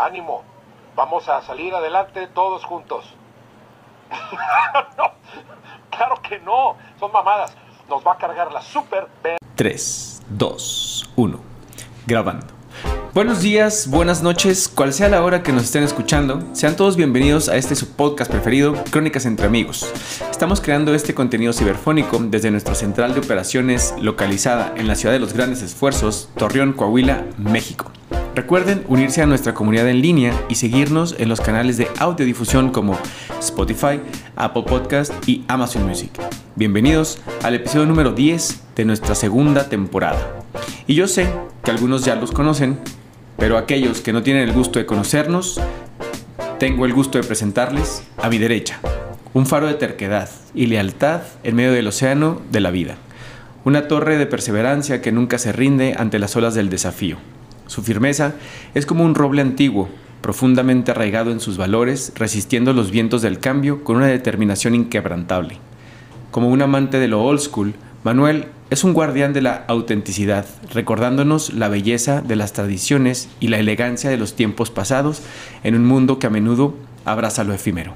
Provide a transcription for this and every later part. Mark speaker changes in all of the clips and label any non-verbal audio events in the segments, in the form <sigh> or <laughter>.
Speaker 1: Ánimo, vamos a salir adelante todos juntos. <laughs> no, claro que no, son mamadas. Nos va a cargar la super. B.
Speaker 2: 3, 2, 1. Grabando. Buenos días, buenas noches, cual sea la hora que nos estén escuchando, sean todos bienvenidos a este su podcast preferido, Crónicas entre Amigos. Estamos creando este contenido ciberfónico desde nuestra central de operaciones localizada en la ciudad de los grandes esfuerzos, Torreón, Coahuila, México. Recuerden unirse a nuestra comunidad en línea y seguirnos en los canales de audiodifusión como Spotify, Apple Podcast y Amazon Music. Bienvenidos al episodio número 10 de nuestra segunda temporada. Y yo sé que algunos ya los conocen, pero aquellos que no tienen el gusto de conocernos, tengo el gusto de presentarles a mi derecha, un faro de terquedad y lealtad en medio del océano de la vida, una torre de perseverancia que nunca se rinde ante las olas del desafío. Su firmeza es como un roble antiguo, profundamente arraigado en sus valores, resistiendo los vientos del cambio con una determinación inquebrantable. Como un amante de lo old school, Manuel es un guardián de la autenticidad, recordándonos la belleza de las tradiciones y la elegancia de los tiempos pasados en un mundo que a menudo abraza lo efímero.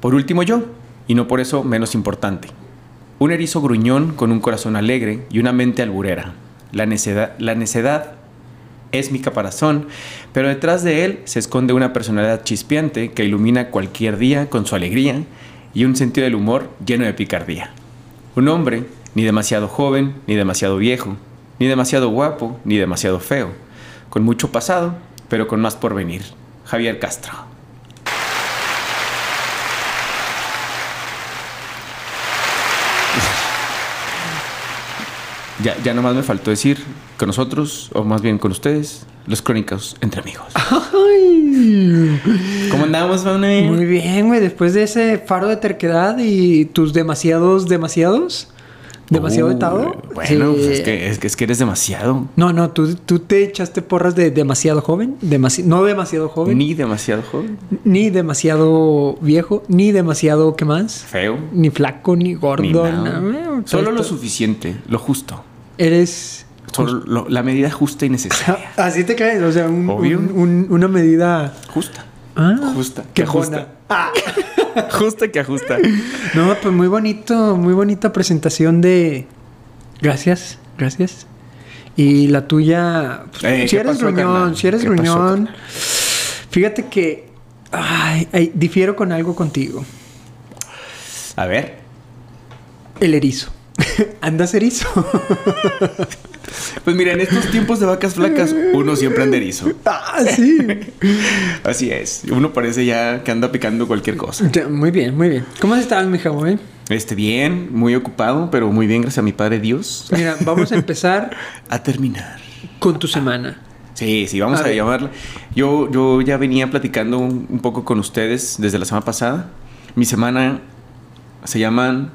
Speaker 2: Por último yo, y no por eso menos importante, un erizo gruñón con un corazón alegre y una mente alburera. La necedad, la necedad es mi caparazón, pero detrás de él se esconde una personalidad chispeante que ilumina cualquier día con su alegría y un sentido del humor lleno de picardía. Un hombre ni demasiado joven, ni demasiado viejo, ni demasiado guapo, ni demasiado feo, con mucho pasado, pero con más por venir. Javier Castro. Ya, ya nomás me faltó decir con nosotros, o más bien con ustedes, los crónicos entre amigos.
Speaker 3: Ay.
Speaker 2: <laughs> ¿Cómo andamos, Manuel?
Speaker 3: Muy bien, güey. Después de ese faro de terquedad y tus demasiados, demasiados, demasiado
Speaker 2: Uh,
Speaker 3: etado.
Speaker 2: Bueno,
Speaker 3: sí.
Speaker 2: pues es, que, es que- es que eres demasiado.
Speaker 3: No, no, tú, tú te echaste porras de demasiado joven, demasi- no demasiado joven, ni,
Speaker 2: Ni demasiado joven.
Speaker 3: demasiado viejo, ni demasiado, ¿qué más?
Speaker 2: Feo.
Speaker 3: Ni flaco, ni gordo.
Speaker 2: ni nada.
Speaker 3: no, no,
Speaker 2: Solo
Speaker 3: esto-
Speaker 2: lo suficiente, lo justo.
Speaker 3: Eres... <laughs>
Speaker 2: Solo lo- la medida justa y necesaria.
Speaker 3: Así te caes, o sea, un-
Speaker 2: Obvio.
Speaker 3: un- un- una medida...
Speaker 2: Justa. <laughs>
Speaker 3: Ah,
Speaker 2: Justa. Que
Speaker 3: qué
Speaker 2: ajusta.
Speaker 3: jona.
Speaker 2: Justa que ajusta.
Speaker 3: No, pues muy bonito, muy bonita presentación de. Gracias, gracias. Y la tuya, pues,
Speaker 2: Eh,
Speaker 3: si
Speaker 2: ¿qué
Speaker 3: eres
Speaker 2: pasó,
Speaker 3: gruñón,
Speaker 2: carnal?
Speaker 3: si eres
Speaker 2: ¿Qué pasó,
Speaker 3: gruñón. Fíjate que ay, ay, difiero con algo contigo.
Speaker 2: A ver.
Speaker 3: El erizo. <laughs> Andas
Speaker 2: <laughs>
Speaker 3: erizo.
Speaker 2: Pues mira, en estos tiempos de vacas flacas, uno siempre anda erizo.
Speaker 3: ah, sí.
Speaker 2: Así es. Uno parece ya que anda picando cualquier cosa.
Speaker 3: Ya, Muy bien, muy bien. ¿Cómo has estado, mi jabo, eh?
Speaker 2: Este, bien, muy ocupado, pero muy bien, gracias a mi padre Dios.
Speaker 3: Mira, vamos a empezar
Speaker 2: A terminar.
Speaker 3: con tu semana.
Speaker 2: Sí, sí, vamos
Speaker 3: A
Speaker 2: a,
Speaker 3: ver.
Speaker 2: llamarla. Yo, yo ya venía platicando un, un poco con ustedes desde la semana pasada. Mi semana se llaman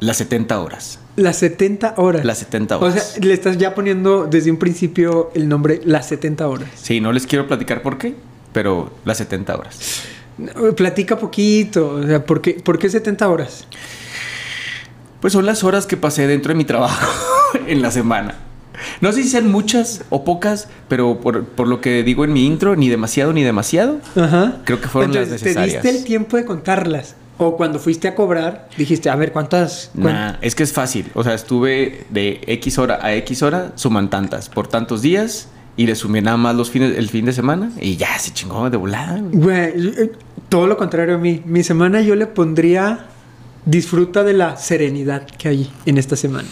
Speaker 2: las 70 horas.
Speaker 3: Las 70 horas.
Speaker 2: Las 70
Speaker 3: O
Speaker 2: horas.
Speaker 3: sea, le estás ya poniendo desde un principio el nombre Las 70 horas.
Speaker 2: Sí, no les quiero platicar por qué, pero las 70 horas.
Speaker 3: No, Platica poquito, o sea, ¿por qué, por qué 70 horas?
Speaker 2: Pues son las horas que pasé dentro de mi trabajo <laughs> en la semana. No sé si sean muchas o pocas, pero por, por lo que digo en mi intro, ni demasiado ni demasiado.
Speaker 3: Ajá.
Speaker 2: Creo que fueron las necesarias.
Speaker 3: ¿Te diste el tiempo de contarlas? O cuando fuiste a cobrar, dijiste, a ver, ¿cuántas? cuán-
Speaker 2: Nah, es que es fácil. O sea, estuve de X hora a X hora, suman tantas, por tantos días, y le sumé nada más los fines, el fin de semana, y ya se chingó de volada. güey.
Speaker 3: Güey, eh, todo lo contrario a mí. Mi semana yo le pondría disfruta de la serenidad que hay en esta semana.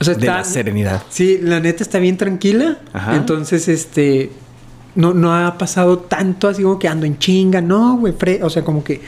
Speaker 3: O sea,
Speaker 2: De la
Speaker 3: está-
Speaker 2: serenidad.
Speaker 3: Sí, la neta está bien tranquila.
Speaker 2: Ajá.
Speaker 3: Entonces, este. No, no ha pasado tanto así como que ando en chinga. No, güey. fre- O sea, como que.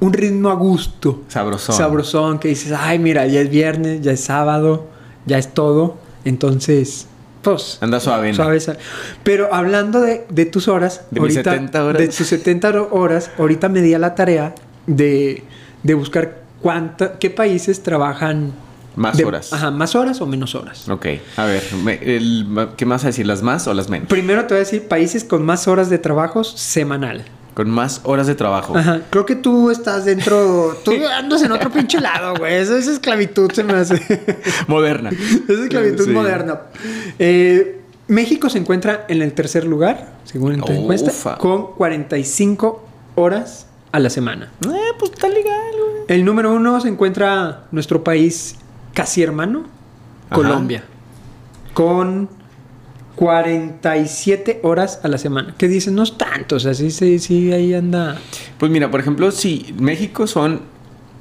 Speaker 3: Un ritmo a gusto.
Speaker 2: Sabrosón.
Speaker 3: Sabrosón. Que dices, ay, mira, ya es viernes, ya es sábado, ya es todo. Entonces, pues.
Speaker 2: Anda suave, ¿no?
Speaker 3: Suave, suave. Pero hablando de, de tus horas.
Speaker 2: De mis 70 horas.
Speaker 3: De tus 70 hor- horas. Ahorita me di a la tarea de, de buscar cuánta, qué países trabajan.
Speaker 2: Más
Speaker 3: de-
Speaker 2: horas.
Speaker 3: Ajá, más horas o menos horas.
Speaker 2: Ok, a ver, me- el- ¿qué más vas a decir? ¿Las más o las menos?
Speaker 3: Primero te voy a decir países con más horas de trabajo semanal.
Speaker 2: Con más horas de trabajo.
Speaker 3: Ajá. Creo que tú estás dentro. Tú andas en otro pinche lado, güey. Eso <laughs> es esclavitud, se me hace.
Speaker 2: <laughs> Moderna.
Speaker 3: es esclavitud
Speaker 2: Sí.
Speaker 3: moderna. Eh, México se encuentra en el tercer lugar, según esta encuesta,
Speaker 2: Ufa.
Speaker 3: con 45 horas a la semana.
Speaker 2: Eh, pues está legal, güey.
Speaker 3: El número uno se encuentra nuestro país casi hermano,
Speaker 2: Ajá.
Speaker 3: Colombia, con 47 horas a la semana. Que dicen, no es tanto, o sea, sí, sí, sí, ahí anda.
Speaker 2: Pues mira, por ejemplo, si México son,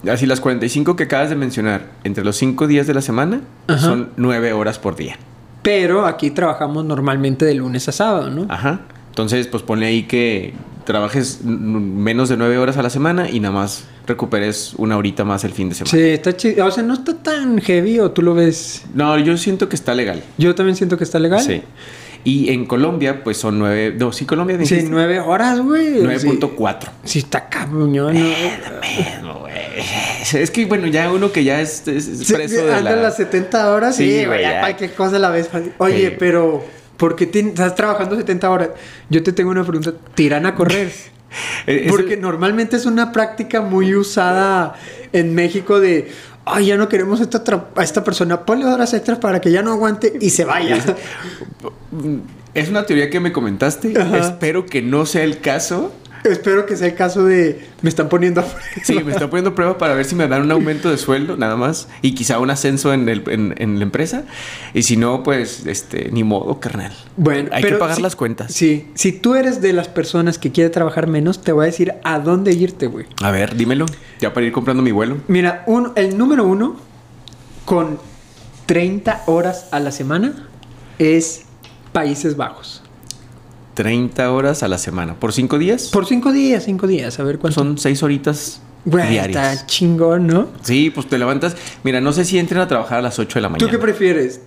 Speaker 2: así las 45 que acabas de mencionar, entre los 5 días de la semana,
Speaker 3: Ajá.
Speaker 2: son 9 horas por día.
Speaker 3: Pero aquí trabajamos normalmente de lunes a sábado, ¿no?
Speaker 2: Ajá. Entonces, pues ponle ahí que trabajes n- n- menos de 9 horas a la semana y nada más recuperes una horita más el fin de semana.
Speaker 3: Sí, está chido. O sea, no está tan heavy o tú lo ves.
Speaker 2: No, yo siento que está legal.
Speaker 3: Yo también siento que está legal.
Speaker 2: Sí. Y en Colombia, pues son 9... No, sí, Colombia dijiste.
Speaker 3: Sí, nueve horas, güey. Sí.
Speaker 2: 9.4.
Speaker 3: Sí, está
Speaker 2: Eh,
Speaker 3: cabrón. ¿no?
Speaker 2: Es que, bueno, ya uno que ya es, es- es
Speaker 3: Sí,
Speaker 2: preso de
Speaker 3: anda
Speaker 2: la...
Speaker 3: las 70 horas,
Speaker 2: Sí,
Speaker 3: sí,
Speaker 2: güey,
Speaker 3: güey, ya
Speaker 2: ya.
Speaker 3: cualquier cosa la ves fácil. Oye,
Speaker 2: Sí.
Speaker 3: pero ¿por qué te- estás trabajando 70 horas? Yo te tengo una pregunta, ¿te irán a
Speaker 2: <laughs>
Speaker 3: correr?
Speaker 2: Eh, es
Speaker 3: Porque
Speaker 2: el-
Speaker 3: normalmente es una práctica muy usada en México de, ay, ya no queremos a esta, tra- a esta persona, ponle horas extras para que ya no aguante y se
Speaker 2: <laughs>
Speaker 3: vaya.
Speaker 2: Es una teoría que me comentaste.
Speaker 3: Ajá.
Speaker 2: Espero que no sea el caso.
Speaker 3: Espero que sea el caso de, me están poniendo a prueba".
Speaker 2: Sí, me está poniendo prueba para ver si me dan un aumento de sueldo, nada más. Y quizá un ascenso en, el- en- en la empresa. Y si no, pues, este, ni modo, carnal.
Speaker 3: Bueno,
Speaker 2: Hay
Speaker 3: pero
Speaker 2: que pagar
Speaker 3: si-
Speaker 2: las cuentas.
Speaker 3: Sí, si tú eres de las personas que quiere trabajar menos, te voy a decir a dónde irte, güey.
Speaker 2: A ver, dímelo. Ya para ir comprando mi vuelo.
Speaker 3: Mira, un- el número uno con 30 horas a la semana es Países Bajos.
Speaker 2: 30 horas a la semana. ¿Por 5 días? Pues
Speaker 3: Por cinco días, cinco días, a ver cuánto.
Speaker 2: Son 6 horitas
Speaker 3: Güey,
Speaker 2: diarias.
Speaker 3: está chingón, ¿no?
Speaker 2: Sí, pues te levantas. Mira, no sé si entren a trabajar a las 8 de la
Speaker 3: ¿Tú
Speaker 2: mañana.
Speaker 3: qué prefieres?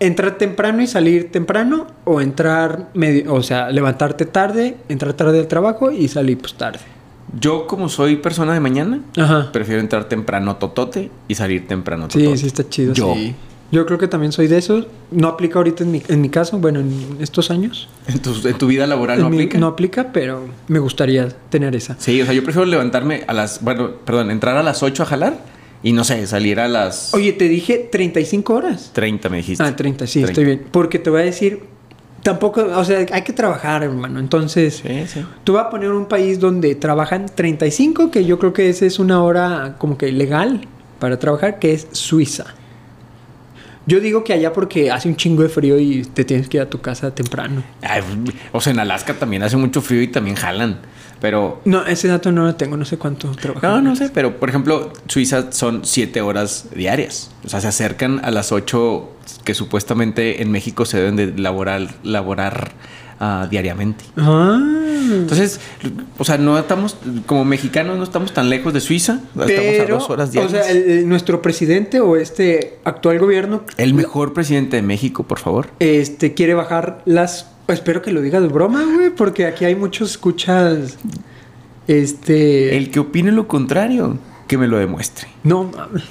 Speaker 3: ¿Entrar temprano y salir temprano? ¿O entrar medio, o sea, levantarte tarde, entrar tarde al trabajo y salir pues tarde?
Speaker 2: Yo, como soy persona de mañana,
Speaker 3: Ajá.
Speaker 2: prefiero entrar temprano totote y salir temprano totote.
Speaker 3: Sí, sí, está chido.
Speaker 2: Yo.
Speaker 3: sí. Yo creo que también soy de esos. No aplica ahorita en mi, en mi caso, bueno, en estos años.
Speaker 2: En tu, en tu vida laboral
Speaker 3: En
Speaker 2: no
Speaker 3: mi-
Speaker 2: aplica.
Speaker 3: Ah, no aplica, pero me gustaría tener esa.
Speaker 2: Sí, o sea, yo prefiero levantarme a las. Bueno, perdón, entrar a las 8 a jalar y no sé, salir a las
Speaker 3: Oye, te dije 35 horas.
Speaker 2: 30, me dijiste.
Speaker 3: Ah, 30, sí,
Speaker 2: 30.
Speaker 3: estoy bien. Porque te voy a decir, tampoco, o sea, hay que trabajar, hermano. Entonces,
Speaker 2: Sí, sí.
Speaker 3: tú vas a poner un país donde trabajan 35, que yo creo que esa es una hora como que legal para trabajar, que es Suiza. Yo digo que allá porque hace un chingo de frío y te tienes que ir a tu casa temprano.
Speaker 2: Ay, o sea, en Alaska también hace mucho frío y también jalan. Pero.
Speaker 3: No, ese dato no lo tengo, no sé cuánto trabajan.
Speaker 2: Ah, No, no sé, pero por ejemplo, Suiza son 7 horas diarias. O sea, se acercan a las 8 que supuestamente en México se deben de laborar, laborar ah, diariamente.
Speaker 3: Ah.
Speaker 2: Entonces, o sea, no estamos, como mexicanos, no estamos tan lejos de Suiza. estamos a
Speaker 3: Pero,
Speaker 2: dos horas
Speaker 3: o
Speaker 2: diarias.
Speaker 3: sea,
Speaker 2: el,
Speaker 3: el- el- nuestro presidente o este actual gobierno
Speaker 2: mejor presidente de México, por favor.
Speaker 3: este quiere bajar las espero que lo digas de broma güey porque aquí hay muchos escuchas este
Speaker 2: El que opine lo contrario, que me lo demuestre.
Speaker 3: no mames.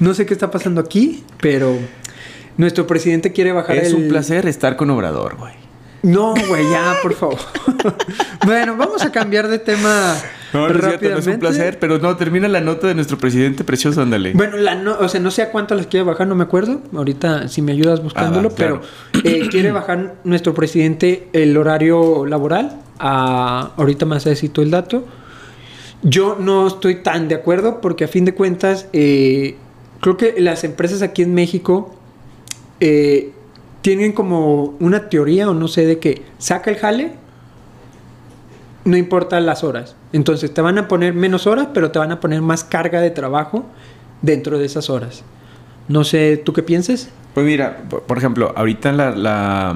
Speaker 3: no sé qué está pasando aquí pero nuestro presidente quiere bajar
Speaker 2: Es
Speaker 3: el
Speaker 2: un placer estar con Obrador, güey.
Speaker 3: no güey ya
Speaker 2: <laughs>
Speaker 3: por favor bueno vamos a cambiar de tema
Speaker 2: No, no es cierto, no es un
Speaker 3: rápidamente.
Speaker 2: placer, pero no, termina la nota de nuestro presidente precioso, ándale.
Speaker 3: Bueno, la no, o sea, no sé a cuánto les quiere bajar, no me acuerdo. Ahorita, si me ayudas
Speaker 2: Ah,
Speaker 3: buscándolo,
Speaker 2: va, claro.
Speaker 3: pero eh, <clears throat> quiere bajar nuestro presidente el horario laboral. A, ahorita más necesito el dato. Yo no estoy tan de acuerdo porque a fin de cuentas, eh, creo que las empresas aquí en México eh, tienen como una teoría o no sé de que saca el jale, no importa las horas. Entonces te van a poner menos horas, pero te van a poner más carga de trabajo dentro de esas horas. No sé, ¿tú qué pienses?
Speaker 2: Pues mira, por por ejemplo, ahorita la, la-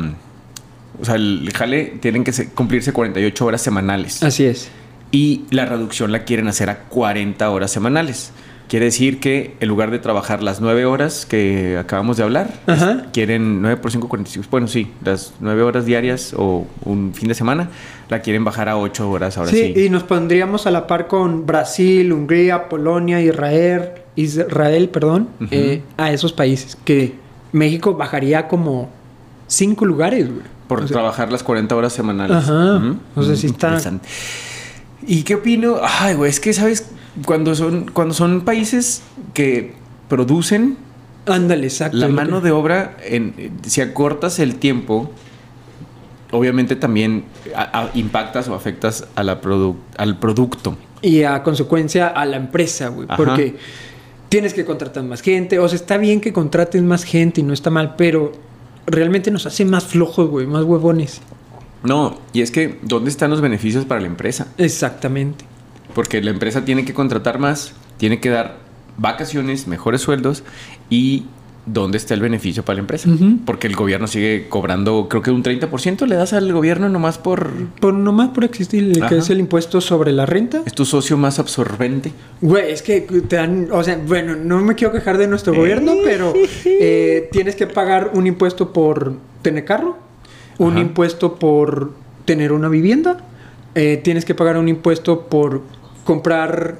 Speaker 2: o sea, el jale tienen que se- cumplirse 48 horas semanales.
Speaker 3: Así es.
Speaker 2: Y la reducción la quieren hacer a 40 horas semanales. Quiere decir que en lugar de trabajar las 9 horas que acabamos de hablar,
Speaker 3: Ajá.
Speaker 2: es- quieren 9 por 5, 45. Bueno, sí, las 9 horas diarias o un fin de semana, la quieren bajar a 8 horas ahora sí.
Speaker 3: sí, y nos pondríamos a la par con Brasil, Hungría, Polonia, Israel, Israel, perdón,
Speaker 2: Ujú.
Speaker 3: eh, a esos países que México bajaría como cinco lugares, güey.
Speaker 2: Por
Speaker 3: O sea,
Speaker 2: trabajar las 40 horas semanales.
Speaker 3: Ajá.
Speaker 2: Ujú.
Speaker 3: O sea, sí
Speaker 2: Ujú.
Speaker 3: está-
Speaker 2: Interesante. ¿Y qué opino? Ay, güey, es que, ¿sabes? Cuando son, cuando son países que producen
Speaker 3: Ándale, exacto.
Speaker 2: La
Speaker 3: es lo
Speaker 2: mano
Speaker 3: que-
Speaker 2: de obra, en, eh, si acortas el tiempo, obviamente también a- a- impactas o afectas a la produ- al producto.
Speaker 3: Y a consecuencia a la empresa, güey.
Speaker 2: Ajá.
Speaker 3: Porque tienes que contratar más gente. O sea, está bien que contraten más gente y no está mal, pero realmente nos hace más flojos, güey, más huevones.
Speaker 2: No, y es que, ¿dónde están los beneficios para la empresa?
Speaker 3: Exactamente.
Speaker 2: Porque la empresa tiene que contratar más, tiene que dar vacaciones, mejores sueldos y ¿dónde está el beneficio para la empresa?
Speaker 3: Ujú.
Speaker 2: Porque el gobierno sigue cobrando, creo que un 30% le das al gobierno nomás por...
Speaker 3: Por nomás por existir el
Speaker 2: Ajá.
Speaker 3: que es el impuesto sobre la renta.
Speaker 2: Es tu socio más absorbente.
Speaker 3: Güey, es que te dan, o sea, bueno, no me quiero quejar de nuestro gobierno, pero eh, tienes que pagar un impuesto por tener carro, un
Speaker 2: Ajá.
Speaker 3: impuesto por tener una vivienda, eh, tienes que pagar un impuesto por comprar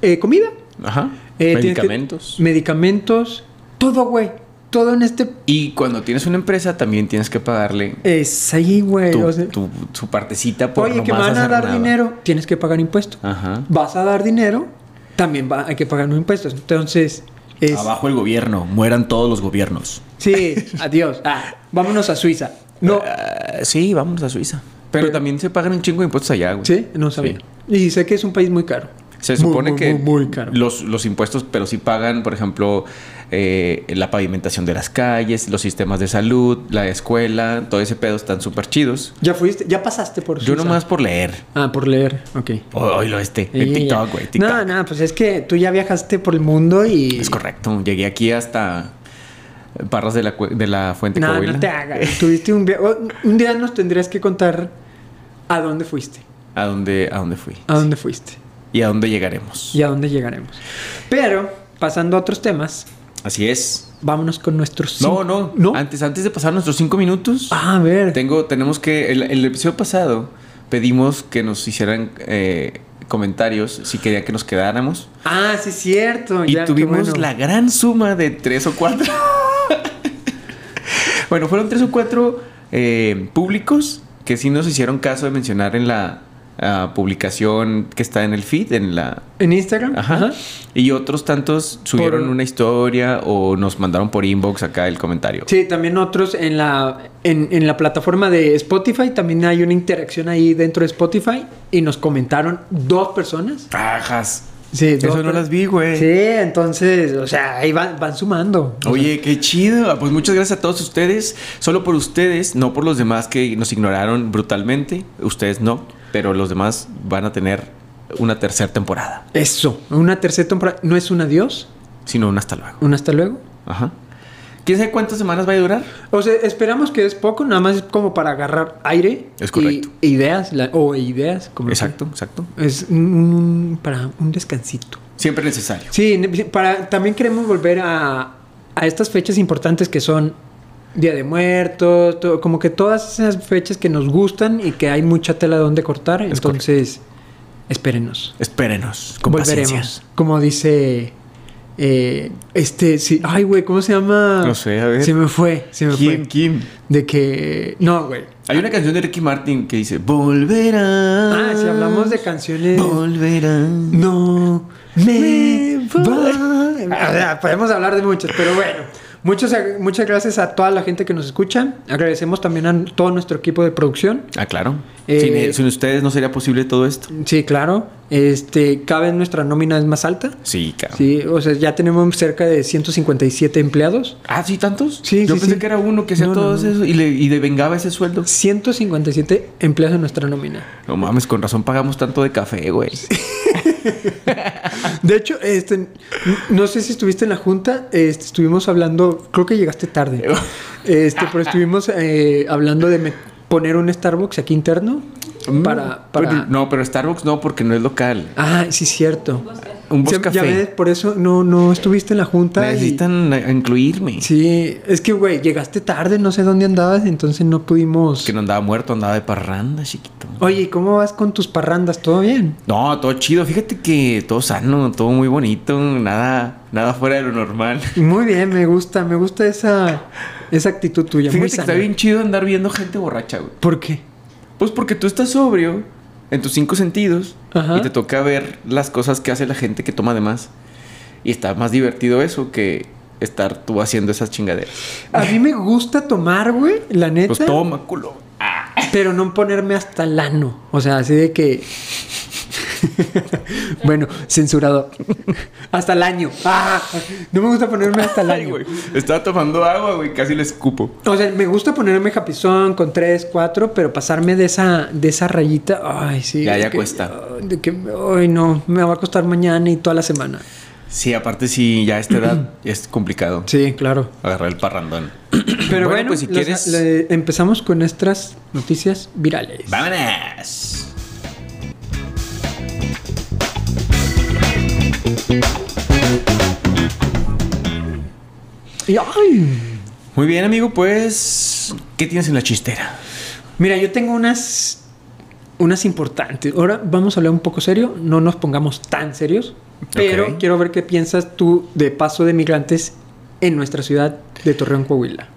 Speaker 3: eh, comida,
Speaker 2: Ajá.
Speaker 3: eh, tienes que-
Speaker 2: Medicamentos.
Speaker 3: medicamentos, todo, güey, todo en este...
Speaker 2: Y cuando tienes una empresa también tienes que pagarle
Speaker 3: Es ahí, güey.
Speaker 2: tu,
Speaker 3: o sea,
Speaker 2: tu- su partecita por
Speaker 3: oye,
Speaker 2: no
Speaker 3: que me
Speaker 2: más
Speaker 3: van a
Speaker 2: hacer
Speaker 3: dar
Speaker 2: nada.
Speaker 3: dinero, tienes que pagar impuestos.
Speaker 2: Ajá.
Speaker 3: Vas a dar dinero, también va- hay que pagar los impuestos. Entonces... Es,
Speaker 2: Abajo el gobierno, mueran todos los gobiernos.
Speaker 3: Sí, <laughs> adiós. Ah, vámonos a Suiza. No.
Speaker 2: Ah, sí, vamos a Suiza. Pero,
Speaker 3: Pero-
Speaker 2: también se pagan un chingo de impuestos allá, güey.
Speaker 3: Sí, no sabía.
Speaker 2: Sí.
Speaker 3: Y sé que es un país muy caro.
Speaker 2: Se
Speaker 3: Muy,
Speaker 2: supone
Speaker 3: muy,
Speaker 2: que
Speaker 3: Muy, muy caro.
Speaker 2: Los, los impuestos, pero sí pagan, por ejemplo, eh, la pavimentación de las calles, los sistemas de salud, la escuela, todo ese pedo están súper chidos.
Speaker 3: ¿Ya fuiste? ¿Ya pasaste por Suiza?
Speaker 2: Yo nomás por leer.
Speaker 3: Ah, por leer. Ok.
Speaker 2: Hoy lo este.
Speaker 3: Y-
Speaker 2: En TikTok, güey. TikTok.
Speaker 3: No, no, pues es que tú ya viajaste por el mundo y.
Speaker 2: Es correcto. Llegué aquí hasta Parras de la, Cue- de la Fuente
Speaker 3: No,
Speaker 2: Coahuila.
Speaker 3: no te hagas. Tuviste un viaje. Un día nos tendrías que contar a dónde fuiste.
Speaker 2: ¿A dónde, a dónde fui?
Speaker 3: A dónde fuiste.
Speaker 2: ¿Y a dónde llegaremos?
Speaker 3: Y a dónde llegaremos. Pero, pasando a otros temas,
Speaker 2: Así es.
Speaker 3: vámonos con nuestros.
Speaker 2: No,
Speaker 3: cinco-
Speaker 2: no,
Speaker 3: ¿No?
Speaker 2: Antes, antes de pasar nuestros cinco minutos,
Speaker 3: Ah, a ver.
Speaker 2: tengo, tenemos que. El, el episodio pasado pedimos que nos hicieran eh, comentarios si querían que nos quedáramos.
Speaker 3: Ah, sí, es cierto.
Speaker 2: Y
Speaker 3: ya, qué
Speaker 2: tuvimos
Speaker 3: bueno.
Speaker 2: la gran suma de tres o cuatro. <laughs> bueno, fueron tres o cuatro eh, públicos que sí nos hicieron caso de mencionar en la ah, publicación que está en el feed, en la...
Speaker 3: ¿En Instagram?
Speaker 2: Ajá. Y otros tantos subieron
Speaker 3: Por-
Speaker 2: una historia o nos mandaron por inbox acá el comentario.
Speaker 3: Sí, también otros en la, en, en la plataforma de Spotify, también hay una interacción ahí dentro de Spotify y nos comentaron dos personas.
Speaker 2: Rajas.
Speaker 3: Sí,
Speaker 2: Eso
Speaker 3: dos
Speaker 2: no
Speaker 3: per-
Speaker 2: las vi, güey.
Speaker 3: Sí, entonces, o sea, ahí van, van sumando. O
Speaker 2: Oye, qué chido. Ah, Pues muchas gracias a todos ustedes. Solo por ustedes, no por los demás que nos ignoraron brutalmente. Ustedes no, pero los demás van a tener una tercera temporada,
Speaker 3: sea, eso, una tercera temporada, no es un adiós,
Speaker 2: sino un hasta luego.
Speaker 3: un hasta luego.
Speaker 2: Ajá. ¿Quién sabe cuántas semanas va a durar?
Speaker 3: O sea, esperamos que es poco, nada más es como para agarrar aire.
Speaker 2: Es correcto.
Speaker 3: y- e ideas, la- o ideas, como
Speaker 2: Exacto, exacto.
Speaker 3: Es un- un- para un descansito.
Speaker 2: Siempre necesario.
Speaker 3: Sí, ne- para, también queremos volver a, a estas fechas importantes que son Día de Muertos, to- como que todas esas fechas que nos gustan y que hay mucha tela donde cortar. entonces, espérenos.
Speaker 2: Espérenos, con
Speaker 3: Volveremos.
Speaker 2: paciencia.
Speaker 3: Como dice eh, este, sí, ay, güey, ¿cómo se llama?
Speaker 2: No sé, a ver.
Speaker 3: Se me fue, se me
Speaker 2: ¿Quién,
Speaker 3: fue.
Speaker 2: quién?
Speaker 3: De que, no, güey.
Speaker 2: Hay una canción de Ricky Martin que dice, volverá.
Speaker 3: Ah, si hablamos de canciones.
Speaker 2: Volverá.
Speaker 3: No me,
Speaker 2: Me
Speaker 3: voy.
Speaker 2: voy.
Speaker 3: O sea, podemos hablar de muchas, pero bueno. Muchos, muchas gracias a toda la gente que nos escucha. Agradecemos también a todo nuestro equipo de producción.
Speaker 2: Ah, claro.
Speaker 3: Eh,
Speaker 2: Sin- eh, sin ustedes no sería posible todo esto.
Speaker 3: Sí, claro. Este, cada vez nuestra nómina es más alta.
Speaker 2: Sí, claro.
Speaker 3: Sí, o sea, ya tenemos cerca de 157 empleados.
Speaker 2: Ah, sí, tantos.
Speaker 3: Sí,
Speaker 2: Yo
Speaker 3: sí,
Speaker 2: pensé
Speaker 3: sí.
Speaker 2: que era uno que hacía
Speaker 3: No, no,
Speaker 2: todo
Speaker 3: no.
Speaker 2: eso y, le, y le vengaba ese sueldo.
Speaker 3: 157 empleados en nuestra nómina.
Speaker 2: No mames, con razón pagamos tanto de café, güey.
Speaker 3: De hecho, este, no sé si estuviste en la junta, este, estuvimos hablando, creo que llegaste tarde, este, pero estuvimos eh, hablando de me- poner un Starbucks aquí interno <laughs> para...
Speaker 2: Mm,
Speaker 3: para...
Speaker 2: pero- no, pero Starbucks no, porque no es local.
Speaker 3: Ah, sí, cierto.
Speaker 2: Un
Speaker 3: Ya-
Speaker 2: bus
Speaker 3: Ya ves,
Speaker 2: café.
Speaker 3: por eso no, no estuviste en la junta. y-
Speaker 2: Necesitan eh, incluirme.
Speaker 3: Sí, es que, güey, llegaste tarde, no sé dónde andabas, entonces no pudimos...
Speaker 2: Que no andaba muerto, andaba de parranda, chiquito.
Speaker 3: Oye, ¿y ¿cómo vas con tus parrandas? ¿Todo bien?
Speaker 2: No, todo chido. Fíjate que todo sano, todo muy bonito, nada, nada fuera de lo normal.
Speaker 3: Muy bien, me gusta, me gusta esa, esa actitud tuya.
Speaker 2: Fíjate
Speaker 3: muy
Speaker 2: que
Speaker 3: sana.
Speaker 2: está bien chido andar viendo gente borracha, güey.
Speaker 3: ¿Por qué?
Speaker 2: Pues porque tú estás sobrio en tus cinco sentidos
Speaker 3: Ajá.
Speaker 2: y te toca ver las cosas que hace la gente que toma de más. Y está más divertido eso que estar tú haciendo esas chingaderas.
Speaker 3: A mí me gusta tomar, güey, la neta.
Speaker 2: Pues toma, culo.
Speaker 3: Pero no ponerme hasta el ano. O sea, así de que. <laughs> bueno, censurado. hasta el año. ¡Ah! No me gusta ponerme hasta el
Speaker 2: Ay,
Speaker 3: año.
Speaker 2: güey. Estaba tomando agua, güey. Casi le escupo.
Speaker 3: O sea, me gusta ponerme capizón con 3, 4, pero pasarme de esa, de esa rayita, ay, sí.
Speaker 2: Ya,
Speaker 3: es
Speaker 2: ya
Speaker 3: que-
Speaker 2: cuesta.
Speaker 3: ay, de que, ay, no, me va a costar mañana y toda la semana.
Speaker 2: Sí, aparte, sí, ya a esta
Speaker 3: <clears throat>
Speaker 2: edad es complicado
Speaker 3: Sí, claro. <clears throat>
Speaker 2: agarrar el parrandón.
Speaker 3: Pero bueno,
Speaker 2: pues si
Speaker 3: los-
Speaker 2: quieres.
Speaker 3: le- empezamos con nuestras noticias virales.
Speaker 2: ¡Vámonos!
Speaker 3: Y, ay,
Speaker 2: Muy bien, amigo, pues. ¿Qué tienes en la chistera?
Speaker 3: mira, yo tengo unas, unas importantes. Ahora vamos a hablar un poco serio, no nos pongamos tan serios, pero
Speaker 2: Ok.
Speaker 3: quiero ver qué piensas tú de paso de migrantes en nuestra ciudad de Torreón, Coahuila.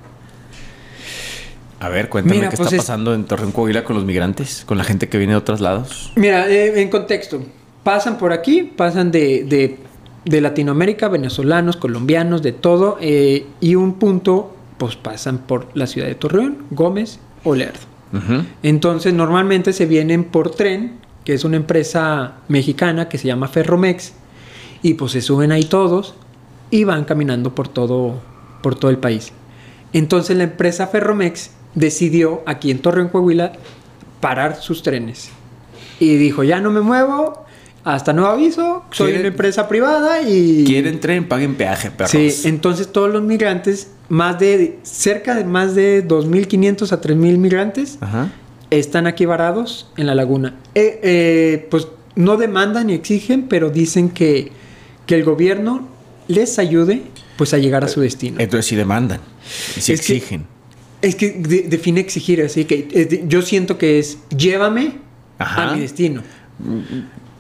Speaker 2: A ver, cuéntame
Speaker 3: Mira,
Speaker 2: qué
Speaker 3: pues
Speaker 2: está
Speaker 3: es-
Speaker 2: pasando en Torreón Coahuila con los migrantes, con la gente que viene de otros lados.
Speaker 3: Mira, eh, en contexto, pasan por aquí, pasan de, de- de Latinoamérica, venezolanos, colombianos, de todo, eh, y un punto, pues pasan por la ciudad de Torreón, Gómez o Lerdo.
Speaker 2: Ujú.
Speaker 3: Entonces, normalmente se vienen por tren, que es una empresa mexicana que se llama Ferromex, y pues se suben ahí todos y van caminando por todo, por todo el país. Entonces, la empresa Ferromex decidió aquí en Torreón, Coahuila, parar sus trenes. Y dijo, ya no me muevo, hasta nuevo aviso, soy
Speaker 2: ¿Quieren-
Speaker 3: una empresa privada y...
Speaker 2: Quieren tren, paguen peaje, perros.
Speaker 3: Sí, entonces todos los migrantes, más de, cerca de más de 2.500 a 3.000 migrantes,
Speaker 2: Ajá.
Speaker 3: están aquí varados en la laguna. Eh, eh, pues no demandan ni exigen, pero dicen que, que el gobierno les ayude pues a llegar a su destino.
Speaker 2: Entonces sí demandan. Y sí
Speaker 3: Es que-
Speaker 2: exigen.
Speaker 3: Es que de- define exigir, así que es de- yo siento que es llévame
Speaker 2: Ajá. Mm,
Speaker 3: a mi destino.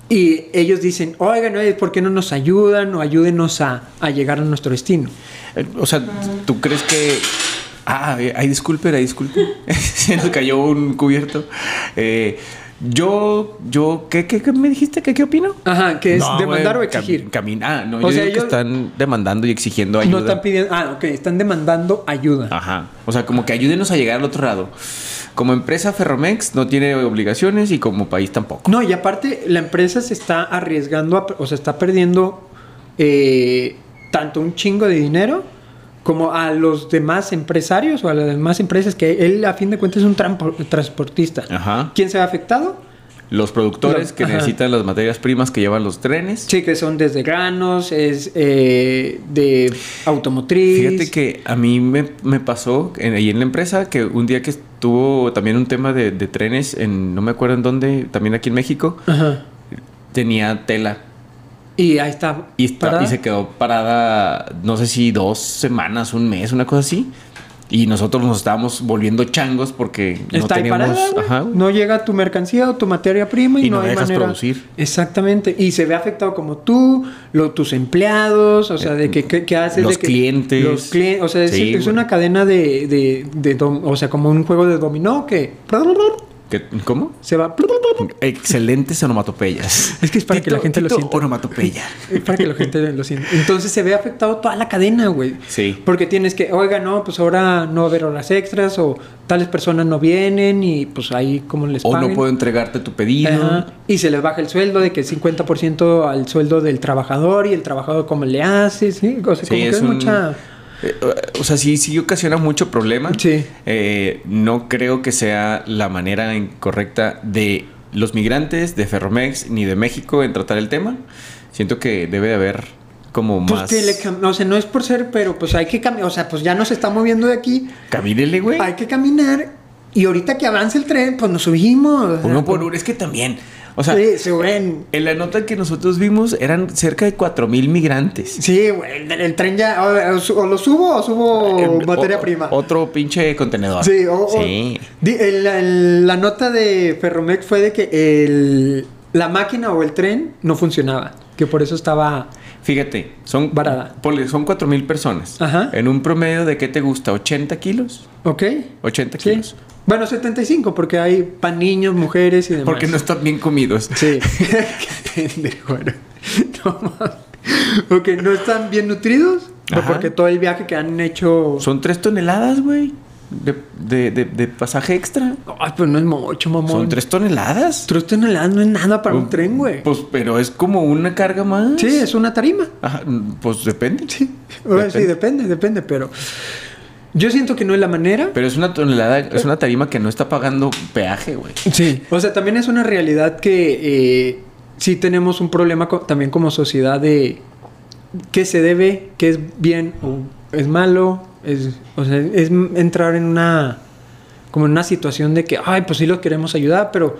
Speaker 3: Y ellos dicen, oigan, oye, ¿por qué no nos ayudan o ayúdenos a, a llegar a nuestro destino?
Speaker 2: Eh, O sea, ¿tú crees que... Ah, eh, ay, disculpen, ay, disculpen. <laughs> Se nos cayó un cubierto. Eh, yo, yo, ¿qué, qué, qué me dijiste? ¿Qué, qué opino?
Speaker 3: Ajá, que es
Speaker 2: No,
Speaker 3: demandar
Speaker 2: güey,
Speaker 3: o exigir.
Speaker 2: cam- camina. Ah, no,
Speaker 3: O
Speaker 2: yo
Speaker 3: sea,
Speaker 2: digo
Speaker 3: ellos-
Speaker 2: que están demandando y exigiendo ayuda. Ah,
Speaker 3: No están pidiendo, ah, ok, están demandando ayuda.
Speaker 2: Ajá. O sea, como que ayúdenos a llegar al otro lado. Como empresa Ferromex no tiene obligaciones y como país tampoco.
Speaker 3: No, y aparte la empresa se está arriesgando, a- o sea, está perdiendo eh, tanto un chingo de dinero como a los demás empresarios o a las demás empresas, que él a fin de cuentas es un trampo- transportista.
Speaker 2: Ajá.
Speaker 3: ¿Quién se ve afectado?
Speaker 2: Los productores
Speaker 3: Lo-
Speaker 2: que
Speaker 3: ajá.
Speaker 2: necesitan las materias primas que llevan los trenes.
Speaker 3: Sí, que son desde granos, es eh, de automotriz.
Speaker 2: Fíjate que a mí me, me pasó en, ahí en la empresa que un día que estuvo también un tema de, de trenes en no me acuerdo en dónde, también aquí en México,
Speaker 3: Ajá.
Speaker 2: tenía tela
Speaker 3: Y ahí está.
Speaker 2: y, está-
Speaker 3: parada.
Speaker 2: y se quedó parada, no sé si dos semanas, un mes, una cosa así. Y nosotros nos estábamos volviendo changos porque no
Speaker 3: Está ahí
Speaker 2: teníamos.
Speaker 3: parada, güey.
Speaker 2: ajá,
Speaker 3: no llega tu mercancía o tu materia prima y,
Speaker 2: Y
Speaker 3: no,
Speaker 2: no
Speaker 3: hay
Speaker 2: dejas
Speaker 3: manera.
Speaker 2: producir.
Speaker 3: Exactamente. Y se ve afectado como tú, lo- tus empleados, o sea, de que, que- que haces.
Speaker 2: Los
Speaker 3: de que-
Speaker 2: clientes.
Speaker 3: Los clientes. O sea, es,
Speaker 2: Sí,
Speaker 3: es
Speaker 2: güey.
Speaker 3: una cadena de, de- de dom- o sea, como un juego de dominó que
Speaker 2: ¿Qué- ¿Cómo?
Speaker 3: se va. <laughs>
Speaker 2: Excelentes onomatopeyas.
Speaker 3: Es que es para que la
Speaker 2: Tito-
Speaker 3: gente lo
Speaker 2: Tito
Speaker 3: sienta.
Speaker 2: Onomatopeya.
Speaker 3: Es para que la gente lo sienta. Entonces se ve afectado toda la cadena, güey.
Speaker 2: Sí.
Speaker 3: Porque tienes que, oiga, no, pues ahora no va a haber horas extras o tales personas no vienen y pues ahí como les
Speaker 2: O no
Speaker 3: paguen?
Speaker 2: puedo entregarte tu pedido.
Speaker 3: Ajá, Y se les baja el sueldo de que 50% al sueldo del trabajador y el trabajador cómo le hace, ¿sí? O sea,
Speaker 2: Sí,
Speaker 3: como que
Speaker 2: es
Speaker 3: es
Speaker 2: un-
Speaker 3: mucha...
Speaker 2: Eh, O sea, sí, sí ocasiona mucho problema.
Speaker 3: Sí.
Speaker 2: Eh, no creo que sea la manera incorrecta de los migrantes, de Ferromex, ni de México en tratar el tema. Siento que debe de haber como
Speaker 3: Pues
Speaker 2: más...
Speaker 3: que le cam- o sea, no es por ser, pero pues hay que cambiar, o sea, pues ya nos está moviendo de aquí,
Speaker 2: Camínele, güey.
Speaker 3: hay que caminar y ahorita que avance el tren, pues nos subimos. o sea,
Speaker 2: Uno por
Speaker 3: como-
Speaker 2: uno. Es que también... O sea,
Speaker 3: sí, se ven.
Speaker 2: en la nota que nosotros vimos eran cerca de 4.000 migrantes.
Speaker 3: Sí, güey, el, el tren ya, o, o su- o lo subo o subo
Speaker 2: En-
Speaker 3: materia
Speaker 2: Eh, o-
Speaker 3: prima.
Speaker 2: Otro pinche contenedor.
Speaker 3: Sí, o- o-
Speaker 2: Sí.
Speaker 3: di- el- el- la nota de Ferromex fue de que el, la máquina o el tren no funcionaba, que por eso estaba...
Speaker 2: Fíjate, son.
Speaker 3: Varada.
Speaker 2: ponle, son 4 mil personas.
Speaker 3: Ajá.
Speaker 2: En un promedio de, ¿qué te gusta? ¿80 kilos?
Speaker 3: ¿Ok?
Speaker 2: 80
Speaker 3: Sí.
Speaker 2: kilos.
Speaker 3: Bueno, 75, porque hay pan niños, mujeres y demás.
Speaker 2: Porque no están bien comidos.
Speaker 3: Sí.
Speaker 2: <laughs>
Speaker 3: <laughs> Qué pendejo, bueno. No mames. Ok, no están bien nutridos Pero
Speaker 2: Ajá.
Speaker 3: Porque todo el viaje que han hecho.
Speaker 2: Son tres toneladas, güey. De, de, de- de pasaje extra.
Speaker 3: Ay, pero no es mucho, mamón.
Speaker 2: Son tres toneladas.
Speaker 3: Tres toneladas no es nada para un
Speaker 2: Pues,
Speaker 3: tren, güey.
Speaker 2: Pues, pero es como una carga más.
Speaker 3: sí, es una tarima.
Speaker 2: Ajá, pues depende.
Speaker 3: Sí. Ahora Sí, depende, depende, pero. Yo siento que no es la manera.
Speaker 2: Pero es una tonelada, es una tarima que no está pagando peaje, güey.
Speaker 3: Sí. O sea, también es una realidad que eh, sí tenemos un problema co- también como sociedad de qué se debe, qué es bien o es malo. Es, o sea, es m- entrar en una como en una situación de que, ay, pues sí lo queremos ayudar, pero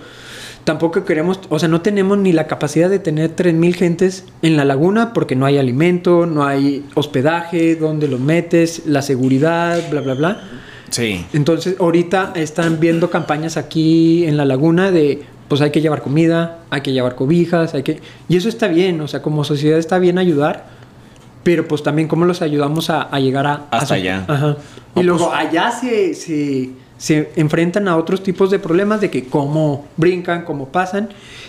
Speaker 3: tampoco queremos, o sea, no tenemos ni la capacidad de tener 3.000 gentes en la laguna porque no hay alimento, no hay hospedaje, dónde los metes, la seguridad, bla, bla, bla.
Speaker 2: Sí.
Speaker 3: Entonces, ahorita están viendo campañas aquí en la laguna de, pues hay que llevar comida, hay que llevar cobijas, hay que... Y eso está bien, o sea, como sociedad está bien ayudar, pero pues también cómo los ayudamos a, a llegar a... a
Speaker 2: Hasta
Speaker 3: su-
Speaker 2: allá.
Speaker 3: Ajá. Y
Speaker 2: No,
Speaker 3: luego
Speaker 2: pues-
Speaker 3: allá se, se, se enfrentan a otros tipos de problemas de que cómo brincan, cómo pasan.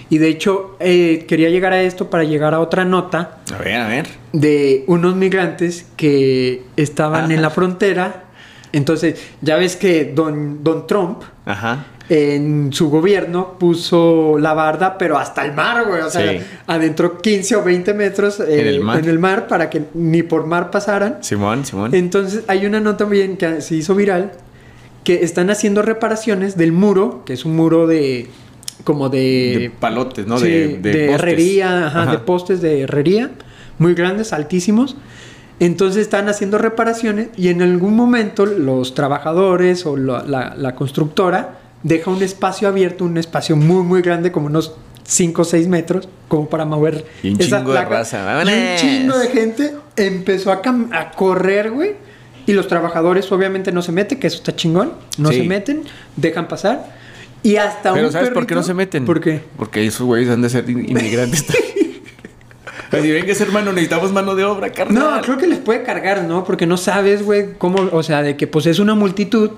Speaker 3: Y de hecho, eh, quería llegar a esto para llegar a otra nota
Speaker 2: A ver, a ver.
Speaker 3: de unos migrantes que estaban
Speaker 2: Ajá.
Speaker 3: en la frontera. Entonces, ya ves que don, don Trump
Speaker 2: Ajá.
Speaker 3: en su gobierno puso la barda, pero hasta el mar, güey. O sea,
Speaker 2: Sí.
Speaker 3: adentro 15 o 20 metros eh,
Speaker 2: En el mar.
Speaker 3: mar para que ni por mar pasaran.
Speaker 2: Simón, Simón.
Speaker 3: Entonces, hay una nota bien que se hizo viral que están haciendo reparaciones del muro, que es un muro de como
Speaker 2: de
Speaker 3: de
Speaker 2: palotes, ¿no?
Speaker 3: Sí,
Speaker 2: de, de postes.
Speaker 3: herrería, ajá, de postes de herrería, muy grandes, altísimos. Entonces están haciendo reparaciones y en algún momento los trabajadores o la, la- la constructora deja un espacio abierto, un espacio muy, muy grande, como unos 5 o 6 metros, como para mover.
Speaker 2: Y un
Speaker 3: esa
Speaker 2: chingo de raza,
Speaker 3: Y un
Speaker 2: ¡vámonos!
Speaker 3: chingo de gente empezó a, cam- a correr, güey. Y los trabajadores obviamente no se meten, que eso está chingón. No
Speaker 2: Sí.
Speaker 3: se meten, dejan pasar. Y hasta
Speaker 2: Pero
Speaker 3: un
Speaker 2: ¿sabes por qué no
Speaker 3: perrito-
Speaker 2: se meten?
Speaker 3: ¿Por qué?
Speaker 2: Porque esos güeyes han de ser in-
Speaker 3: <laughs>
Speaker 2: inmigrantes. Así, venga, hermano, necesitamos mano de obra, carnal.
Speaker 3: No, creo que les puede cargar, ¿no? Porque no sabes, güey, cómo, o sea, de que pues es una multitud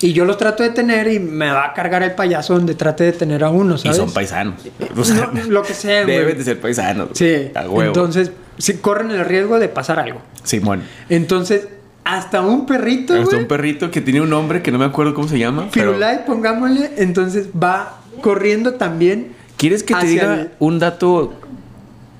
Speaker 3: y yo los trato de tener y me va a cargar el payaso donde trate de tener a uno,
Speaker 2: Y
Speaker 3: ¿sabes?
Speaker 2: son paisanos. <laughs> O sea,
Speaker 3: No, lo que sea,
Speaker 2: <laughs>
Speaker 3: güey.
Speaker 2: Deben de ser paisanos.
Speaker 3: Sí.
Speaker 2: A huevo.
Speaker 3: Entonces, sí, corren el riesgo de pasar algo.
Speaker 2: Simón.
Speaker 3: Entonces, hasta un perrito,
Speaker 2: Hasta
Speaker 3: güey.
Speaker 2: un perrito que tiene un nombre que no me acuerdo cómo se llama. pero-
Speaker 3: Firulai, pongámosle, entonces va corriendo también.
Speaker 2: ¿Quieres que te
Speaker 3: hacia
Speaker 2: diga
Speaker 3: el-
Speaker 2: un dato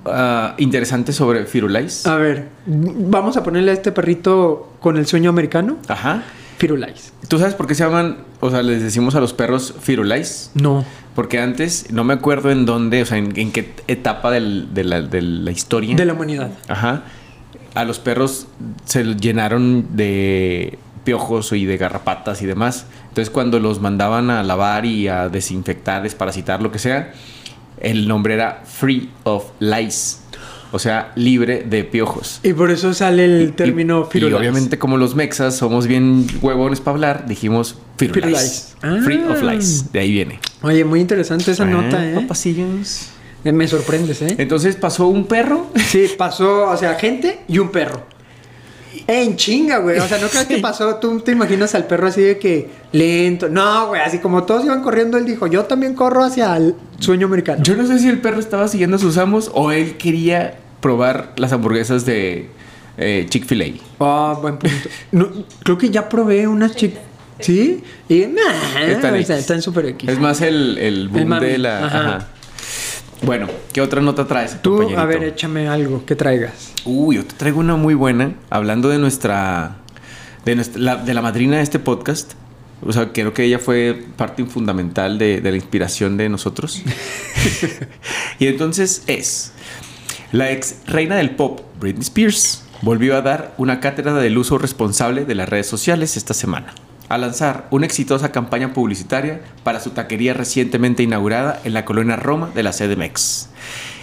Speaker 2: ah, interesante sobre Firulais?
Speaker 3: A ver, vamos a ponerle a este perrito con el sueño americano,
Speaker 2: Ajá.
Speaker 3: Firulais.
Speaker 2: ¿Tú sabes por qué se llaman, o sea, les decimos a los perros Firulais?
Speaker 3: No.
Speaker 2: Porque antes, no me acuerdo en dónde, o sea, en, en qué etapa del- de, la, de la historia.
Speaker 3: De la humanidad.
Speaker 2: Ajá. A los perros se los llenaron de piojos y de garrapatas y demás. Entonces, cuando los mandaban a lavar y a desinfectar, desparasitar, lo que sea, el nombre era Free of Lice. O sea, libre de piojos.
Speaker 3: Y por eso sale el
Speaker 2: Y-
Speaker 3: término
Speaker 2: y,
Speaker 3: firulais.
Speaker 2: obviamente, como los mexas somos bien huevones para hablar, dijimos Firulais.
Speaker 3: Firulais. Ah.
Speaker 2: Free of Lice. De ahí viene.
Speaker 3: Oye, muy interesante esa nota, ¿eh?
Speaker 2: Pasillos.
Speaker 3: Eh, Me sorprendes, ¿eh?
Speaker 2: Entonces pasó un perro.
Speaker 3: Sí, pasó, o sea, gente y un perro. En chinga, güey. O sea, no creas que pasó. Tú te imaginas al perro así de que lento. No, güey. Así como todos iban corriendo, él dijo: Yo también corro hacia el sueño americano.
Speaker 2: Yo no sé si el perro estaba siguiendo a sus amos o él quería probar las hamburguesas de eh, Chick-fil-A.
Speaker 3: Ah, buen punto. No, creo que ya probé unas chicas. ¿Sí? Y nah,
Speaker 2: Están
Speaker 3: Ah, o sea,
Speaker 2: X.
Speaker 3: están súper X.
Speaker 2: Es más el, el boom
Speaker 3: El mami,
Speaker 2: de la...
Speaker 3: ajá.
Speaker 2: ajá. Bueno, ¿qué otra nota traes?
Speaker 3: Tú, a
Speaker 2: compañerito?
Speaker 3: ver, échame algo que traigas.
Speaker 2: Uy, yo te traigo una muy buena. Hablando de nuestra... De, nuestra- la, de la madrina de este podcast. O sea, creo que ella fue parte fundamental de, de la inspiración de nosotros. y entonces es... La ex reina del pop, Britney Spears, volvió a dar una cátedra del uso responsable de las redes sociales esta semana, al lanzar una exitosa campaña publicitaria para su taquería recientemente inaugurada en la colonia Roma de la CDMX.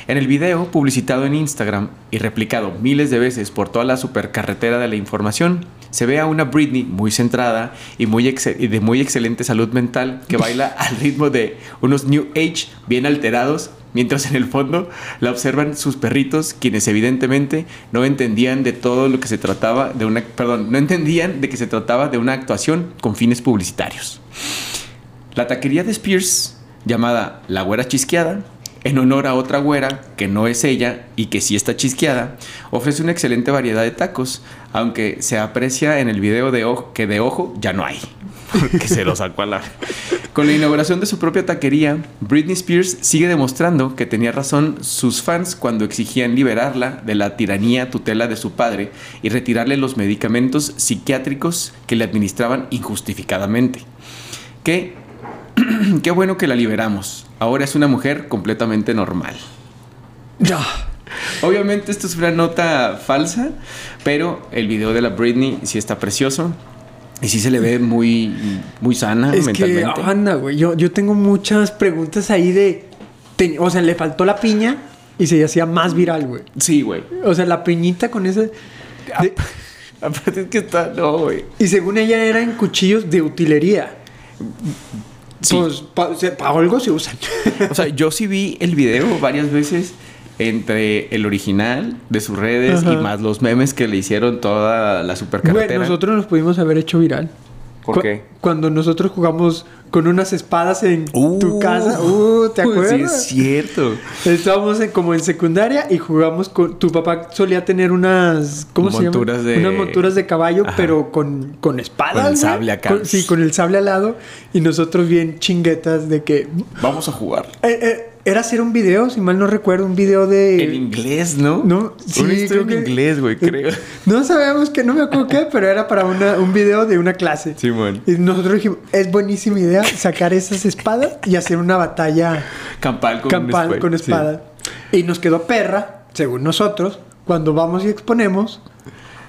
Speaker 2: En el video, publicitado en Instagram y replicado miles de veces por toda la supercarretera de la información, se ve a una Britney muy centrada y, muy ex- y de muy excelente salud mental que baila al ritmo de unos New Age bien alterados, mientras en el fondo la observan sus perritos, quienes evidentemente no entendían de todo lo que se trataba de una, perdón, no entendían de que se trataba de una actuación con fines publicitarios. La taquería de Spears, llamada La Güera Chisqueada, en honor a otra güera que no es ella y que sí está chisqueada, ofrece una excelente variedad de tacos, aunque se aprecia en el video de ojo, que de ojo ya no <laughs> hay, porque se lo sacó a la... Con la inauguración de su propia taquería, Britney Spears sigue demostrando que tenía razón sus fans cuando exigían liberarla de la tiranía tutela de su padre y retirarle los medicamentos psiquiátricos que le administraban injustificadamente. Que Qué bueno que la liberamos. Ahora es una mujer completamente normal.
Speaker 3: Ya.
Speaker 2: Obviamente esto es una nota falsa, pero el video de la Britney sí está precioso. Y sí se le ve muy, muy sana
Speaker 3: Es que, ah,
Speaker 2: mentalmente.
Speaker 3: anda, güey. Yo, yo tengo muchas preguntas ahí de. te- o sea, le faltó la piña y se hacía más viral, güey.
Speaker 2: Sí, güey.
Speaker 3: O sea, la piñita con ese. de-
Speaker 2: <laughs> Aparte es que está... No, güey.
Speaker 3: y según ella eran cuchillos de utilería.
Speaker 2: Sí.
Speaker 3: Pues para algo se usan. <laughs>
Speaker 2: O sea, yo sí vi el video varias veces entre el original de sus redes
Speaker 3: Ajá.
Speaker 2: y más los memes que le hicieron toda la supercarretera.
Speaker 3: Güey, nosotros nos pudimos haber hecho viral.
Speaker 2: ¿Por
Speaker 3: Cu-
Speaker 2: qué?
Speaker 3: Cuando nosotros jugamos con unas espadas en tu
Speaker 2: Uh,
Speaker 3: casa. Uh, ¿Te
Speaker 2: Sí, es
Speaker 3: acuerdas?
Speaker 2: cierto.
Speaker 3: Estábamos en- como en secundaria y jugamos con... Tu papá solía tener unas... ¿Cómo
Speaker 2: Monturas
Speaker 3: se llama?
Speaker 2: de-
Speaker 3: Unas monturas de caballo,
Speaker 2: Ajá.
Speaker 3: pero con, con espadas.
Speaker 2: Con el
Speaker 3: güey.
Speaker 2: sable acá.
Speaker 3: Con- sí, con el sable al lado. Y nosotros bien chinguetas de que...
Speaker 2: Vamos a jugar.
Speaker 3: Eh, eh, era hacer un video, si mal no recuerdo, un video de...
Speaker 2: En inglés, ¿no?
Speaker 3: No,
Speaker 2: sí. Una historia
Speaker 3: creo
Speaker 2: en
Speaker 3: que- eh,
Speaker 2: inglés, güey, creo.
Speaker 3: No sabemos que no me acuerdo qué, pero era para una- un video de una clase.
Speaker 2: Simón.
Speaker 3: Y nosotros dijimos, es buenísima idea sacar esas espadas y hacer una batalla
Speaker 2: Campal con
Speaker 3: campal
Speaker 2: espada.
Speaker 3: con espada. Y nos quedó perra, según nosotros, cuando vamos y exponemos,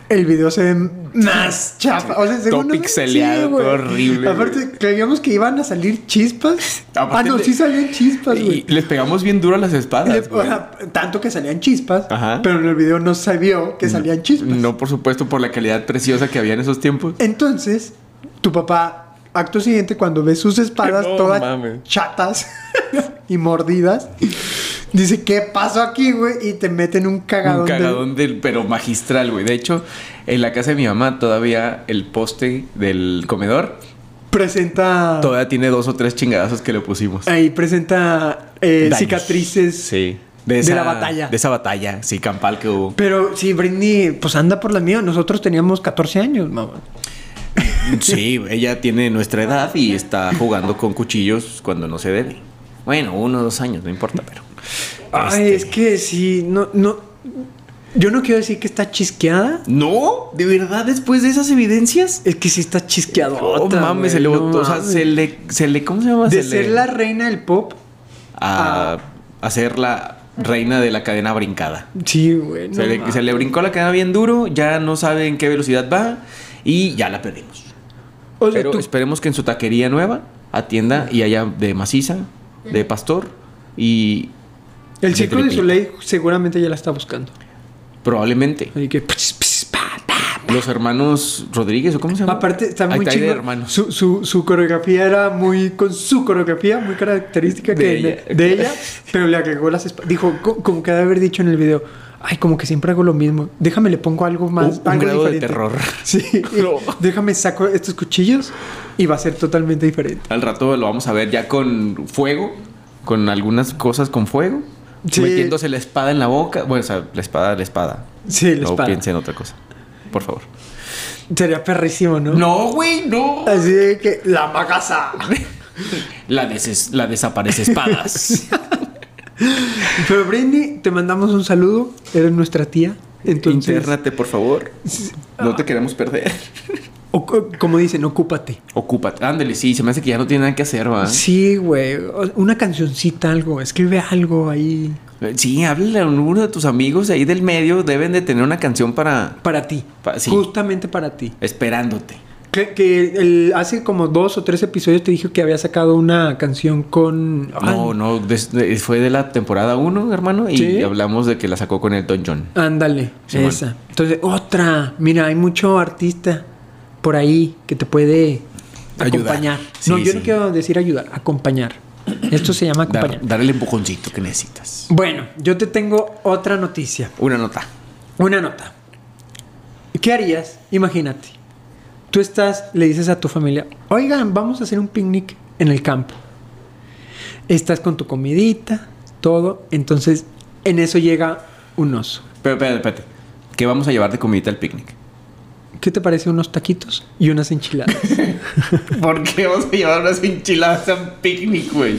Speaker 3: el video se ve más chafa. O sea, según
Speaker 2: Todo
Speaker 3: nosotros-
Speaker 2: pixeleado,
Speaker 3: güey.
Speaker 2: todo horrible,
Speaker 3: Aparte, creíamos que iban a salir chispas. ah,
Speaker 2: Aparte
Speaker 3: no,
Speaker 2: le-
Speaker 3: sí salían chispas,
Speaker 2: Sí.
Speaker 3: güey.
Speaker 2: Y les pegamos bien duro a las espadas.
Speaker 3: Le- o
Speaker 2: güey.
Speaker 3: sea, tanto que salían chispas,
Speaker 2: Ajá.
Speaker 3: pero en el video no se vio que salían chispas.
Speaker 2: No, por supuesto, por la calidad preciosa que había en esos tiempos.
Speaker 3: Entonces, tu papá, acto siguiente, cuando ve sus espadas
Speaker 2: <laughs> No
Speaker 3: todas
Speaker 2: mames.
Speaker 3: chatas <laughs> y mordidas, dice, ¿qué pasó aquí, güey? Y te meten un cagadón.
Speaker 2: Un
Speaker 3: de-
Speaker 2: cagadón del, pero magistral, güey. De hecho, en la casa de mi mamá todavía el poste del comedor
Speaker 3: Presenta...
Speaker 2: todavía tiene dos o tres chingadazos que le pusimos.
Speaker 3: Ahí presenta eh,
Speaker 2: Daños.
Speaker 3: cicatrices.
Speaker 2: Sí.
Speaker 3: de la batalla.
Speaker 2: De esa batalla, sí, campal que hubo.
Speaker 3: Pero sí, Britney, pues anda por la mía. Nosotros teníamos 14 años, mamá.
Speaker 2: Sí, ella tiene nuestra edad y está jugando con cuchillos cuando no se debe. Bueno, uno o dos años, no importa, pero.
Speaker 3: Ay,
Speaker 2: Este-
Speaker 3: es que sí, no, no... Yo no quiero decir que está chisqueada.
Speaker 2: No, de verdad, después de esas evidencias.
Speaker 3: Es que sí está chisqueada.
Speaker 2: Oh, mames, se le botó, o sea, se le, se le, ¿cómo se llama?
Speaker 3: De
Speaker 2: Se le-
Speaker 3: ser la reina del pop.
Speaker 2: a, a ser la reina de la cadena brincada.
Speaker 3: Sí, güey. no
Speaker 2: se, le,
Speaker 3: mames.
Speaker 2: se le brincó la cadena bien duro, ya no sabe en qué velocidad va y ya la perdimos.
Speaker 3: O sea,
Speaker 2: Pero
Speaker 3: tú-
Speaker 2: esperemos que en su taquería nueva atienda y haya de maciza, de pastor y
Speaker 3: el
Speaker 2: de
Speaker 3: circo de
Speaker 2: tripita.
Speaker 3: Soleil seguramente ya la está buscando.
Speaker 2: Probablemente.
Speaker 3: Así que. pss, pss, pa, pa.
Speaker 2: Los hermanos Rodríguez, ¿o cómo se llama?
Speaker 3: Aparte, está
Speaker 2: Ahí
Speaker 3: muy
Speaker 2: está, ahí de
Speaker 3: chido.
Speaker 2: hermanos.
Speaker 3: Su, su, su coreografía era muy. Con su coreografía muy característica
Speaker 2: De
Speaker 3: que-
Speaker 2: ella.
Speaker 3: de ella, pero le agregó las espa- Dijo, co- como que ha de haber dicho en el video. Ay, como que siempre hago lo mismo. Déjame, le pongo algo más.
Speaker 2: Un- un
Speaker 3: algo
Speaker 2: grado de terror.
Speaker 3: <laughs> Sí.
Speaker 2: <laughs> No.
Speaker 3: Déjame, saco estos cuchillos y va a ser totalmente diferente.
Speaker 2: Al rato lo vamos a ver ya con fuego, con algunas cosas con fuego,
Speaker 3: Sí.
Speaker 2: metiéndose la espada en la boca. Bueno, o sea, la espada, la espada.
Speaker 3: Sí, la
Speaker 2: no
Speaker 3: espada.
Speaker 2: piensen en otra cosa, por favor.
Speaker 3: Sería perrísimo, ¿no?
Speaker 2: No, güey, no.
Speaker 3: Así de que la magaza.
Speaker 2: La, deses- la desaparece
Speaker 3: <laughs>
Speaker 2: espadas.
Speaker 3: Pero Britney, te mandamos un saludo. Eres nuestra tía. Entonces,
Speaker 2: Intérnate, por favor. No te queremos perder.
Speaker 3: o- o- como dicen, ocúpate.
Speaker 2: Ocúpate. Ándale, sí, se me hace que ya no tiene nada que hacer, va.
Speaker 3: Sí, güey. O- Una cancioncita, algo. Escribe algo ahí
Speaker 2: Sí, háblale a uno de tus amigos ahí del medio. Deben de tener una canción para
Speaker 3: para ti.
Speaker 2: Pa- sí.
Speaker 3: Justamente para ti.
Speaker 2: esperándote.
Speaker 3: Que, que el- hace como dos o tres episodios te dije que había sacado una canción con.
Speaker 2: No, no, des- de- fue de la temporada 1, hermano, y
Speaker 3: Sí.
Speaker 2: hablamos de que la sacó con el Don John.
Speaker 3: Ándale,
Speaker 2: Simón.
Speaker 3: esa. Entonces, otra. Mira, hay mucho artista por ahí que te puede
Speaker 2: Ayudar.
Speaker 3: acompañar.
Speaker 2: Sí,
Speaker 3: no, yo no
Speaker 2: sí.
Speaker 3: quiero decir ayudar, acompañar. Esto se
Speaker 2: Ah,
Speaker 3: llama acompañar.
Speaker 2: Dar, dar el empujoncito que necesitas.
Speaker 3: Bueno, yo te tengo otra noticia,
Speaker 2: Una nota.
Speaker 3: una nota. ¿Qué harías? Imagínate. Tú estás, le dices a tu familia, oigan, vamos a hacer un picnic en el campo. Estás con tu comidita, todo. Entonces, en eso llega un oso.
Speaker 2: Pero espérate, espérate. ¿Qué vamos a llevar de comidita al picnic?
Speaker 3: ¿Qué te parece unos taquitos y unas enchiladas?
Speaker 2: <laughs> ¿Por qué vamos a llevar unas enchiladas al picnic, güey?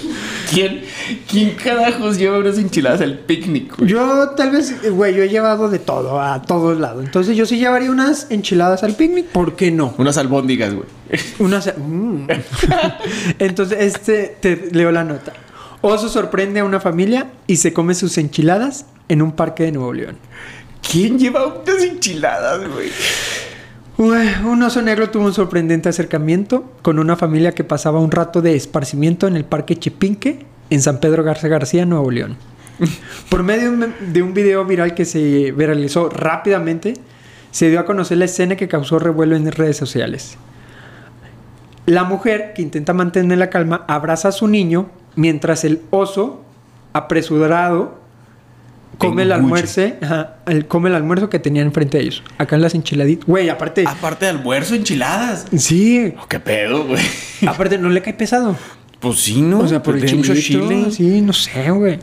Speaker 2: ¿Quién, ¿Quién carajos lleva unas enchiladas al picnic, güey?
Speaker 3: yo tal vez, güey, yo he llevado de todo, a todos lados. Entonces yo sí llevaría unas enchiladas al picnic, ¿por qué no?
Speaker 2: Unas albóndigas, güey.
Speaker 3: Unas... mm. Entonces, este, te leo la nota. Oso sorprende a una familia y se come sus enchiladas en un parque de Nuevo León.
Speaker 2: ¿Quién lleva unas enchiladas, güey?
Speaker 3: Ué, Un oso negro tuvo un sorprendente acercamiento con una familia que pasaba un rato de esparcimiento en el Parque Chipinque, en San Pedro Garza García, Nuevo León. Por medio de un- de un video viral que se viralizó rápidamente, se dio a conocer la escena que causó revuelo en redes sociales. La mujer, que intenta mantener la calma, abraza a su niño mientras el oso, apresurado, come el,
Speaker 2: Engulle.
Speaker 3: almuerzo, ajá, el- come el almuerzo que tenía enfrente de ellos. Acá en las enchiladitas. Güey, aparte...
Speaker 2: Aparte de almuerzo, enchiladas.
Speaker 3: Sí.
Speaker 2: Oh, ¿Qué pedo, güey?
Speaker 3: Aparte, no le cae pesado.
Speaker 2: Pues sí, ¿no?
Speaker 3: o sea, por el
Speaker 2: Tiene mucho
Speaker 3: chilito, Sí, no sé, güey.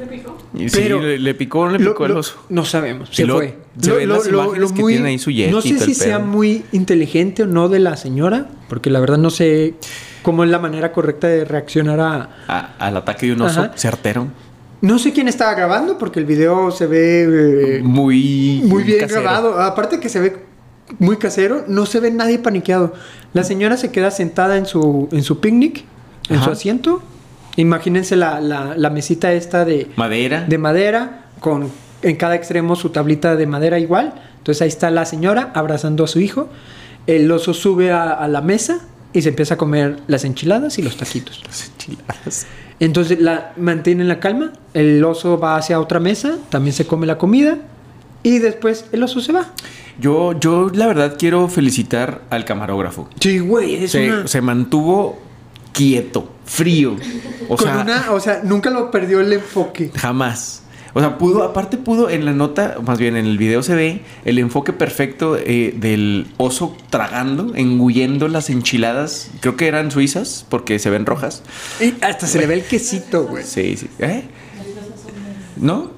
Speaker 2: Y sí,
Speaker 3: Pero-
Speaker 2: le, le picó, le
Speaker 3: Lo-
Speaker 2: picó al
Speaker 3: lo-
Speaker 2: oso.
Speaker 3: No sabemos.
Speaker 2: Y
Speaker 3: Se
Speaker 2: lo-
Speaker 3: fue.
Speaker 2: se ven las imágenes que tiene ahí su yeti
Speaker 3: No
Speaker 2: y
Speaker 3: sé
Speaker 2: todo
Speaker 3: si
Speaker 2: el
Speaker 3: sea
Speaker 2: pedo.
Speaker 3: muy inteligente o no de la señora, porque la verdad no sé cómo es la manera correcta de reaccionar a.
Speaker 2: A- al ataque de un oso
Speaker 3: Ajá.
Speaker 2: certero.
Speaker 3: No sé quién estaba grabando, porque el video se ve eh,
Speaker 2: Muy,
Speaker 3: muy bien
Speaker 2: casero.
Speaker 3: grabado. Aparte que se ve muy casero, no se ve nadie paniqueado. La señora se queda sentada en su, en su picnic, en
Speaker 2: Ajá.
Speaker 3: su asiento. Imagínense la, la- la mesita esta de,
Speaker 2: Madera.
Speaker 3: de madera, con en cada extremo su tablita de madera igual. Entonces ahí está la señora abrazando a su hijo. El oso sube a, a la mesa y se empieza a comer las enchiladas y los taquitos.
Speaker 2: Las enchiladas.
Speaker 3: Entonces la, mantienen la calma, el oso va hacia otra mesa, también se come la comida y después el oso se va.
Speaker 2: Yo, yo la verdad quiero felicitar al camarógrafo.
Speaker 3: Sí, güey, es
Speaker 2: Se,
Speaker 3: una...
Speaker 2: se mantuvo quieto, frío. O
Speaker 3: con
Speaker 2: sea,
Speaker 3: una- o sea, nunca lo perdió el enfoque.
Speaker 2: jamás. O sea, pudo, aparte pudo, en la nota, más bien en el video se ve el enfoque perfecto eh, del oso tragando, engullendo las enchiladas. Creo que eran suizas, porque se ven rojas.
Speaker 3: Y hasta se le ve el quesito, güey.
Speaker 2: Sí, sí. ¿Eh? ¿No?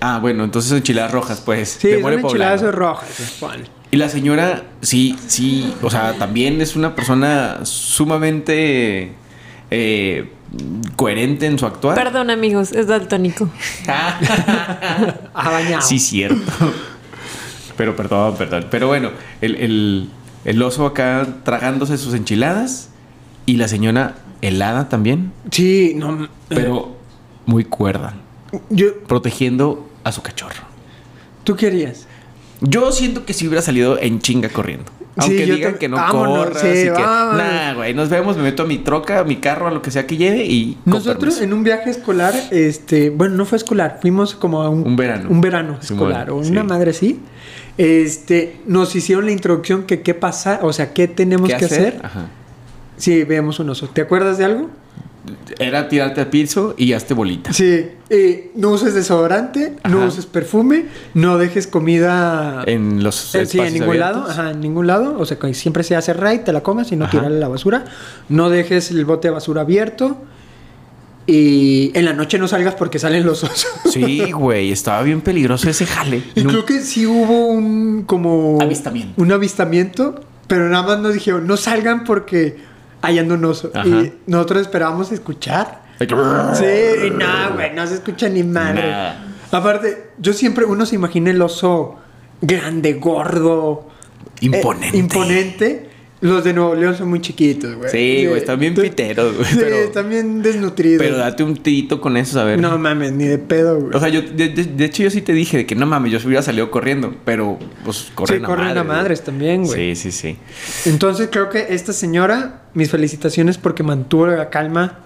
Speaker 2: Ah, bueno, entonces enchiladas rojas, pues.
Speaker 3: Sí,
Speaker 2: de
Speaker 3: es
Speaker 2: mole
Speaker 3: una
Speaker 2: poblano.
Speaker 3: enchilada roja. Juan.
Speaker 2: Y la señora, sí, sí, o sea, también es una persona sumamente eh, coherente en su actuar.
Speaker 4: Perdón, amigos, es daltónico.
Speaker 3: Ah, bañado.
Speaker 2: sí, cierto. Pero perdón, perdón. Pero bueno, el, el- el oso acá tragándose sus enchiladas y la señora helada también,
Speaker 3: Sí, no.
Speaker 2: pero muy cuerda,
Speaker 3: Yo,
Speaker 2: protegiendo a su cachorro.
Speaker 3: ¿Tú querías?
Speaker 2: Yo siento que si hubiera salido en chinga corriendo. Aunque
Speaker 3: Sí, yo
Speaker 2: digan
Speaker 3: tam-
Speaker 2: que no
Speaker 3: vámonos,
Speaker 2: corras
Speaker 3: sí,
Speaker 2: y que...
Speaker 3: vámonos.
Speaker 2: Nah, güey, nos vemos, me meto a mi troca, a mi carro, a lo que sea que lleve y... con
Speaker 3: Nosotros
Speaker 2: permiso.
Speaker 3: en un viaje escolar, este, bueno, no fue escolar, fuimos como a un,
Speaker 2: Un verano.
Speaker 3: Un verano
Speaker 2: Simón,
Speaker 3: escolar, o una
Speaker 2: sí.
Speaker 3: madre así. Este, nos hicieron la introducción que qué pasa, o sea, qué tenemos que hacer,
Speaker 2: Ajá.
Speaker 3: si vemos un oso. ¿Te acuerdas de algo?
Speaker 2: Era tirarte al piso y hazte bolita.
Speaker 3: Sí, eh, no uses desodorante, no
Speaker 2: Ajá.
Speaker 3: uses perfume, no dejes comida
Speaker 2: En los
Speaker 3: Eh, Sí,
Speaker 2: espacios
Speaker 3: en ningún lado,
Speaker 2: abiertos.
Speaker 3: ajá, en ningún lado. O sea, que siempre se hace y te la comes y no
Speaker 2: Ajá.
Speaker 3: tirarle la basura. No dejes el bote de basura abierto. Y en la noche no salgas porque salen los osos. <laughs>
Speaker 2: Sí, güey, estaba bien peligroso ese jale.
Speaker 3: y
Speaker 2: No-
Speaker 3: creo que sí hubo un como...
Speaker 2: Avistamiento.
Speaker 3: Un avistamiento, pero nada más nos dijeron, no salgan porque ahí anda un oso.
Speaker 2: Ajá.
Speaker 3: Y nosotros esperábamos escuchar. Sí, y no, güey, no se escucha ni madre.
Speaker 2: Nada.
Speaker 3: Aparte, yo siempre, uno se imagina el oso grande, gordo.
Speaker 2: Imponente.
Speaker 3: eh, imponente. Los de Nuevo León son muy chiquitos, güey.
Speaker 2: Sí, güey, están bien
Speaker 3: Entonces,
Speaker 2: piteros, güey,
Speaker 3: Sí,
Speaker 2: pero-
Speaker 3: están bien desnutridos.
Speaker 2: Pero date un tirito con eso, a ver.
Speaker 3: No mames, ni de pedo, güey.
Speaker 2: O sea, yo, de, de- de hecho, yo sí te dije de que no mames, yo hubiera salido corriendo, pero pues corren
Speaker 3: Sí,
Speaker 2: a
Speaker 3: corren a
Speaker 2: madres, güey.
Speaker 3: madres también, güey.
Speaker 2: Sí, sí, sí.
Speaker 3: Entonces creo que esta señora, mis felicitaciones porque mantuvo la calma.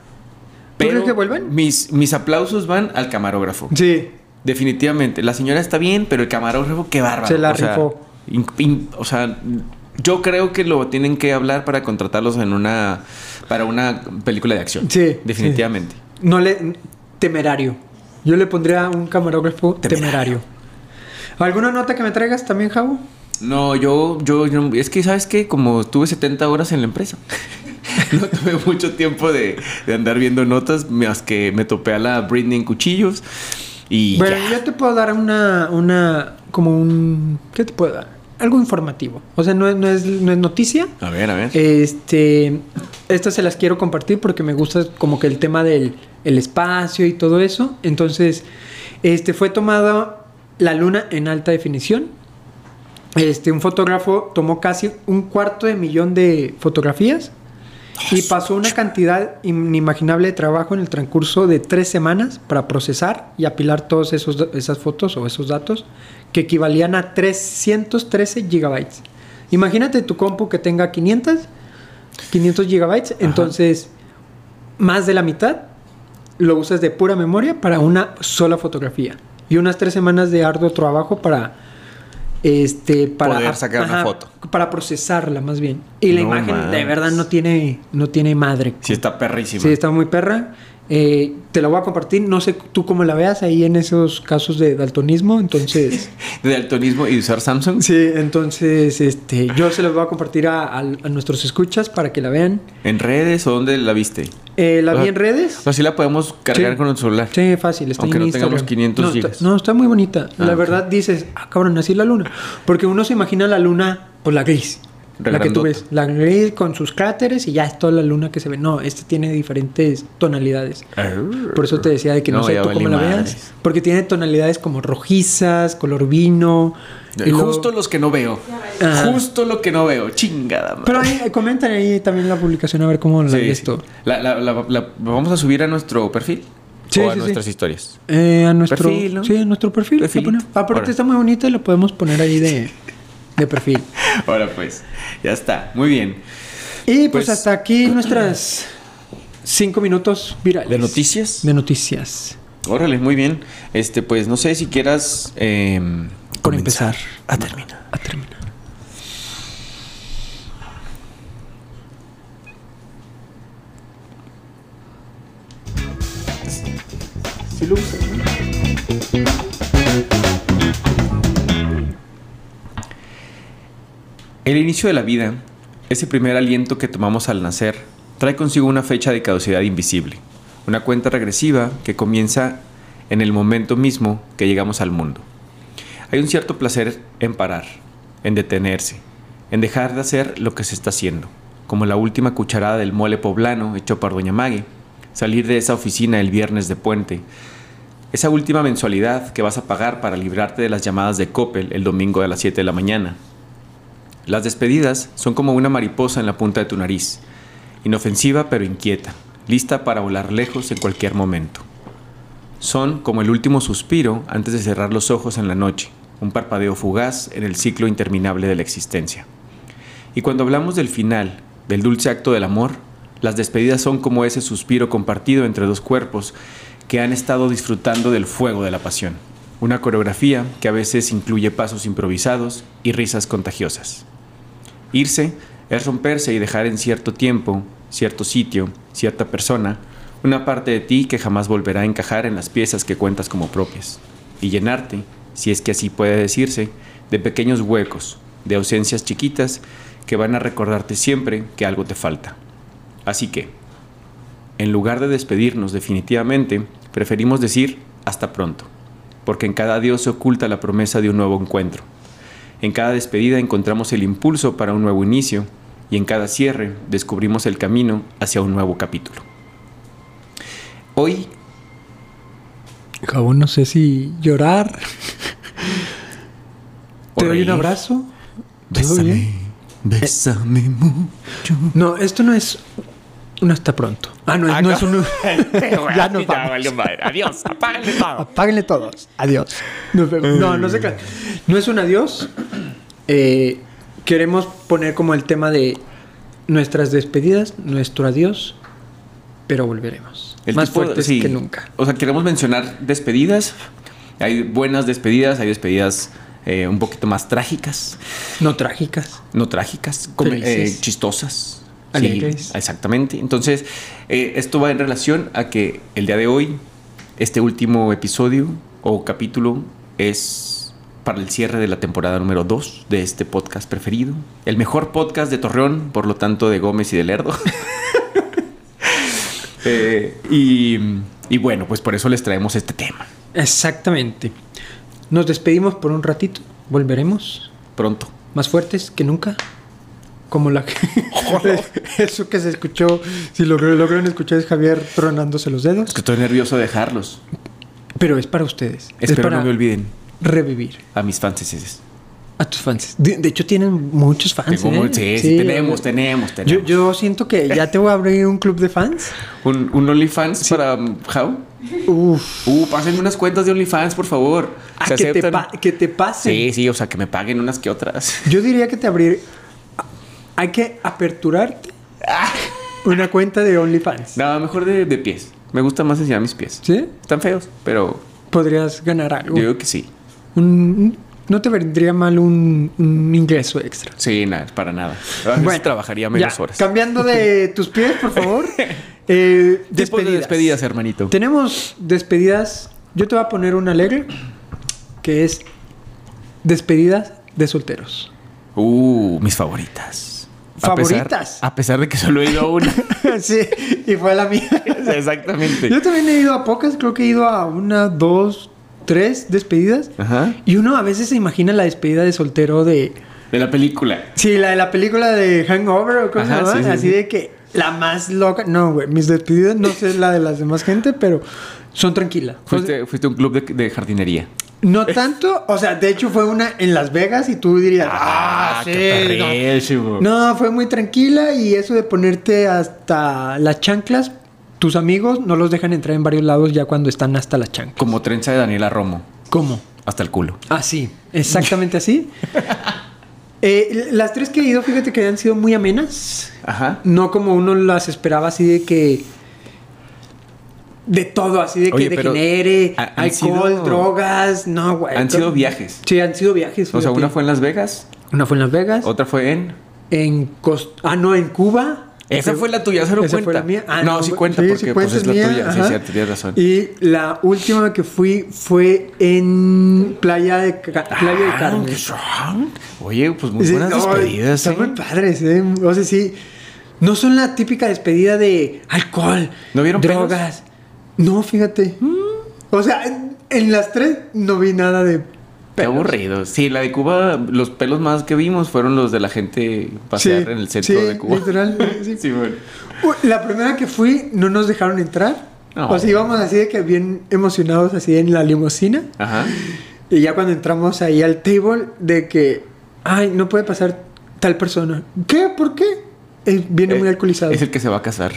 Speaker 3: ¿Tú crees que vuelvan?
Speaker 2: Mis, mis aplausos van al camarógrafo.
Speaker 3: Sí.
Speaker 2: Definitivamente. La señora está bien, pero el camarógrafo, qué bárbaro.
Speaker 3: Se la
Speaker 2: o sea,
Speaker 3: rifó.
Speaker 2: in- in- o sea, yo creo que lo tienen que hablar para contratarlos en una. para una película de acción.
Speaker 3: Sí,
Speaker 2: Definitivamente.
Speaker 3: No le. Temerario. Yo le pondría un camarógrafo temerario.
Speaker 2: Temerario.
Speaker 3: ¿Alguna nota que me traigas también, Javo?
Speaker 2: No, yo, yo, yo- Es que, ¿sabes qué? Como estuve 70 horas en la empresa. <laughs> No tuve mucho tiempo de, de andar viendo notas, más que me topé a la Britney en cuchillos. Y
Speaker 3: Bueno,
Speaker 2: ya.
Speaker 3: yo te puedo dar una, una, como un, ¿qué te puedo dar? Algo informativo. O sea, no, es- no es, no es noticia.
Speaker 2: A ver, a ver.
Speaker 3: Eh, Este, estas se las quiero compartir porque me gusta como que el tema del el espacio y todo eso. Entonces, este fue tomada la luna en alta definición. Este, un fotógrafo tomó casi un cuarto de millón de fotografías y pasó una cantidad inimaginable de trabajo en el transcurso de tres semanas para procesar y apilar todas esas fotos o esos datos que equivalían a 313 gigabytes. Imagínate tu compu que tenga 500, 500 gigabytes, entonces más de la mitad lo usas de pura memoria para una sola fotografía y unas tres semanas de arduo trabajo para este para
Speaker 2: Poder sacar una foto.
Speaker 3: para procesarla más bien y la
Speaker 2: No
Speaker 3: imagen de
Speaker 2: manches.
Speaker 3: verdad no tiene no tiene madre
Speaker 2: Sí, está perrísima.
Speaker 3: Sí, está muy perra. Eh, te la voy a compartir. No sé tú cómo la veas ahí en esos casos de daltonismo.
Speaker 2: <laughs>
Speaker 3: Entonces,
Speaker 2: De daltonismo y usar Samsung.
Speaker 3: sí, entonces este, yo se los voy a compartir a, a- a nuestros escuchas para que la vean.
Speaker 2: ¿En redes o dónde la viste?
Speaker 3: Eh, la
Speaker 2: O sea,
Speaker 3: vi en redes.
Speaker 2: O sea, sí la podemos cargar
Speaker 3: Sí.
Speaker 2: con el celular.
Speaker 3: Sí, fácil.
Speaker 2: Ah,
Speaker 3: Está
Speaker 2: Aunque
Speaker 3: en
Speaker 2: no tengamos
Speaker 3: Instagram.
Speaker 2: 500
Speaker 3: no,
Speaker 2: gigas.
Speaker 3: está- no, está muy bonita.
Speaker 2: Ah,
Speaker 3: la
Speaker 2: ok.
Speaker 3: verdad dices, ah, cabrón, así es la luna. Porque uno se imagina la luna, pues la gris.
Speaker 2: Re
Speaker 3: La que tú
Speaker 2: grandota.
Speaker 3: ves. La gris con sus cráteres y ya es toda la luna que se ve. No, esta tiene diferentes tonalidades. Por eso te decía de que no,
Speaker 2: No,
Speaker 3: sé
Speaker 2: ya
Speaker 3: tú
Speaker 2: valí
Speaker 3: cómo la
Speaker 2: madres.
Speaker 3: veas. Porque tiene tonalidades como rojizas, color vino. y luego-
Speaker 2: Justo los que no veo.
Speaker 3: Ajá.
Speaker 2: Justo lo que no veo. Chingada madre.
Speaker 3: Pero ahí, comentan ahí también la publicación a ver cómo la
Speaker 2: Sí,
Speaker 3: ves
Speaker 2: sí.
Speaker 3: tú.
Speaker 2: La, la- la- la- vamos a subir a nuestro perfil.
Speaker 3: Sí,
Speaker 2: o a
Speaker 3: sí, sí.
Speaker 2: nuestras historias.
Speaker 3: Eh, a nuestro
Speaker 2: Perfil, ¿no?
Speaker 3: Sí, a nuestro perfil. la
Speaker 2: Perfilito.
Speaker 3: ponemos. Aparte
Speaker 2: Órale.
Speaker 3: está muy bonita y la podemos poner ahí de, de perfil.
Speaker 2: Ahora pues, ya está. Muy bien.
Speaker 3: Y pues,
Speaker 2: Pues-
Speaker 3: hasta aquí nuestras cinco minutos virales.
Speaker 2: ¿De noticias?
Speaker 3: De noticias.
Speaker 2: Órale, muy bien. Este, pues no sé si quieras. Eh,
Speaker 3: Por empezar.
Speaker 2: A terminar.
Speaker 3: A terminar.
Speaker 2: El inicio de la vida, ese primer aliento que tomamos al nacer, trae consigo una fecha de caducidad invisible, una cuenta regresiva que comienza en el momento mismo que llegamos al mundo. Hay un cierto placer en parar, en detenerse, en dejar de hacer lo que se está haciendo, como la última cucharada del mole poblano hecho por Doña Mague, salir de esa oficina el viernes de puente, esa última mensualidad que vas a pagar para librarte de las llamadas de Coppel el domingo a las 7 de la mañana, las despedidas son como una mariposa en la punta de tu nariz, inofensiva pero inquieta, lista para volar lejos en cualquier momento. Son como el último suspiro antes de cerrar los ojos en la noche, un parpadeo fugaz en el ciclo interminable de la existencia. Y cuando hablamos del final, del dulce acto del amor, las despedidas son como ese suspiro compartido entre dos cuerpos que han estado disfrutando del fuego de la pasión. Una coreografía que a veces incluye pasos improvisados y risas contagiosas. Irse es romperse y dejar en cierto tiempo, cierto sitio, cierta persona, una parte de ti que jamás volverá a encajar en las piezas que cuentas como propias. Y llenarte, si es que así puede decirse, de pequeños huecos, de ausencias chiquitas que van a recordarte siempre que algo te falta. Así que, en lugar de despedirnos definitivamente, preferimos decir hasta pronto, porque en cada adiós se oculta la promesa de un nuevo encuentro. En cada despedida encontramos el impulso para un nuevo inicio y en cada cierre descubrimos el camino hacia un nuevo capítulo. Hoy,
Speaker 3: Cabo, no sé si llorar.
Speaker 2: o
Speaker 3: Te doy un
Speaker 2: reír,
Speaker 3: abrazo. ¿Todo
Speaker 2: Bésame,
Speaker 3: bien? Eh.
Speaker 2: bésame
Speaker 3: <laughs>
Speaker 2: mucho.
Speaker 3: No, esto no es. No está pronto. Ah, no, es- no
Speaker 2: <laughs>
Speaker 3: es un. ya nos vamos.
Speaker 2: Adiós, apágale todo.
Speaker 3: Apáguenle todos. Adiós. Nos vemos. No, no sé qué. No es un adiós. Eh, queremos poner como el tema de nuestras despedidas, nuestro adiós, pero volveremos.
Speaker 2: El
Speaker 3: Más
Speaker 2: tipo de-
Speaker 3: fuertes
Speaker 2: sí.
Speaker 3: que nunca.
Speaker 2: O sea, queremos mencionar despedidas. Hay buenas despedidas, hay despedidas eh, un poquito más trágicas.
Speaker 3: No trágicas.
Speaker 2: no trágicas, come-
Speaker 3: Felices.
Speaker 2: eh, chistosas. Sí,
Speaker 3: Alegres.
Speaker 2: exactamente. Entonces, eh, esto va en relación a que el día de hoy, este último episodio o capítulo es para el cierre de la temporada número 2 de este podcast preferido. El mejor podcast de Torreón, por lo tanto de Gómez y de Lerdo. <laughs> Eh, y, y bueno, pues por eso les traemos este tema.
Speaker 3: Exactamente. Nos despedimos por un ratito. Volveremos
Speaker 2: Pronto.
Speaker 3: más fuertes que nunca. Como la que... <laughs> Eso que se escuchó, si lo logran escuchar es Javier tronándose los dedos.
Speaker 2: Es que estoy nervioso de dejarlos.
Speaker 3: Pero es para ustedes. Es
Speaker 2: Espero
Speaker 3: para
Speaker 2: no me olviden
Speaker 3: revivir
Speaker 2: a mis fans.
Speaker 3: a tus fans. De, de hecho, tienen muchos fans.
Speaker 2: Tengo
Speaker 3: ¿eh?
Speaker 2: mu- sí, sí, tenemos, tenemos,
Speaker 3: Yo,
Speaker 2: tenemos.
Speaker 3: yo siento que ya te voy a abrir un club
Speaker 2: <laughs>
Speaker 3: de fans.
Speaker 2: ¿Un, un OnlyFans para um, How?
Speaker 3: Uf.
Speaker 2: Uh, pásenme unas cuentas de OnlyFans, por favor.
Speaker 3: Ah,
Speaker 2: ¿Se
Speaker 3: que, te
Speaker 2: aceptan?
Speaker 3: pa- que te pase.
Speaker 2: Sí, sí, o sea, que me paguen unas que otras.
Speaker 3: Yo diría que te abrir. Hay que aperturarte una cuenta de OnlyFans.
Speaker 2: Ah. No, mejor de, de pies. Me gusta más enseñar mis pies.
Speaker 3: ¿Sí? Uh.
Speaker 2: Están feos, pero
Speaker 3: Podrías ganar
Speaker 2: yo
Speaker 3: algo.
Speaker 2: digo que sí.
Speaker 3: Un- no te vendría mal un, un ingreso extra.
Speaker 2: Sí, nada, para nada. A veces trabajaría menos
Speaker 3: ya.
Speaker 2: horas. <laughs>
Speaker 3: Cambiando de tus pies, por favor. Eh,
Speaker 2: Tipos de despedidas, hermanito.
Speaker 3: Tenemos despedidas. Yo te voy a poner una alegre que es despedidas
Speaker 2: <laughs>
Speaker 3: de solteros.
Speaker 2: Uh, mis favoritas. A pesar-
Speaker 3: ¿Favoritas?
Speaker 2: A pesar, de que solo he ido a
Speaker 3: <laughs>
Speaker 2: una.
Speaker 3: sí, y fue la mía.
Speaker 2: Exactamente.
Speaker 3: Yo también he ido a pocas, creo que he ido a una, dos, tres despedidas.
Speaker 2: Ajá.
Speaker 3: Y uno a veces se imagina la despedida de soltero de.
Speaker 2: De la película.
Speaker 3: Sí, la de la película de Hangover o cosas
Speaker 2: Ajá, sí, sí,
Speaker 3: Así
Speaker 2: sí.
Speaker 3: de que la más loca. No, güey, mis despedidas no sé la de las demás gente, pero son tranquilas.
Speaker 2: Fuiste, fuiste a un club de, de jardinería.
Speaker 3: No tanto, o sea, de hecho fue una en Las Vegas y tú dirías, ah, sí, no".
Speaker 2: perrísimo.
Speaker 3: no. fue muy tranquila y eso de ponerte hasta las chanclas, tus amigos no los dejan entrar en varios lados ya cuando están hasta las chanclas.
Speaker 2: Como trenza de Daniela Romo.
Speaker 3: ¿Cómo?
Speaker 2: Hasta el culo.
Speaker 3: Así,
Speaker 2: <laughs>
Speaker 3: exactamente así. Eh, las tres que he ido, fíjate que han sido muy amenas.
Speaker 2: Ajá.
Speaker 3: No como uno las esperaba así de que... De todo, así de que
Speaker 2: Oye, pero
Speaker 3: degenere,
Speaker 2: ha- han
Speaker 3: alcohol,
Speaker 2: sido-
Speaker 3: drogas, no, güey.
Speaker 2: Han
Speaker 3: todo-
Speaker 2: sido viajes.
Speaker 3: Sí, han sido viajes.
Speaker 2: O sea,
Speaker 3: fíjate.
Speaker 2: una fue en Las Vegas,
Speaker 3: Una fue en Las Vegas.
Speaker 2: otra fue en.
Speaker 3: En Costa... Ah, no, en Cuba.
Speaker 2: Esa fue la tuya, esa no cuenta.
Speaker 3: fue la mía. Ah,
Speaker 2: No, sí cuenta, porque, pues, es la tuya. Sí, cierto, tienes razón.
Speaker 3: Y la última que fui fue en Playa de, Ca- Playa de
Speaker 2: Ah,
Speaker 3: Carmen.
Speaker 2: Oye, pues muy
Speaker 3: Sí,
Speaker 2: buenas
Speaker 3: no,
Speaker 2: despedidas.
Speaker 3: Están
Speaker 2: ¿eh?
Speaker 3: muy padres, ¿eh? O sea, sí. No son la típica despedida de alcohol.
Speaker 2: ¿No vieron
Speaker 3: Drogas. No, fíjate. O sea, en, en las tres no vi nada de...
Speaker 2: Qué aburrido. Sí, la de Cuba, los pelos más que vimos fueron los de la gente pasear
Speaker 3: Sí,
Speaker 2: en el centro
Speaker 3: sí,
Speaker 2: de Cuba.
Speaker 3: literal, sí.
Speaker 2: <laughs> sí, bueno.
Speaker 3: Uy, La primera que fui no nos dejaron entrar.
Speaker 2: No.
Speaker 3: O sea, íbamos así de que bien emocionados así en la limusina.
Speaker 2: Ajá.
Speaker 3: Y ya cuando entramos ahí al table de que, ay, no puede pasar tal persona. ¿Qué? ¿Por qué? Eh, viene muy
Speaker 2: Eh,
Speaker 3: alcoholizado.
Speaker 2: Es el que se va a
Speaker 3: <laughs>
Speaker 2: casar.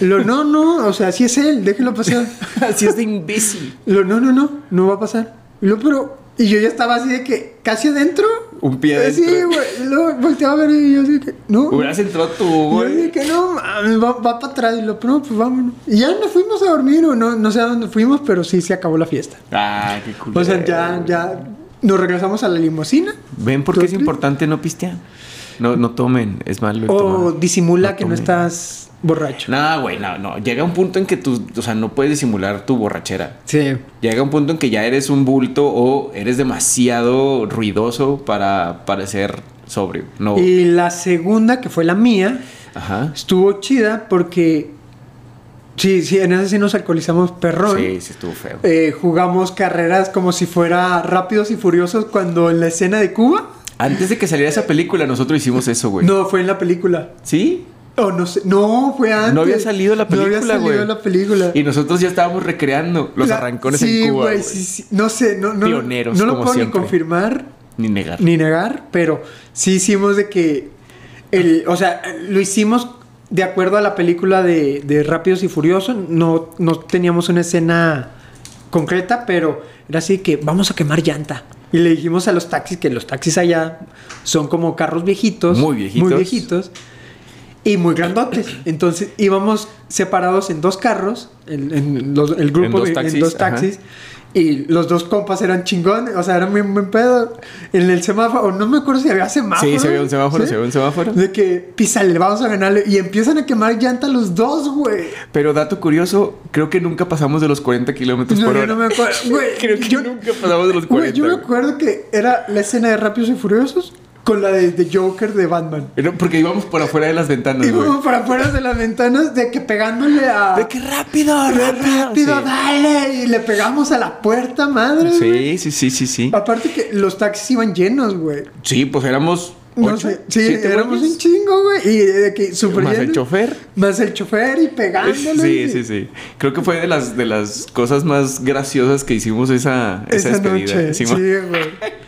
Speaker 3: Lo no, no, o sea, sí es él, déjelo pasar.
Speaker 2: Así es de imbécil.
Speaker 3: Lo no, no, no, no va a pasar. Y Lo, pero, y yo ya estaba así de que, casi adentro.
Speaker 2: Un pie
Speaker 3: Eh, Sí,
Speaker 2: adentro.
Speaker 3: güey. Y Luego volteaba a ver y yo así de que, no.
Speaker 2: Hubieras entrado tú,
Speaker 3: Yo
Speaker 2: güey.
Speaker 3: dije, no, mames, va, va para atrás. Y lo, no, pues vámonos. Y ya nos fuimos a dormir, o no, no sé a dónde fuimos, pero sí se acabó la fiesta.
Speaker 2: Ah, qué cool.
Speaker 3: O sea, ya, ya nos regresamos a la limusina.
Speaker 2: ¿Ven por qué es
Speaker 3: ¿Tú-
Speaker 2: importante no pistear? No, no tomen, es malo. el
Speaker 3: O
Speaker 2: tomar.
Speaker 3: disimula que no
Speaker 2: tomen.
Speaker 3: estás borracho.
Speaker 2: No, güey, no, no. Llega un punto en que tú, o sea, no puedes disimular tu borrachera.
Speaker 3: Sí.
Speaker 2: Llega un punto en que ya eres un bulto o eres demasiado ruidoso para parecer sobrio. No.
Speaker 3: Y la segunda, que fue la mía,
Speaker 2: Ajá.
Speaker 3: estuvo chida porque. Sí, sí, en esa sí nos alcoholizamos perrón.
Speaker 2: Sí, sí, estuvo feo.
Speaker 3: Eh, jugamos carreras como si fuera rápidos y furiosos cuando en la escena de Cuba.
Speaker 2: Antes de que saliera esa película, nosotros hicimos eso, güey.
Speaker 3: No, fue en la película.
Speaker 2: ¿Sí?
Speaker 3: Oh, no sé. No, fue antes.
Speaker 2: No había salido la película,
Speaker 3: No había salido
Speaker 2: güey.
Speaker 3: la película.
Speaker 2: Y nosotros ya estábamos recreando los
Speaker 3: La-
Speaker 2: arrancones
Speaker 3: sí,
Speaker 2: en Cuba.
Speaker 3: güey,
Speaker 2: güey.
Speaker 3: sí, sí. No sé, no, no,
Speaker 2: Pioneros,
Speaker 3: no lo
Speaker 2: como
Speaker 3: puedo
Speaker 2: siempre.
Speaker 3: ni confirmar
Speaker 2: Ni negar.
Speaker 3: ni negar, pero sí hicimos de que. El, o sea, lo hicimos de acuerdo a la película de, de Rápidos y Furiosos. No, no teníamos una escena concreta, pero era así que vamos a quemar llanta. Y le dijimos a los taxis que los taxis allá son como carros viejitos.
Speaker 2: Muy viejitos.
Speaker 3: Muy viejitos. Y muy grandotes. Entonces íbamos separados en dos carros, en, en los- el grupo
Speaker 2: dos
Speaker 3: vi-
Speaker 2: taxis,
Speaker 3: en dos
Speaker 2: ajá.
Speaker 3: taxis y los dos compas eran chingones, o sea, eran bien buen pedo. En el semáforo, no me acuerdo si había semáforo.
Speaker 2: Sí, se había un semáforo,
Speaker 3: ¿sí?
Speaker 2: se había un semáforo.
Speaker 3: De que, písale, vamos a ganarle. Y empiezan a quemar llanta los dos, güey.
Speaker 2: Pero dato curioso, creo que nunca pasamos de los 40 kilómetros
Speaker 3: No,
Speaker 2: por
Speaker 3: yo
Speaker 2: hora.
Speaker 3: no me
Speaker 2: <laughs>
Speaker 3: acuerdo. Güey,
Speaker 2: Creo que
Speaker 3: yo-
Speaker 2: nunca pasamos de los
Speaker 3: Güey,
Speaker 2: 40.
Speaker 3: yo me
Speaker 2: güey.
Speaker 3: acuerdo que era la escena de Rápidos y Furiosos. con la de, de Joker de Batman.
Speaker 2: Pero Porque íbamos por afuera de las ventanas,
Speaker 3: Y
Speaker 2: güey.
Speaker 3: como para afuera de las ventanas de que pegándole a...
Speaker 2: De que rápido,
Speaker 3: "Ve <laughs> rápido,
Speaker 2: sí.
Speaker 3: dale. Y le pegamos a la puerta, madre. güey.
Speaker 2: Sí,
Speaker 3: Ah.
Speaker 2: sí, sí, sí, sí.
Speaker 3: Aparte que los taxis iban llenos, güey.
Speaker 2: Sí, pues éramos
Speaker 3: No
Speaker 2: ocho,
Speaker 3: sé, sí,
Speaker 2: siete
Speaker 3: éramos
Speaker 2: güeyes.
Speaker 3: un chingo, güey. Y de que súper
Speaker 2: Más el
Speaker 3: lleno.
Speaker 2: chofer.
Speaker 3: Más el chofer y pegándole.
Speaker 2: Sí, sí, sí. Creo que fue de las de las cosas más graciosas que hicimos esa, esa,
Speaker 3: Esa
Speaker 2: despedida.
Speaker 3: noche. Sí,
Speaker 2: Sí, ma-
Speaker 3: güey.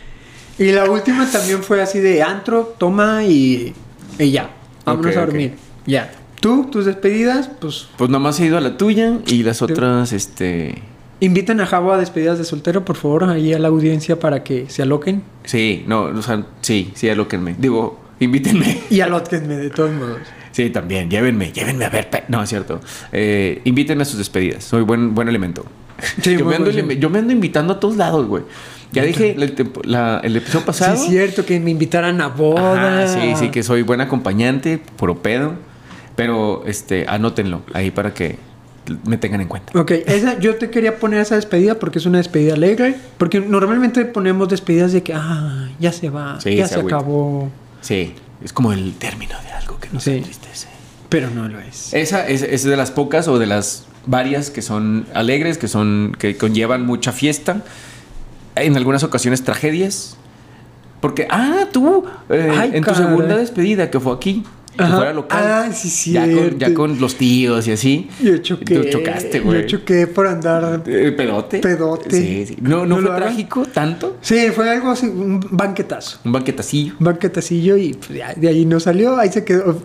Speaker 3: Y la última también fue así de antro, toma y, y ya. Vámonos
Speaker 2: Ok,
Speaker 3: a
Speaker 2: ok.
Speaker 3: dormir. Ya. Tú, tus despedidas, pues
Speaker 2: Pues nada más he ido a la tuya y las otras, este.
Speaker 3: inviten a Javo a despedidas de soltero, por favor, ahí a la audiencia para que se aloquen.
Speaker 2: Sí, no, o sea, sí, sí, alóquenme. Digo, invítenme. <laughs>
Speaker 3: Y alóquenme de todos modos.
Speaker 2: Sí, también, llévenme, llévenme a ver. pe- No, es cierto. Eh, invítenme a sus despedidas. Soy buen, buen elemento.
Speaker 3: Sí,
Speaker 2: yo,
Speaker 3: muy
Speaker 2: me ando,
Speaker 3: buen-
Speaker 2: yo me ando invitando a todos lados, güey. Ya dije el, tempo- la- el episodio pasado.
Speaker 3: Sí, es cierto, que me invitaran a
Speaker 2: Ajá,
Speaker 3: bodas.
Speaker 2: sí, sí, que soy buen acompañante, puro pedo. Pero este, anótenlo ahí para que me tengan en cuenta.
Speaker 3: Ok, esa, yo te quería poner esa despedida porque es una despedida alegre. Porque normalmente ponemos despedidas de que, ah, ya se va,
Speaker 2: Sí,
Speaker 3: ya
Speaker 2: se
Speaker 3: se,
Speaker 2: agüita.
Speaker 3: acabó.
Speaker 2: Sí, es como el término de algo que nos
Speaker 3: Sí.
Speaker 2: entristece.
Speaker 3: Pero no lo es.
Speaker 2: Esa es, es de las pocas o de las varias que son alegres, que son que conllevan mucha fiesta, en algunas ocasiones tragedias. Porque, ah, tú, eh,
Speaker 3: Ay,
Speaker 2: en tu
Speaker 3: caray.
Speaker 2: segunda despedida que fue aquí, que
Speaker 3: Ajá.
Speaker 2: fuera local.
Speaker 3: Ah, sí,
Speaker 2: ya con,
Speaker 3: cierto.
Speaker 2: ya con los tíos y así.
Speaker 3: Yo choqué.
Speaker 2: Tú chocaste, güey.
Speaker 3: Yo choqué por andar.
Speaker 2: Eh, pedote.
Speaker 3: Pedote.
Speaker 2: Sí, sí. No, no,
Speaker 3: ¿No
Speaker 2: fue
Speaker 3: lo hagan?
Speaker 2: trágico tanto.
Speaker 3: Sí, fue algo así, un banquetazo.
Speaker 2: Un banquetacillo.
Speaker 3: Un banquetacillo y pues, ya, de ahí no salió, ahí se quedó.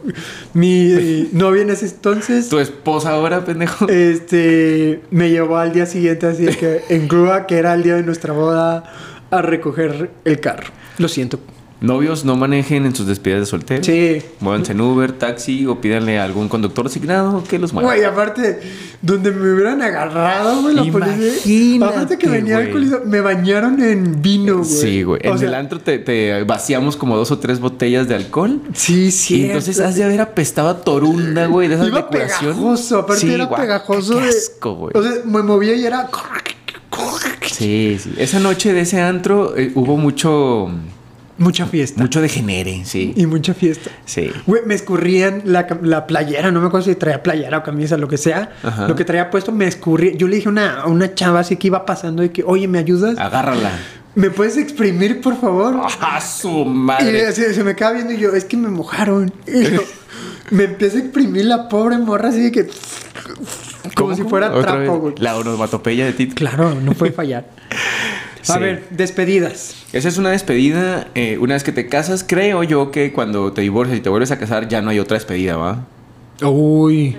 Speaker 2: <laughs>
Speaker 3: Mi eh, novia en ese entonces.
Speaker 2: Tu esposa ahora, pendejo.
Speaker 3: Eh. Este me llevó al día siguiente, así de
Speaker 2: <laughs>
Speaker 3: que en grúa, que era el día de nuestra boda, a recoger el carro. Lo siento.
Speaker 2: Novios no manejen en sus despedidas de soltero.
Speaker 3: Sí.
Speaker 2: Muévanse en Uber, taxi o pídanle a algún conductor asignado que los mueva.
Speaker 3: Güey, aparte, donde me hubieran agarrado, güey, la policía.
Speaker 2: Imagínate,
Speaker 3: Aparte que venía
Speaker 2: güey.
Speaker 3: alcoholizado, me bañaron en vino, güey.
Speaker 2: Sí, güey.
Speaker 3: O
Speaker 2: En
Speaker 3: sea,
Speaker 2: el antro te, te vaciamos como dos o tres botellas de alcohol.
Speaker 3: Sí,
Speaker 2: Y
Speaker 3: sí.
Speaker 2: entonces has de haber apestado a torunda, güey, de esas de
Speaker 3: Iba
Speaker 2: curación.
Speaker 3: pegajoso, aparte
Speaker 2: Sí,
Speaker 3: era
Speaker 2: guau,
Speaker 3: pegajoso.
Speaker 2: Qué
Speaker 3: de-
Speaker 2: asco, güey.
Speaker 3: O sea, me movía y era.
Speaker 2: Sí, sí. Esa noche de ese antro eh, hubo mucho,
Speaker 3: Mucha fiesta.
Speaker 2: mucho degenere, sí.
Speaker 3: Y mucha fiesta.
Speaker 2: Sí.
Speaker 3: Güey, me escurrían la, cam- la playera, no me acuerdo si traía playera o camisa, lo que sea.
Speaker 2: Ajá.
Speaker 3: Lo que traía puesto me escurría. Yo le dije a una, a una chava así que iba pasando y que, oye, ¿me ayudas? <laughs>
Speaker 2: Agárrala.
Speaker 3: ¿Me puedes exprimir, por favor?
Speaker 2: ¡Ah, su
Speaker 3: Y
Speaker 2: madre!
Speaker 3: así se me queda viendo y yo, es que me mojaron. Y
Speaker 2: <laughs>
Speaker 3: yo, me empieza a exprimir la pobre morra así de que... Como
Speaker 2: ¿Cómo,
Speaker 3: si
Speaker 2: cómo?
Speaker 3: fuera
Speaker 2: Otra
Speaker 3: trapo,
Speaker 2: vez.
Speaker 3: güey.
Speaker 2: La onomatopeya de Tito.
Speaker 3: Claro, no
Speaker 2: <laughs>
Speaker 3: puede fallar.
Speaker 2: Sí.
Speaker 3: A ver, despedidas.
Speaker 2: Esa es una despedida. eh, una vez que te casas, creo yo que cuando te divorcias y te vuelves a casar, ya no hay otra despedida, ¿va?
Speaker 3: Uy.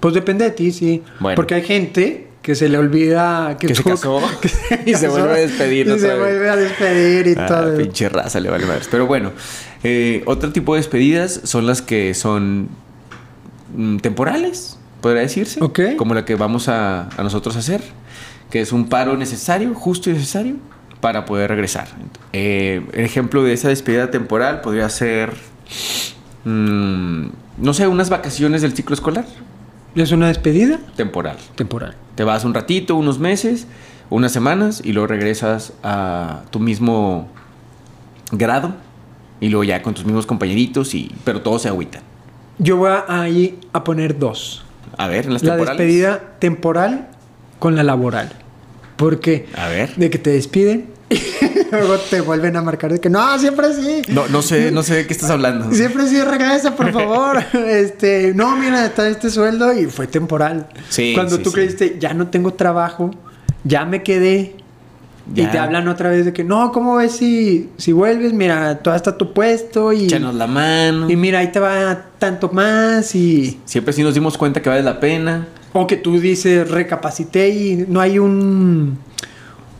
Speaker 3: Pues depende de ti, sí.
Speaker 2: Bueno.
Speaker 3: Porque hay gente que se le olvida que,
Speaker 2: Que se
Speaker 3: <laughs> tuvo-
Speaker 2: casó <laughs>
Speaker 3: que se
Speaker 2: y se
Speaker 3: casó,
Speaker 2: vuelve a despedir.
Speaker 3: Y
Speaker 2: otra
Speaker 3: se
Speaker 2: vez.
Speaker 3: vuelve a despedir y
Speaker 2: Ah,
Speaker 3: todo.
Speaker 2: pinche raza le vale madres. Pero bueno, eh, otro tipo de despedidas son las que son mm, temporales, podría decirse.
Speaker 3: Ok.
Speaker 2: Como la que vamos a, a nosotros a hacer, que es un paro necesario, justo y necesario, para poder regresar. Eh, el ejemplo de esa despedida temporal podría ser, mm, no sé, unas vacaciones del ciclo escolar
Speaker 3: ¿Es una despedida?
Speaker 2: temporal.
Speaker 3: Temporal.
Speaker 2: Te vas un ratito, unos meses, unas semanas y luego regresas a tu mismo grado y luego ya con tus mismos compañeritos y pero todos se agüitan.
Speaker 3: Yo voy a- ahí a poner dos.
Speaker 2: A ver, en las
Speaker 3: La
Speaker 2: temporales.
Speaker 3: despedida temporal con la laboral. Porque
Speaker 2: A ver.
Speaker 3: de que te despiden <laughs> y luego te vuelven a marcar de que no, siempre sí.
Speaker 2: No, no sé, no sé de qué estás hablando.
Speaker 3: <laughs> Siempre sí regresa,
Speaker 2: <laughs>
Speaker 3: por favor. este, no, mira, está este sueldo y fue temporal.
Speaker 2: Sí,
Speaker 3: Cuando
Speaker 2: sí,
Speaker 3: tú
Speaker 2: sí.
Speaker 3: creíste, ya no tengo trabajo, ya me quedé.
Speaker 2: Ya.
Speaker 3: Y te hablan otra vez de que, no, ¿cómo ves si, si vuelves? Mira, todavía está tu puesto y,
Speaker 2: Échanos la mano.
Speaker 3: y mira, ahí te va tanto más y...
Speaker 2: Siempre sí nos dimos cuenta que vale la pena.
Speaker 3: O que tú dices, recapacité y no hay un,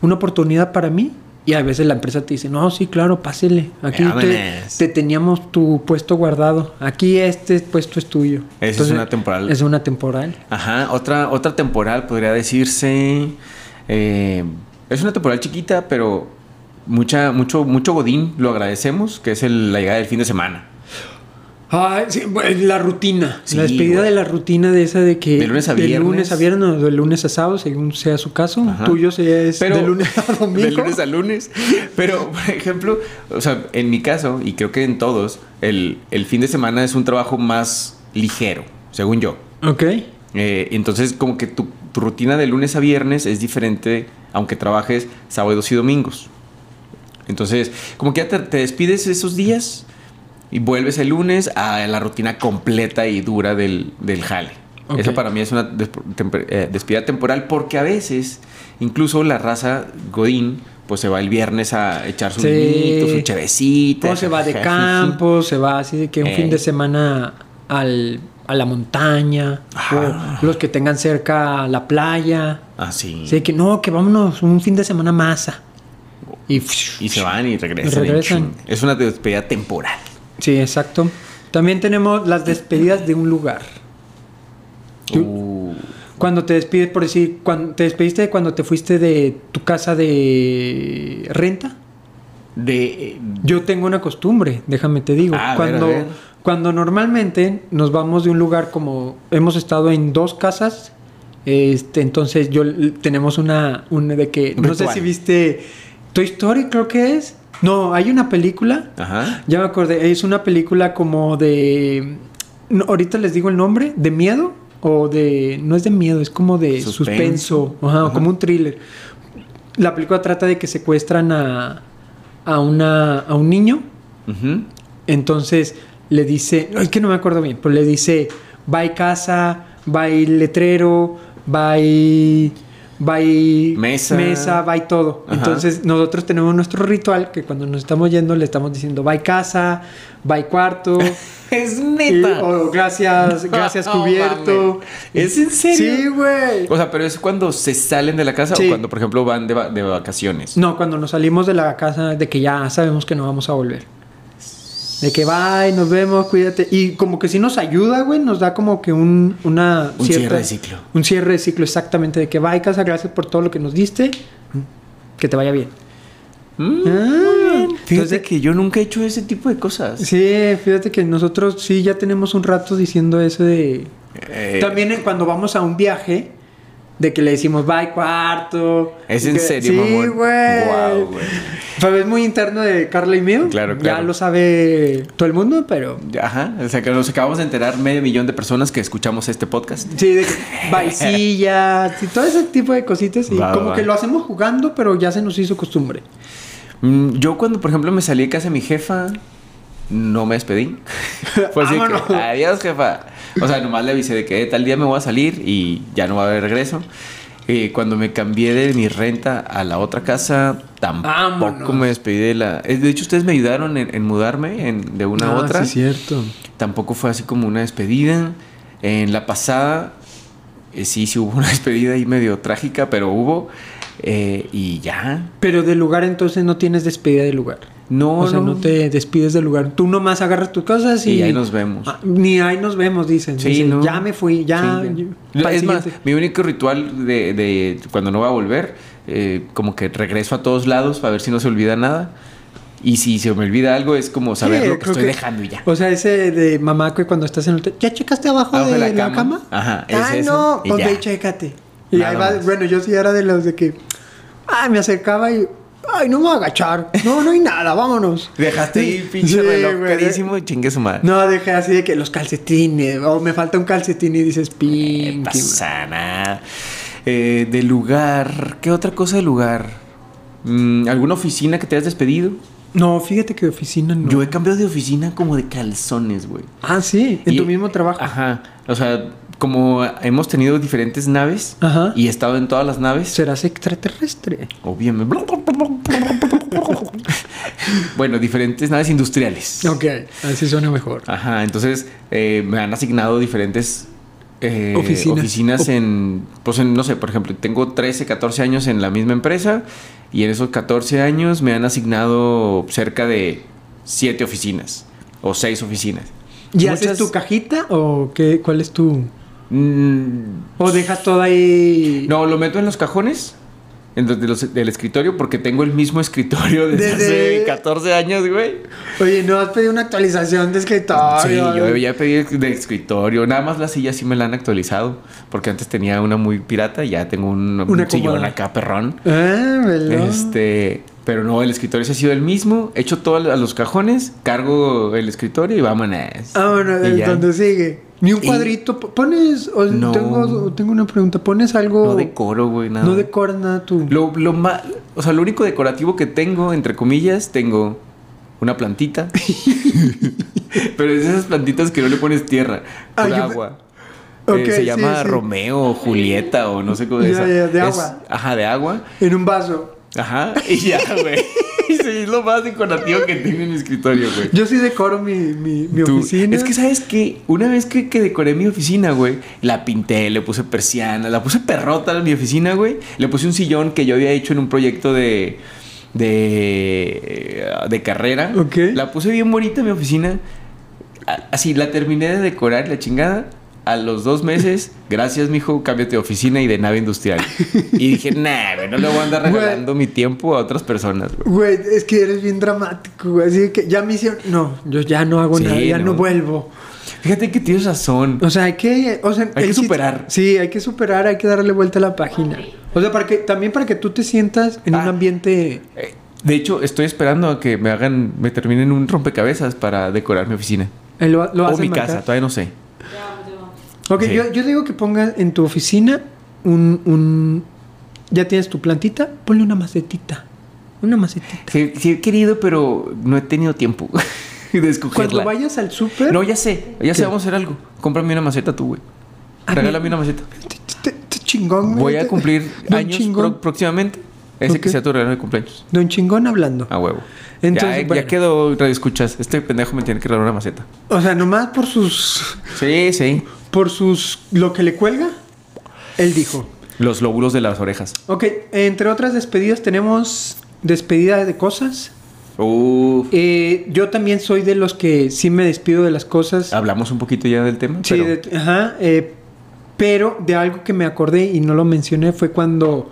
Speaker 3: una oportunidad para mí. Y a veces la empresa te dice, no, sí, claro, pásele.
Speaker 2: Eh,
Speaker 3: Aquí te,
Speaker 2: Vámonos.
Speaker 3: te teníamos tu puesto guardado. Aquí este puesto es tuyo.
Speaker 2: Esa es una temporal.
Speaker 3: Es una temporal.
Speaker 2: Ajá, otra, otra temporal podría decirse. eh, es una temporal chiquita, pero mucha, mucho, mucho Godín lo agradecemos, que es el- la llegada del fin de semana.
Speaker 3: Ay, sí, bueno, la rutina.
Speaker 2: Sí,
Speaker 3: la despedida
Speaker 2: güey.
Speaker 3: de la rutina de esa de que.
Speaker 2: De lunes a
Speaker 3: De
Speaker 2: viernes.
Speaker 3: lunes a viernes o de lunes a sábado, según sea su caso.
Speaker 2: Ajá.
Speaker 3: Tuyo sea es
Speaker 2: Pero-
Speaker 3: de lunes a domingo.
Speaker 2: <laughs> De lunes a lunes. Pero, por ejemplo, o sea, en mi caso, y creo que en todos, el, el fin de semana es un trabajo más ligero, según yo.
Speaker 3: Ok.
Speaker 2: Eh, entonces, como que tu, tu rutina de lunes a viernes es diferente, aunque trabajes sábados y domingos. Entonces, como que ya te, te despides esos días y vuelves el lunes a la rutina completa y dura del, del jale.
Speaker 3: Ok.
Speaker 2: Esa para mí es una desp- temper- eh, despedida temporal porque a veces, incluso la raza Godín, pues se va el viernes a echar su
Speaker 3: Sí.
Speaker 2: vinito, su chevecita.
Speaker 3: O se va de
Speaker 2: jajajiji.
Speaker 3: campo, se va así de que un
Speaker 2: Ey.
Speaker 3: fin de semana al, a la montaña.
Speaker 2: Ah.
Speaker 3: O los que tengan cerca la playa.
Speaker 2: Así.
Speaker 3: Así de que no, que vámonos un fin de semana masa. Y,
Speaker 2: Y se van y regresan.
Speaker 3: Y regresan.
Speaker 2: en chinga. Es una despedida temporal.
Speaker 3: Sí, exacto. También tenemos las despedidas de un lugar. Tú-
Speaker 2: Uh,
Speaker 3: Cuando te despides, por decir, cuando te despediste de cuando te fuiste de tu casa de renta.
Speaker 2: de.
Speaker 3: Yo tengo una costumbre, déjame te digo.
Speaker 2: Mm. Ah, A ver,
Speaker 3: cuando,
Speaker 2: a ver.
Speaker 3: cuando normalmente nos vamos de un lugar como hemos estado en dos casas, este, entonces yo l- tenemos una, una de que
Speaker 2: Un
Speaker 3: no sé
Speaker 2: ritual.
Speaker 3: si viste Toy Story, creo que es. No, hay una película.
Speaker 2: Ajá.
Speaker 3: Ya me acordé, es una película como de. no, ahorita les digo el nombre, de miedo o de. No es de miedo, es como de
Speaker 2: Suspenso.
Speaker 3: suspenso, ajá,
Speaker 2: Ajá.
Speaker 3: como un thriller. La película trata de que secuestran a, a, una, a un niño,
Speaker 2: Ujú.
Speaker 3: entonces le dice, no, es que no me acuerdo bien, pero le dice, va y casa, va y letrero, va y... Va y
Speaker 2: Mesa.
Speaker 3: mesa, va y todo.
Speaker 2: Ajá.
Speaker 3: Entonces nosotros tenemos nuestro ritual que cuando nos estamos yendo le estamos diciendo va y casa, va y cuarto,
Speaker 2: <laughs> Es
Speaker 3: y-
Speaker 2: neta.
Speaker 3: o gracias,
Speaker 2: <laughs>
Speaker 3: gracias
Speaker 2: No
Speaker 3: cubierto.
Speaker 2: mames. ¿Es en serio?
Speaker 3: Sí, güey.
Speaker 2: O sea, pero es cuando se salen de la casa o
Speaker 3: Sí.
Speaker 2: cuando, por ejemplo, van de, va- de vacaciones.
Speaker 3: No, cuando nos salimos de la casa, de que ya sabemos que no vamos a volver. De que bye, nos vemos, cuídate. Y como que sí nos ayuda, güey, nos da como que un, una
Speaker 2: Un cierre de ciclo.
Speaker 3: Un cierre de ciclo, exactamente. De que bye, casa, gracias por todo lo que nos diste. Que te vaya bien.
Speaker 2: Mm,
Speaker 3: Ah,
Speaker 2: Fíjate
Speaker 3: entonces-
Speaker 2: que yo nunca he hecho ese tipo de cosas.
Speaker 3: Sí, fíjate que nosotros sí ya tenemos un rato diciendo eso de.
Speaker 2: Eh,
Speaker 3: También en- cuando vamos a un viaje, de que le decimos bye, cuarto.
Speaker 2: ¿Es
Speaker 3: y
Speaker 2: en
Speaker 3: que-
Speaker 2: serio,
Speaker 3: sí,
Speaker 2: mamón?
Speaker 3: güey.
Speaker 2: Guau, güey.
Speaker 3: Pero es muy interno de Carla y mío.
Speaker 2: Claro, claro.
Speaker 3: Ya lo sabe todo el mundo, pero.
Speaker 2: Ajá. O sea, que nos acabamos de enterar medio millón de personas que escuchamos este podcast.
Speaker 3: Sí, de que
Speaker 2: <laughs>
Speaker 3: bailecillas y todo ese tipo de cositas. Y
Speaker 2: Va,
Speaker 3: como
Speaker 2: va.
Speaker 3: que lo hacemos jugando, pero ya se nos hizo costumbre.
Speaker 2: Mm, Yo cuando, por ejemplo, me salí de casa de mi jefa, no me
Speaker 3: <laughs>
Speaker 2: despedí. Fue así de que,
Speaker 3: Vámonos.
Speaker 2: adiós, jefa. O sea, nomás le avisé de que "Eh, tal día me voy a salir y ya no va a haber regreso. Eh, cuando me cambié de mi renta a la otra casa, tampoco
Speaker 3: Vámonos.
Speaker 2: me despedí de la... eh, De hecho, ustedes me ayudaron en, en mudarme en- de una a
Speaker 3: Ah,
Speaker 2: otra.
Speaker 3: cierto.
Speaker 2: Tampoco fue así como una despedida. En la pasada, eh, sí, sí hubo una <laughs> despedida ahí medio trágica, pero hubo. Eh, y ya,
Speaker 3: Pero del lugar entonces no tienes despedida del lugar.
Speaker 2: No,
Speaker 3: o sea,
Speaker 2: no.
Speaker 3: no. te despides del lugar. Tú nomás agarras tus cosas y.
Speaker 2: Y ahí nos vemos.
Speaker 3: Ah, ni ahí nos vemos, dicen.
Speaker 2: Sí,
Speaker 3: Dicen,
Speaker 2: ¿no?
Speaker 3: Ya me fui, ya.
Speaker 2: Sí,
Speaker 3: ya- para el
Speaker 2: es más,
Speaker 3: siguiente.
Speaker 2: mi único ritual de, de cuando no va a volver, eh, como que regreso a todos lados para ver si no se olvida nada. Y si se me olvida algo, es como saber
Speaker 3: Sí,
Speaker 2: lo que
Speaker 3: creo
Speaker 2: estoy dejando y ya.
Speaker 3: O sea, ese de mamá que cuando estás en el hotel, ¿ya checaste abajo
Speaker 2: Abajo
Speaker 3: de la cama?
Speaker 2: Ajá, es
Speaker 3: Ah,
Speaker 2: eso,
Speaker 3: no,
Speaker 2: y
Speaker 3: pues
Speaker 2: ya.
Speaker 3: ve y chécate. Y
Speaker 2: Nada
Speaker 3: ahí va,
Speaker 2: más.
Speaker 3: bueno, yo sí era de los de que, ay, me acercaba y, ay, no me voy a agachar. No, no hay nada, vámonos.
Speaker 2: Dejaste ahí
Speaker 3: Sí,
Speaker 2: pinche reloj
Speaker 3: güey.
Speaker 2: carísimo y chingue su madre.
Speaker 3: No, dejé así de que los calcetines, o me falta un calcetín y dices,
Speaker 2: Eh,
Speaker 3: pin.
Speaker 2: pasa nada. Eh, de lugar, ¿qué otra cosa de lugar? Mm, ¿Alguna oficina que te hayas despedido?
Speaker 3: No, fíjate que oficina no.
Speaker 2: Yo he cambiado de oficina como de calzones, güey.
Speaker 3: Ah, sí, en
Speaker 2: Y-
Speaker 3: tu mismo trabajo.
Speaker 2: Ajá. O sea, como hemos tenido diferentes naves
Speaker 3: Ajá.
Speaker 2: y he estado en todas las naves,
Speaker 3: Serás extraterrestre.
Speaker 2: obviamente. bueno, diferentes naves industriales.
Speaker 3: Ok, así suena mejor.
Speaker 2: Ajá. Entonces, eh, me han asignado diferentes eh,
Speaker 3: Oficinas.
Speaker 2: oficinas
Speaker 3: O-
Speaker 2: en, pues en, no sé, por ejemplo, tengo 13, 14 años en la misma empresa y en esos 14 años me han asignado cerca de 7 oficinas o 6 oficinas.
Speaker 3: ¿Y haces
Speaker 2: Muchas-
Speaker 3: tu cajita o qué, cuál es tu...?
Speaker 2: Mm,
Speaker 3: ¿O dejas todo ahí...?
Speaker 2: No, lo meto en los cajones. en los- de los- del escritorio porque tengo el mismo escritorio <laughs> desde,
Speaker 3: Desde-
Speaker 2: hace 14 años, güey.
Speaker 3: Oye, no has pedido una actualización de
Speaker 2: Sí,
Speaker 3: escritorio.
Speaker 2: yo ya pedí el de escritorio. Nada más la silla sí me la han actualizado. Porque antes tenía una muy pirata y ya tengo un, un
Speaker 3: Una
Speaker 2: sillón
Speaker 3: cómoda.
Speaker 2: acá, perrón.
Speaker 3: Ah, ¿verdad?
Speaker 2: Este, pero no, el escritorio se ha sido el mismo. Echo todo a los cajones, cargo el escritorio y vámonos.
Speaker 3: Ah, bueno,
Speaker 2: Y
Speaker 3: el
Speaker 2: ya.
Speaker 3: donde sigue. Ni un
Speaker 2: Y-
Speaker 3: cuadrito. po- ¿Pones? o
Speaker 2: No.
Speaker 3: tengo, tengo una pregunta. ¿Pones algo?
Speaker 2: No decoro, güey, nada.
Speaker 3: oh. No decoras nada tú.
Speaker 2: Lo, lo ma- o sea, lo único decorativo que tengo, entre comillas, tengo una plantita. <laughs> Pero es esas plantitas que no le pones tierra,
Speaker 3: Ah,
Speaker 2: por
Speaker 3: yo pe-
Speaker 2: agua.
Speaker 3: Ok,
Speaker 2: Eh, se
Speaker 3: sí,
Speaker 2: llama
Speaker 3: sí.
Speaker 2: Romeo o Julieta o no sé cómo
Speaker 3: Ya,
Speaker 2: es. esa.
Speaker 3: ya, de
Speaker 2: Es-
Speaker 3: agua.
Speaker 2: Ajá, de agua.
Speaker 3: En un vaso.
Speaker 2: Ajá. Y ya, güey. <laughs> Sí, es lo más decorativo que tengo en mi escritorio, güey.
Speaker 3: Yo sí decoro mi, mi, mi
Speaker 2: Tú-
Speaker 3: oficina.
Speaker 2: Es que sabes que una vez que, que decoré mi oficina, güey, la pinté, le puse persiana, la puse perrota en mi oficina, güey. Le puse un sillón que yo había hecho en un proyecto de. de. eh, de carrera.
Speaker 3: Ok.
Speaker 2: La puse bien bonita en mi oficina. A- Así, la terminé de decorar, la chingada. A los dos
Speaker 3: <laughs>
Speaker 2: meses, gracias, mijo, cámbiate de oficina y de nave industrial. Y dije, nah, güey, no le voy a andar
Speaker 3: Güey.
Speaker 2: regalando mi tiempo a otras personas, güey.
Speaker 3: Güey, es que eres bien dramático, güey. Así que ya me hicieron. No, yo ya no hago
Speaker 2: Sí,
Speaker 3: nada, ya no.
Speaker 2: no.
Speaker 3: vuelvo.
Speaker 2: Fíjate que tienes razón.
Speaker 3: O sea, hay que. O sea,
Speaker 2: que
Speaker 3: el sit-
Speaker 2: superar.
Speaker 3: Sí, hay que superar, hay que darle vuelta a la página. O sea, para que, también para que tú te sientas en
Speaker 2: Ah.
Speaker 3: un ambiente.
Speaker 2: Eh, De hecho, estoy esperando a que me hagan, me terminen un rompecabezas para decorar mi oficina.
Speaker 3: eh, Lo, lo
Speaker 2: o
Speaker 3: hace
Speaker 2: mi
Speaker 3: marcar.
Speaker 2: casa, todavía no sé.
Speaker 3: Ok,
Speaker 2: Sí.
Speaker 3: yo, yo digo que pongas en tu oficina un, un- Ya tienes tu plantita, ponle una macetita. Una macetita.
Speaker 2: Sí, sí he querido, pero no he tenido tiempo <laughs> de escogerla.
Speaker 3: Cuando vayas al súper.
Speaker 2: No, ya sé, ya sé,
Speaker 3: ¿Qué?
Speaker 2: vamos a hacer algo. Cómprame una maceta tú, güey.
Speaker 3: Ah,
Speaker 2: Regálame una maceta.
Speaker 3: te- te- te- te chingón, güey.
Speaker 2: Voy a
Speaker 3: Te- <laughs>
Speaker 2: cumplir
Speaker 3: Don
Speaker 2: años
Speaker 3: chingón.
Speaker 2: pro- próximamente. Ese que
Speaker 3: Ok.
Speaker 2: sea tu regalo de cumpleaños.
Speaker 3: Don chingón hablando.
Speaker 2: A huevo.
Speaker 3: Entonces,
Speaker 2: ya,
Speaker 3: bueno.
Speaker 2: ya quedó radio escuchas. Este pendejo me tiene que regalar una maceta.
Speaker 3: O sea, nomás por sus.
Speaker 2: Sí, sí.
Speaker 3: Por sus. Lo que le cuelga. Él dijo.
Speaker 2: Los lóbulos de las orejas.
Speaker 3: Ok, entre otras despedidas tenemos despedida de cosas.
Speaker 2: Uf.
Speaker 3: Eh, yo también soy de los que sí me despido de las cosas.
Speaker 2: Hablamos un poquito ya del tema.
Speaker 3: Sí,
Speaker 2: pero-
Speaker 3: de- ajá. eh, pero de algo que me acordé y no lo mencioné fue cuando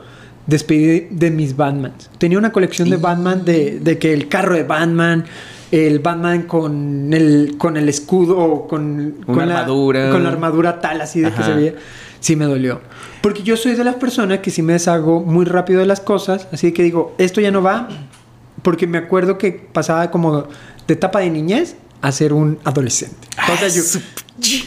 Speaker 3: despedí de mis Batmans. Tenía una colección de Batman de, de que el carro de Batman, el Batman con el, con el escudo o con,
Speaker 2: Una
Speaker 3: con la-
Speaker 2: armadura.
Speaker 3: con la armadura tal así de
Speaker 2: Ajá.
Speaker 3: que se veía. Sí me dolió. Porque yo soy de las personas que sí me deshago muy rápido de las cosas. Así que digo, esto ya no va. Porque me acuerdo que pasaba como de etapa de niñez a ser un adolescente. O
Speaker 2: Ah,
Speaker 3: sea, yo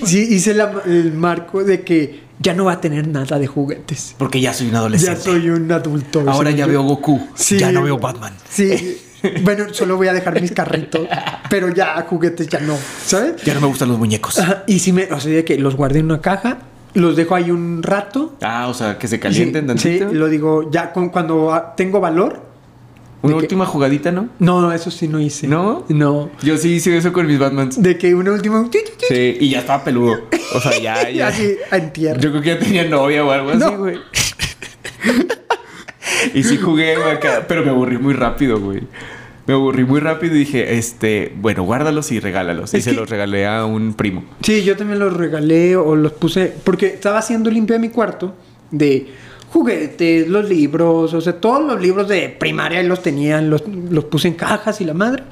Speaker 3: sí hice la- el marco de que ya no va a tener nada de juguetes.
Speaker 2: Porque ya soy un
Speaker 3: Ya
Speaker 2: adolescente.
Speaker 3: soy un adulto. o
Speaker 2: Ahora
Speaker 3: sea,
Speaker 2: ya
Speaker 3: yo-
Speaker 2: veo Goku.
Speaker 3: Sí.
Speaker 2: Ya no veo Batman.
Speaker 3: Sí. Bueno, solo voy a dejar mis carritos, pero ya juguetes ya no, ¿sabes?
Speaker 2: Ya no me gustan los muñecos.
Speaker 3: Ajá, y si me, o sea, de que los guardé en una caja, los dejo ahí un rato.
Speaker 2: Ah, o sea, que se calienten
Speaker 3: sí,
Speaker 2: tantito.
Speaker 3: sí, lo digo ya con, cuando ah, tengo valor.
Speaker 2: Una
Speaker 3: de que-
Speaker 2: última jugadita, ¿no?
Speaker 3: No, no, eso sí no hice.
Speaker 2: ¿No?
Speaker 3: No.
Speaker 2: Yo sí hice eso con mis Batmans.
Speaker 3: De que una última.
Speaker 2: Sí, y ya estaba peludo. O sea,
Speaker 3: <laughs>
Speaker 2: ya,
Speaker 3: Y
Speaker 2: Ah, ya.
Speaker 3: así, en tierra.
Speaker 2: Yo creo que ya tenía novia o algo así,
Speaker 3: No.
Speaker 2: güey. y sí jugué, güey, acá, pero me aburrí muy rápido, güey. Me aburrí muy rápido y dije, este, bueno, guárdalos y regálalos. y
Speaker 3: Es
Speaker 2: se
Speaker 3: que-
Speaker 2: los regalé a un primo.
Speaker 3: Sí, yo también los regalé o los puse. Porque estaba haciendo limpio de mi cuarto de juguetes, los libros, o sea, todos los libros de primaria ahí los tenían, los, los puse en cajas y la madre.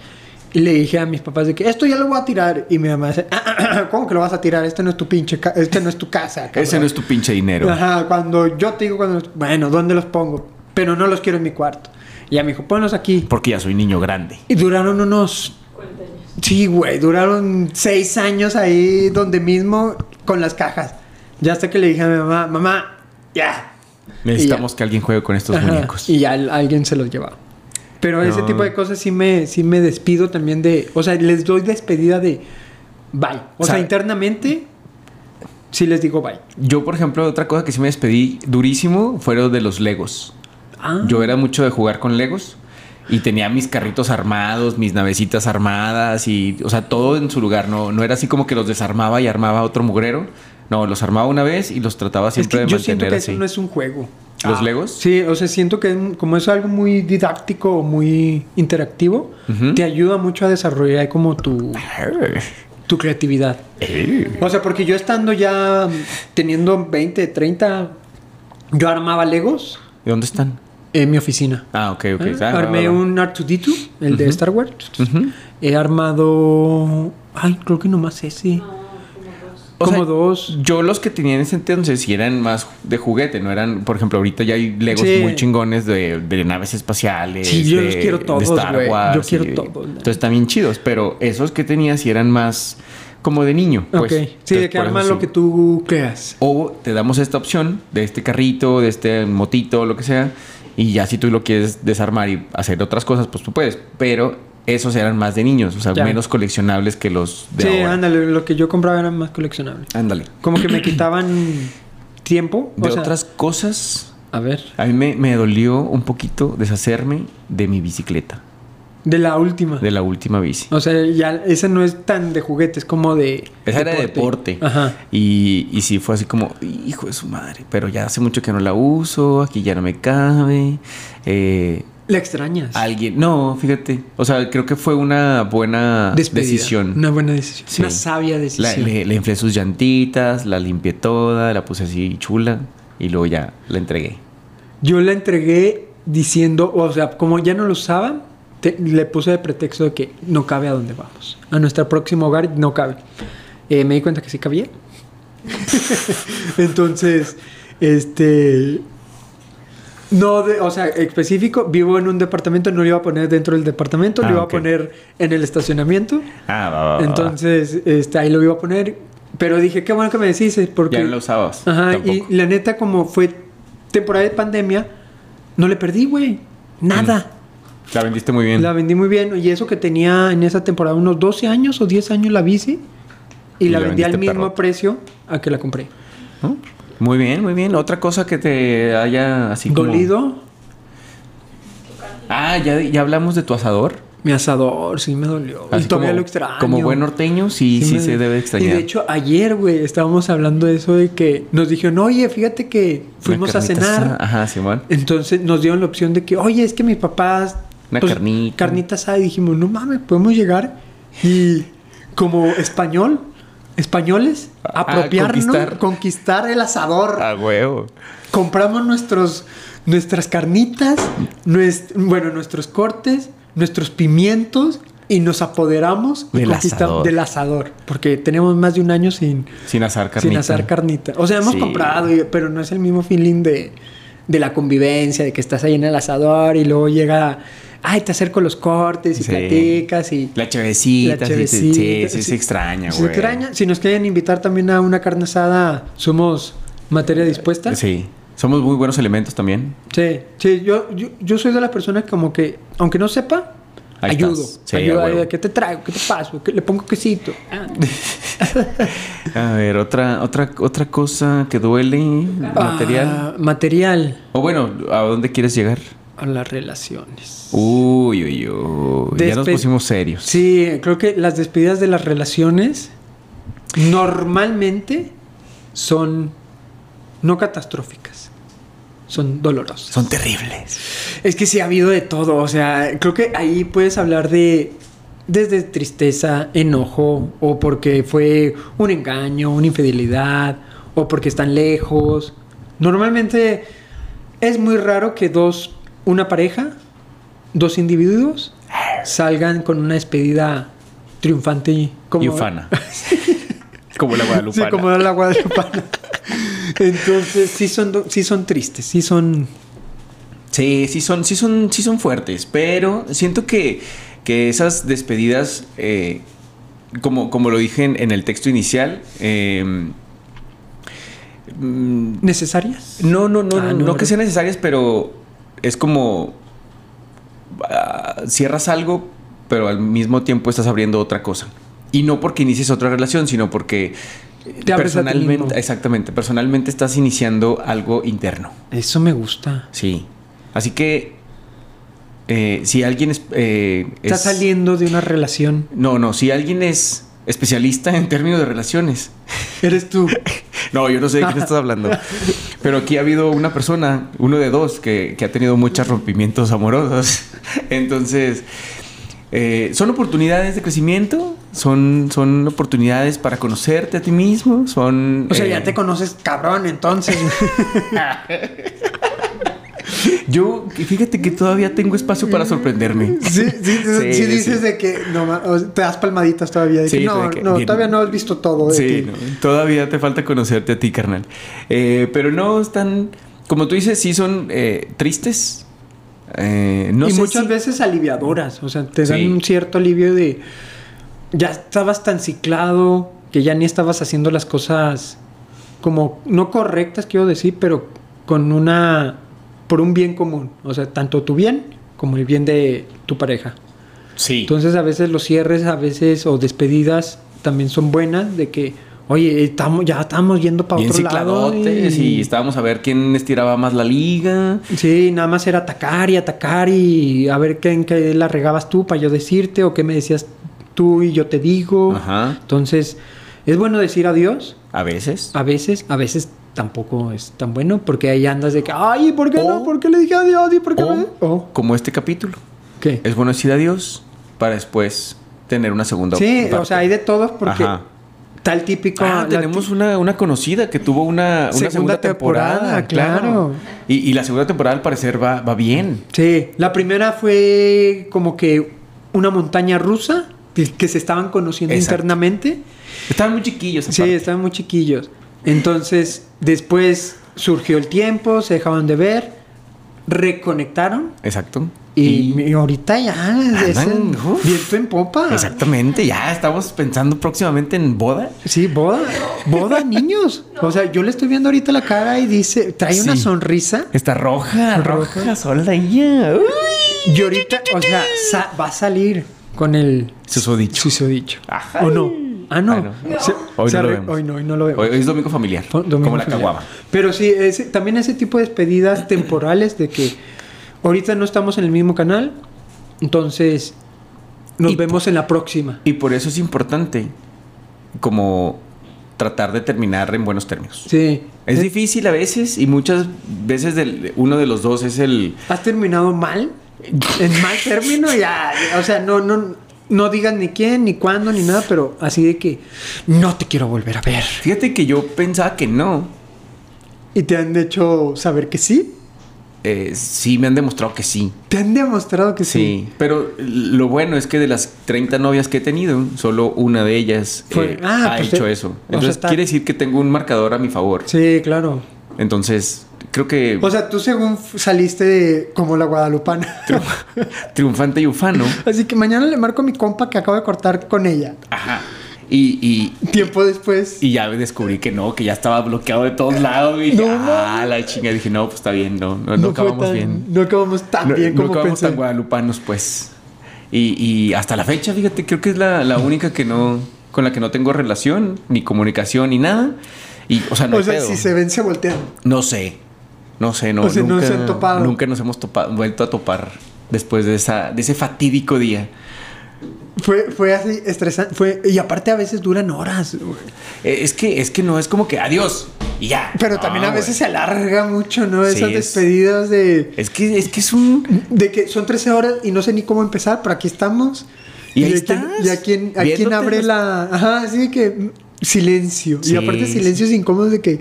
Speaker 3: Y le dije a mis papás de que esto ya lo voy a tirar. Y mi mamá dice, "Ah, ah, ah, ¿cómo que lo vas a tirar? Este no es tu pinche, ca- este no es tu
Speaker 2: <laughs>
Speaker 3: casa.
Speaker 2: Ese
Speaker 3: cabrón".
Speaker 2: no es tu pinche dinero.
Speaker 3: Ajá, cuando yo te digo, cuando, bueno, ¿dónde los pongo? Pero no los quiero en mi cuarto. Y ya me dijo, ponlos aquí.
Speaker 2: Porque ya soy niño grande.
Speaker 3: Y duraron unos. Sí, güey, duraron seis años ahí donde mismo con las cajas. Ya hasta que le dije a mi mamá, mamá, ya.
Speaker 2: Necesitamos que alguien juegue con estos
Speaker 3: Ajá,
Speaker 2: muñecos.
Speaker 3: Y ya al- alguien se los llevaba. Pero ese
Speaker 2: No.
Speaker 3: tipo de cosas sí me, sí me despido también de. O sea, les doy despedida de bye. O sea,
Speaker 2: Sabe-
Speaker 3: internamente sí les digo bye.
Speaker 2: Yo, por ejemplo, otra cosa que sí me despedí durísimo fueron de los Legos.
Speaker 3: Ah,
Speaker 2: Yo era mucho de jugar con Legos y tenía mis carritos armados, mis navecitas armadas y, o sea, todo en su lugar. No, no era así como que los desarmaba y armaba otro mugrero. No, los armaba una vez y los trataba
Speaker 3: es
Speaker 2: siempre
Speaker 3: que
Speaker 2: de
Speaker 3: yo siento
Speaker 2: mantener
Speaker 3: que
Speaker 2: así.
Speaker 3: eso no es un juego.
Speaker 2: ¿Los
Speaker 3: Ah.
Speaker 2: Legos?
Speaker 3: Sí, o sea, siento que es un- como es algo muy didáctico o muy interactivo,
Speaker 2: Ujú.
Speaker 3: te ayuda mucho a desarrollar como tu, tu creatividad. O sea, porque yo estando ya mm, teniendo 20, 30, yo armaba Legos
Speaker 2: ¿Y dónde están?
Speaker 3: en mi oficina.
Speaker 2: Ah, ok, ok.
Speaker 3: Ah,
Speaker 2: Ah, va,
Speaker 3: Armé
Speaker 2: va, va.
Speaker 3: un R2D2, el de Star Wars.
Speaker 2: Ujú.
Speaker 3: He armado. Ay, creo que nomás ese.
Speaker 2: O
Speaker 3: como
Speaker 2: sea,
Speaker 3: dos.
Speaker 2: Yo los que tenía en ese entonces sí eran más de juguete, no eran, por ejemplo, ahorita ya hay Legos
Speaker 3: Sí.
Speaker 2: muy chingones de, de naves espaciales.
Speaker 3: Sí, yo
Speaker 2: de-
Speaker 3: los quiero
Speaker 2: de
Speaker 3: todos,
Speaker 2: Star
Speaker 3: güey. Yo
Speaker 2: Wars
Speaker 3: quiero
Speaker 2: y-
Speaker 3: todos, la
Speaker 2: Entonces también chidos, pero esos que tenía sí eran más como de niño.
Speaker 3: ok.
Speaker 2: Pues.
Speaker 3: Sí,
Speaker 2: Entonces,
Speaker 3: de que
Speaker 2: por eso
Speaker 3: arman
Speaker 2: sí.
Speaker 3: lo que tú creas.
Speaker 2: O te damos esta opción de este carrito, de este motito, lo que sea. Y ya si tú lo quieres desarmar y hacer otras cosas, pues tú puedes. Pero esos eran más de niños, o sea,
Speaker 3: Ya.
Speaker 2: menos coleccionables que los de
Speaker 3: Sí,
Speaker 2: ahora.
Speaker 3: ándale, lo que yo compraba era más coleccionable.
Speaker 2: Ándale.
Speaker 3: Como
Speaker 2: <clears throat>
Speaker 3: que me quitaban tiempo. o
Speaker 2: De
Speaker 3: sea,
Speaker 2: otras cosas,
Speaker 3: A ver.
Speaker 2: a mí me, me dolió un poquito deshacerme de mi bicicleta,
Speaker 3: De la última.
Speaker 2: de la última bici.
Speaker 3: O sea, ya esa no es tan de juguete, es como de.
Speaker 2: Esa era de deporte.
Speaker 3: Ajá.
Speaker 2: Y, y sí fue así como, hijo de su madre, pero ya hace mucho que no la uso, aquí ya no me cabe. Eh,
Speaker 3: La extrañas.
Speaker 2: Alguien, no, fíjate. O sea, creo que fue una buena
Speaker 3: Despedida.
Speaker 2: ah, decisión.
Speaker 3: Una buena decisión.
Speaker 2: Sí.
Speaker 3: Una sabia
Speaker 2: La-
Speaker 3: decisión.
Speaker 2: le, le inflé sus llantitas, la limpié toda, la puse así chula y luego ya la entregué.
Speaker 3: Yo la entregué diciendo, o sea, como ya no lo usaban, te- le puse de pretexto de que no cabe a donde vamos. A nuestro próximo hogar no cabe. Eh, me di cuenta que sí cabía. <laughs> Entonces, este... No, de- o sea, específico, vivo en un departamento, no lo iba a poner dentro del departamento,
Speaker 2: Ah,
Speaker 3: lo iba
Speaker 2: ok.
Speaker 3: a poner en el estacionamiento.
Speaker 2: Ah, va, va, va, va.
Speaker 3: Entonces, este, ahí lo iba a poner. Pero dije, qué bueno que me decís, eh, porque...
Speaker 2: Ya no la usabas.
Speaker 3: Ajá,
Speaker 2: tampoco.
Speaker 3: y la neta, como fue temporada de pandemia, no le perdí, güey. Nada.
Speaker 2: La vendiste muy Mm, bien.
Speaker 3: La vendí muy bien. Y eso que tenía en esa temporada unos 12 años o 10 años la bici. Y,
Speaker 2: Y
Speaker 3: la,
Speaker 2: la
Speaker 3: vendí al
Speaker 2: vendiste
Speaker 3: mismo
Speaker 2: perro.
Speaker 3: precio a que la compré.
Speaker 2: ¿No? Muy bien, muy bien. Otra cosa que te haya así como-
Speaker 3: Dolido,
Speaker 2: Ah, ya, ya hablamos de tu asador.
Speaker 3: mi asador, sí me dolió. Y
Speaker 2: Así
Speaker 3: todavía
Speaker 2: como-
Speaker 3: lo extraño.
Speaker 2: Como buen norteño, sí, sí,
Speaker 3: me-
Speaker 2: se debe extrañar.
Speaker 3: Y de hecho, ayer, güey, estábamos hablando de eso de que nos dijeron, oye, fíjate que
Speaker 2: Una
Speaker 3: fuimos a
Speaker 2: carnita
Speaker 3: cenar.
Speaker 2: asada. Ajá, Simón.
Speaker 3: Entonces nos dieron la opción de que, oye, es que mis papás.
Speaker 2: Una carnita.
Speaker 3: Carnita asada. Y dijimos, no mames, podemos llegar y, como español, españoles,
Speaker 2: Ah,
Speaker 3: apropiarnos,
Speaker 2: conquistar. Ah,
Speaker 3: conquistar. el asador.
Speaker 2: A huevo.
Speaker 3: Compramos nuestros, nuestras carnitas, nues- bueno, nuestros cortes, nuestros pimientos y nos apoderamos y
Speaker 2: Del
Speaker 3: conquista-
Speaker 2: asador.
Speaker 3: del asador. Porque tenemos más de un año sin,
Speaker 2: Sin asar carnita.
Speaker 3: sin hacer carnita. O sea, hemos
Speaker 2: Sí.
Speaker 3: comprado, y- pero no es el mismo feeling de, de la convivencia, de que estás ahí en el asador y luego llega, ay, te acerco los cortes y
Speaker 2: Sí.
Speaker 3: platicas y...
Speaker 2: La chevecita,
Speaker 3: la
Speaker 2: sí, sí, sí,
Speaker 3: chevecita,
Speaker 2: sí, se extraña, güey.
Speaker 3: Se extraña. Si nos quieren invitar también a una carne asada, somos materia dispuesta.
Speaker 2: Sí. Somos muy buenos elementos también.
Speaker 3: Sí, sí, yo, yo, yo soy de las personas como que, aunque no sepa,
Speaker 2: Ahí
Speaker 3: ayudo.
Speaker 2: estás. Sí, a
Speaker 3: ayudo,
Speaker 2: huevo.
Speaker 3: ayudo, ¿qué te traigo? ¿Qué te paso? ¿Qué le pongo quesito? Ah.
Speaker 2: A ver, otra, otra, otra cosa que duele, <laughs> material.
Speaker 3: Ah, material
Speaker 2: O bueno, ¿a dónde quieres llegar?
Speaker 3: a las relaciones.
Speaker 2: Uy, uy, uy. Ya nos
Speaker 3: Despe-
Speaker 2: pusimos serios.
Speaker 3: Sí, creo que las despedidas de las relaciones normalmente son no catastróficas, son dolorosas.
Speaker 2: Son terribles.
Speaker 3: Es que sí ha habido de todo, o sea, creo que ahí puedes hablar de desde tristeza, enojo, o porque fue un engaño, una infidelidad, o porque están lejos. Normalmente es muy raro que dos, una pareja, dos individuos salgan con una despedida triunfante y como
Speaker 2: Y
Speaker 3: <laughs>
Speaker 2: ufana. como la Guadalupana.
Speaker 3: Sí, como la Guadalupana. Entonces, sí son do- sí son tristes, sí son
Speaker 2: Sí, sí son, sí son, sí son fuertes, pero siento que, que esas despedidas, eh, como, como lo dije en, en el texto inicial, eh, mm,
Speaker 3: necesarias.
Speaker 2: no, no, no,
Speaker 3: Ah,
Speaker 2: no,
Speaker 3: no,
Speaker 2: no que
Speaker 3: no.
Speaker 2: sean necesarias, pero es como ah, cierras algo, pero al mismo tiempo estás abriendo otra cosa. Y no porque inicies otra relación, sino porque
Speaker 3: Te abres a ti
Speaker 2: personalmente,
Speaker 3: mismo.
Speaker 2: exactamente, personalmente estás iniciando algo interno.
Speaker 3: Eso me gusta.
Speaker 2: Sí. Así que eh, si alguien es, eh,
Speaker 3: Está
Speaker 2: es-
Speaker 3: saliendo de una relación.
Speaker 2: No, no, si alguien es especialista en términos de relaciones. <laughs>
Speaker 3: Eres tú.
Speaker 2: No, yo no sé de quién estás
Speaker 3: <laughs>
Speaker 2: hablando. Pero aquí ha habido una persona, uno de dos, que, que ha tenido muchos rompimientos amorosos. <laughs> Entonces, eh, son oportunidades de crecimiento, son, son oportunidades para conocerte a ti mismo, son...
Speaker 3: O sea,
Speaker 2: eh,
Speaker 3: ya te conoces cabrón, entonces.
Speaker 2: Yo, fíjate que todavía tengo espacio para sorprenderme.
Speaker 3: <laughs> Mm, Sí, sí, sí, sí dices de que no, ma- o sea, te das palmaditas todavía. de que
Speaker 2: Sí,
Speaker 3: no,
Speaker 2: de que
Speaker 3: no,
Speaker 2: bien.
Speaker 3: todavía no has visto todo de
Speaker 2: Sí,
Speaker 3: ti.
Speaker 2: no, todavía te falta conocerte a ti, carnal. Eh, pero no están, como tú dices, sí son eh, tristes. Eh, no
Speaker 3: y
Speaker 2: sé
Speaker 3: muchas
Speaker 2: si-
Speaker 3: veces aliviadoras, o sea, te dan
Speaker 2: Sí.
Speaker 3: un cierto alivio de ya estabas tan ciclado que ya ni estabas haciendo las cosas como no correctas, quiero decir, pero con una por un bien común, o sea, tanto tu bien como el bien de tu pareja.
Speaker 2: Sí.
Speaker 3: Entonces, a veces los cierres, a veces o despedidas también son buenas de que, oye, estamos ya estamos yendo para
Speaker 2: Bien
Speaker 3: otro lado
Speaker 2: cicladotes y estábamos a ver quién estiraba más la liga.
Speaker 3: Sí, nada más era atacar y atacar y a ver qué, en qué la regabas tú para yo decirte o qué me decías tú y yo te digo.
Speaker 2: Ajá.
Speaker 3: Entonces, es bueno decir adiós.
Speaker 2: A veces.
Speaker 3: A veces, a veces tampoco es tan bueno porque ahí andas de que, ay, ¿por qué
Speaker 2: O-
Speaker 3: no? ¿Por qué le dije adiós? ¿Y por qué
Speaker 2: O,
Speaker 3: no? O,
Speaker 2: como este capítulo.
Speaker 3: ¿Qué?
Speaker 2: Es bueno decir adiós para después tener una segunda
Speaker 3: sí, o
Speaker 2: parte.
Speaker 3: sea, hay de todos porque
Speaker 2: Ajá.
Speaker 3: tal típico...
Speaker 2: Ah,
Speaker 3: la
Speaker 2: tenemos
Speaker 3: ti-
Speaker 2: una, una conocida que tuvo una, una segunda,
Speaker 3: Segunda
Speaker 2: temporada,
Speaker 3: temporada,
Speaker 2: claro.
Speaker 3: claro.
Speaker 2: Y, y la segunda temporada al parecer va, va bien.
Speaker 3: Sí, la primera fue como que una montaña rusa que que se estaban conociendo
Speaker 2: Exacto.
Speaker 3: internamente.
Speaker 2: Estaban muy chiquillos.
Speaker 3: Sí,
Speaker 2: aparte.
Speaker 3: estaban muy chiquillos. Entonces, después surgió el tiempo, se dejaban de ver, reconectaron
Speaker 2: Exacto.
Speaker 3: y, y ahorita ya es
Speaker 2: Andan,
Speaker 3: el
Speaker 2: uf.
Speaker 3: viento en popa.
Speaker 2: Exactamente, ya estamos pensando próximamente en boda.
Speaker 3: Sí, boda,
Speaker 2: <laughs>
Speaker 3: boda, niños. O sea, yo le estoy viendo ahorita la cara y dice, trae una
Speaker 2: Sí.
Speaker 3: sonrisa.
Speaker 2: Está roja, roja,
Speaker 3: Roja.
Speaker 2: sola ya. Uy.
Speaker 3: Y ahorita, o sea, sa- va a salir con el
Speaker 2: Susodicho.
Speaker 3: susodicho.
Speaker 2: Ajá.
Speaker 3: ¿O no? Ah, no.
Speaker 2: Ay, no.
Speaker 3: Se-
Speaker 2: Hoy
Speaker 3: se
Speaker 2: no lo
Speaker 3: arre-
Speaker 2: vemos.
Speaker 3: Hoy no, hoy no lo vemos.
Speaker 2: Hoy es domingo familiar.
Speaker 3: Fue domingo
Speaker 2: como la
Speaker 3: familiar.
Speaker 2: caguama.
Speaker 3: Pero sí, ese- también ese tipo de despedidas <clears throat> temporales de que ahorita no estamos en el mismo canal, entonces nos
Speaker 2: Y
Speaker 3: vemos en la próxima.
Speaker 2: Y por eso es importante como tratar de terminar en buenos términos.
Speaker 3: Sí.
Speaker 2: Es
Speaker 3: Eh,
Speaker 2: difícil a veces y muchas veces del- uno de los dos es el...
Speaker 3: ¿Has terminado mal? En mal término ya, o sea, no no no digan ni quién ni cuándo ni nada, pero así de que no te quiero volver a ver.
Speaker 2: Fíjate que yo pensaba que no.
Speaker 3: ¿Y te han hecho saber que sí?
Speaker 2: Eh, sí, me han demostrado que sí.
Speaker 3: ¿Te han demostrado que sí?
Speaker 2: Sí, pero lo bueno es que de las 30 novias que he tenido, solo una de ellas
Speaker 3: Fue-
Speaker 2: eh,
Speaker 3: ah,
Speaker 2: ha
Speaker 3: pues,
Speaker 2: hecho
Speaker 3: eh,
Speaker 2: eso.
Speaker 3: o sea,
Speaker 2: Entonces
Speaker 3: está-
Speaker 2: quiere decir que tengo un marcador a mi favor.
Speaker 3: Sí, claro.
Speaker 2: Entonces creo que
Speaker 3: O sea, tú según f- saliste de- como la guadalupana.
Speaker 2: triunfante y ufano.
Speaker 3: <laughs> Así que mañana le marco a mi compa que acabo de cortar con ella.
Speaker 2: Ajá. Y, y,
Speaker 3: Tiempo después.
Speaker 2: y ya descubrí que no, que ya estaba bloqueado de todos lados. Y dije,
Speaker 3: No,
Speaker 2: ah, la chinga. Dije, no, pues está bien, no, no, no,
Speaker 3: fue
Speaker 2: acabamos
Speaker 3: tan-
Speaker 2: bien.
Speaker 3: No acabamos tan
Speaker 2: no,
Speaker 3: Ah, bien
Speaker 2: no
Speaker 3: como
Speaker 2: acabamos
Speaker 3: pensé.
Speaker 2: tan guadalupanos, pues. Y, y hasta la fecha, fíjate, creo que es la, la única que no, con la que no tengo relación, ni comunicación, ni nada. Y, o sea, no
Speaker 3: o
Speaker 2: hay
Speaker 3: sea,
Speaker 2: pedo.
Speaker 3: si se ven, se voltean.
Speaker 2: No sé. No sé, no.
Speaker 3: O sea,
Speaker 2: nunca,
Speaker 3: no se han topado.
Speaker 2: Nunca nos hemos topado, vuelto a topar después de, esa, de ese fatídico día.
Speaker 3: Fue, fue así estresante. Fue, y aparte, a veces duran horas. güey.
Speaker 2: Eh, Es que, es que no es como que adiós y ya.
Speaker 3: Pero
Speaker 2: No,
Speaker 3: también a veces se
Speaker 2: Ah, güey.
Speaker 3: alarga mucho, ¿no?
Speaker 2: Sí,
Speaker 3: Esas
Speaker 2: es-
Speaker 3: despedidas de.
Speaker 2: Es que, es que es un.
Speaker 3: De que son 13 horas y no sé ni cómo empezar, pero aquí estamos.
Speaker 2: Y ahí
Speaker 3: a quién-
Speaker 2: estás,
Speaker 3: y a quién, a quién
Speaker 2: viéndote
Speaker 3: abre
Speaker 2: los-
Speaker 3: la. Ajá, así de que. mm, Silencio.
Speaker 2: Sí,
Speaker 3: y aparte, silencios incómodos de que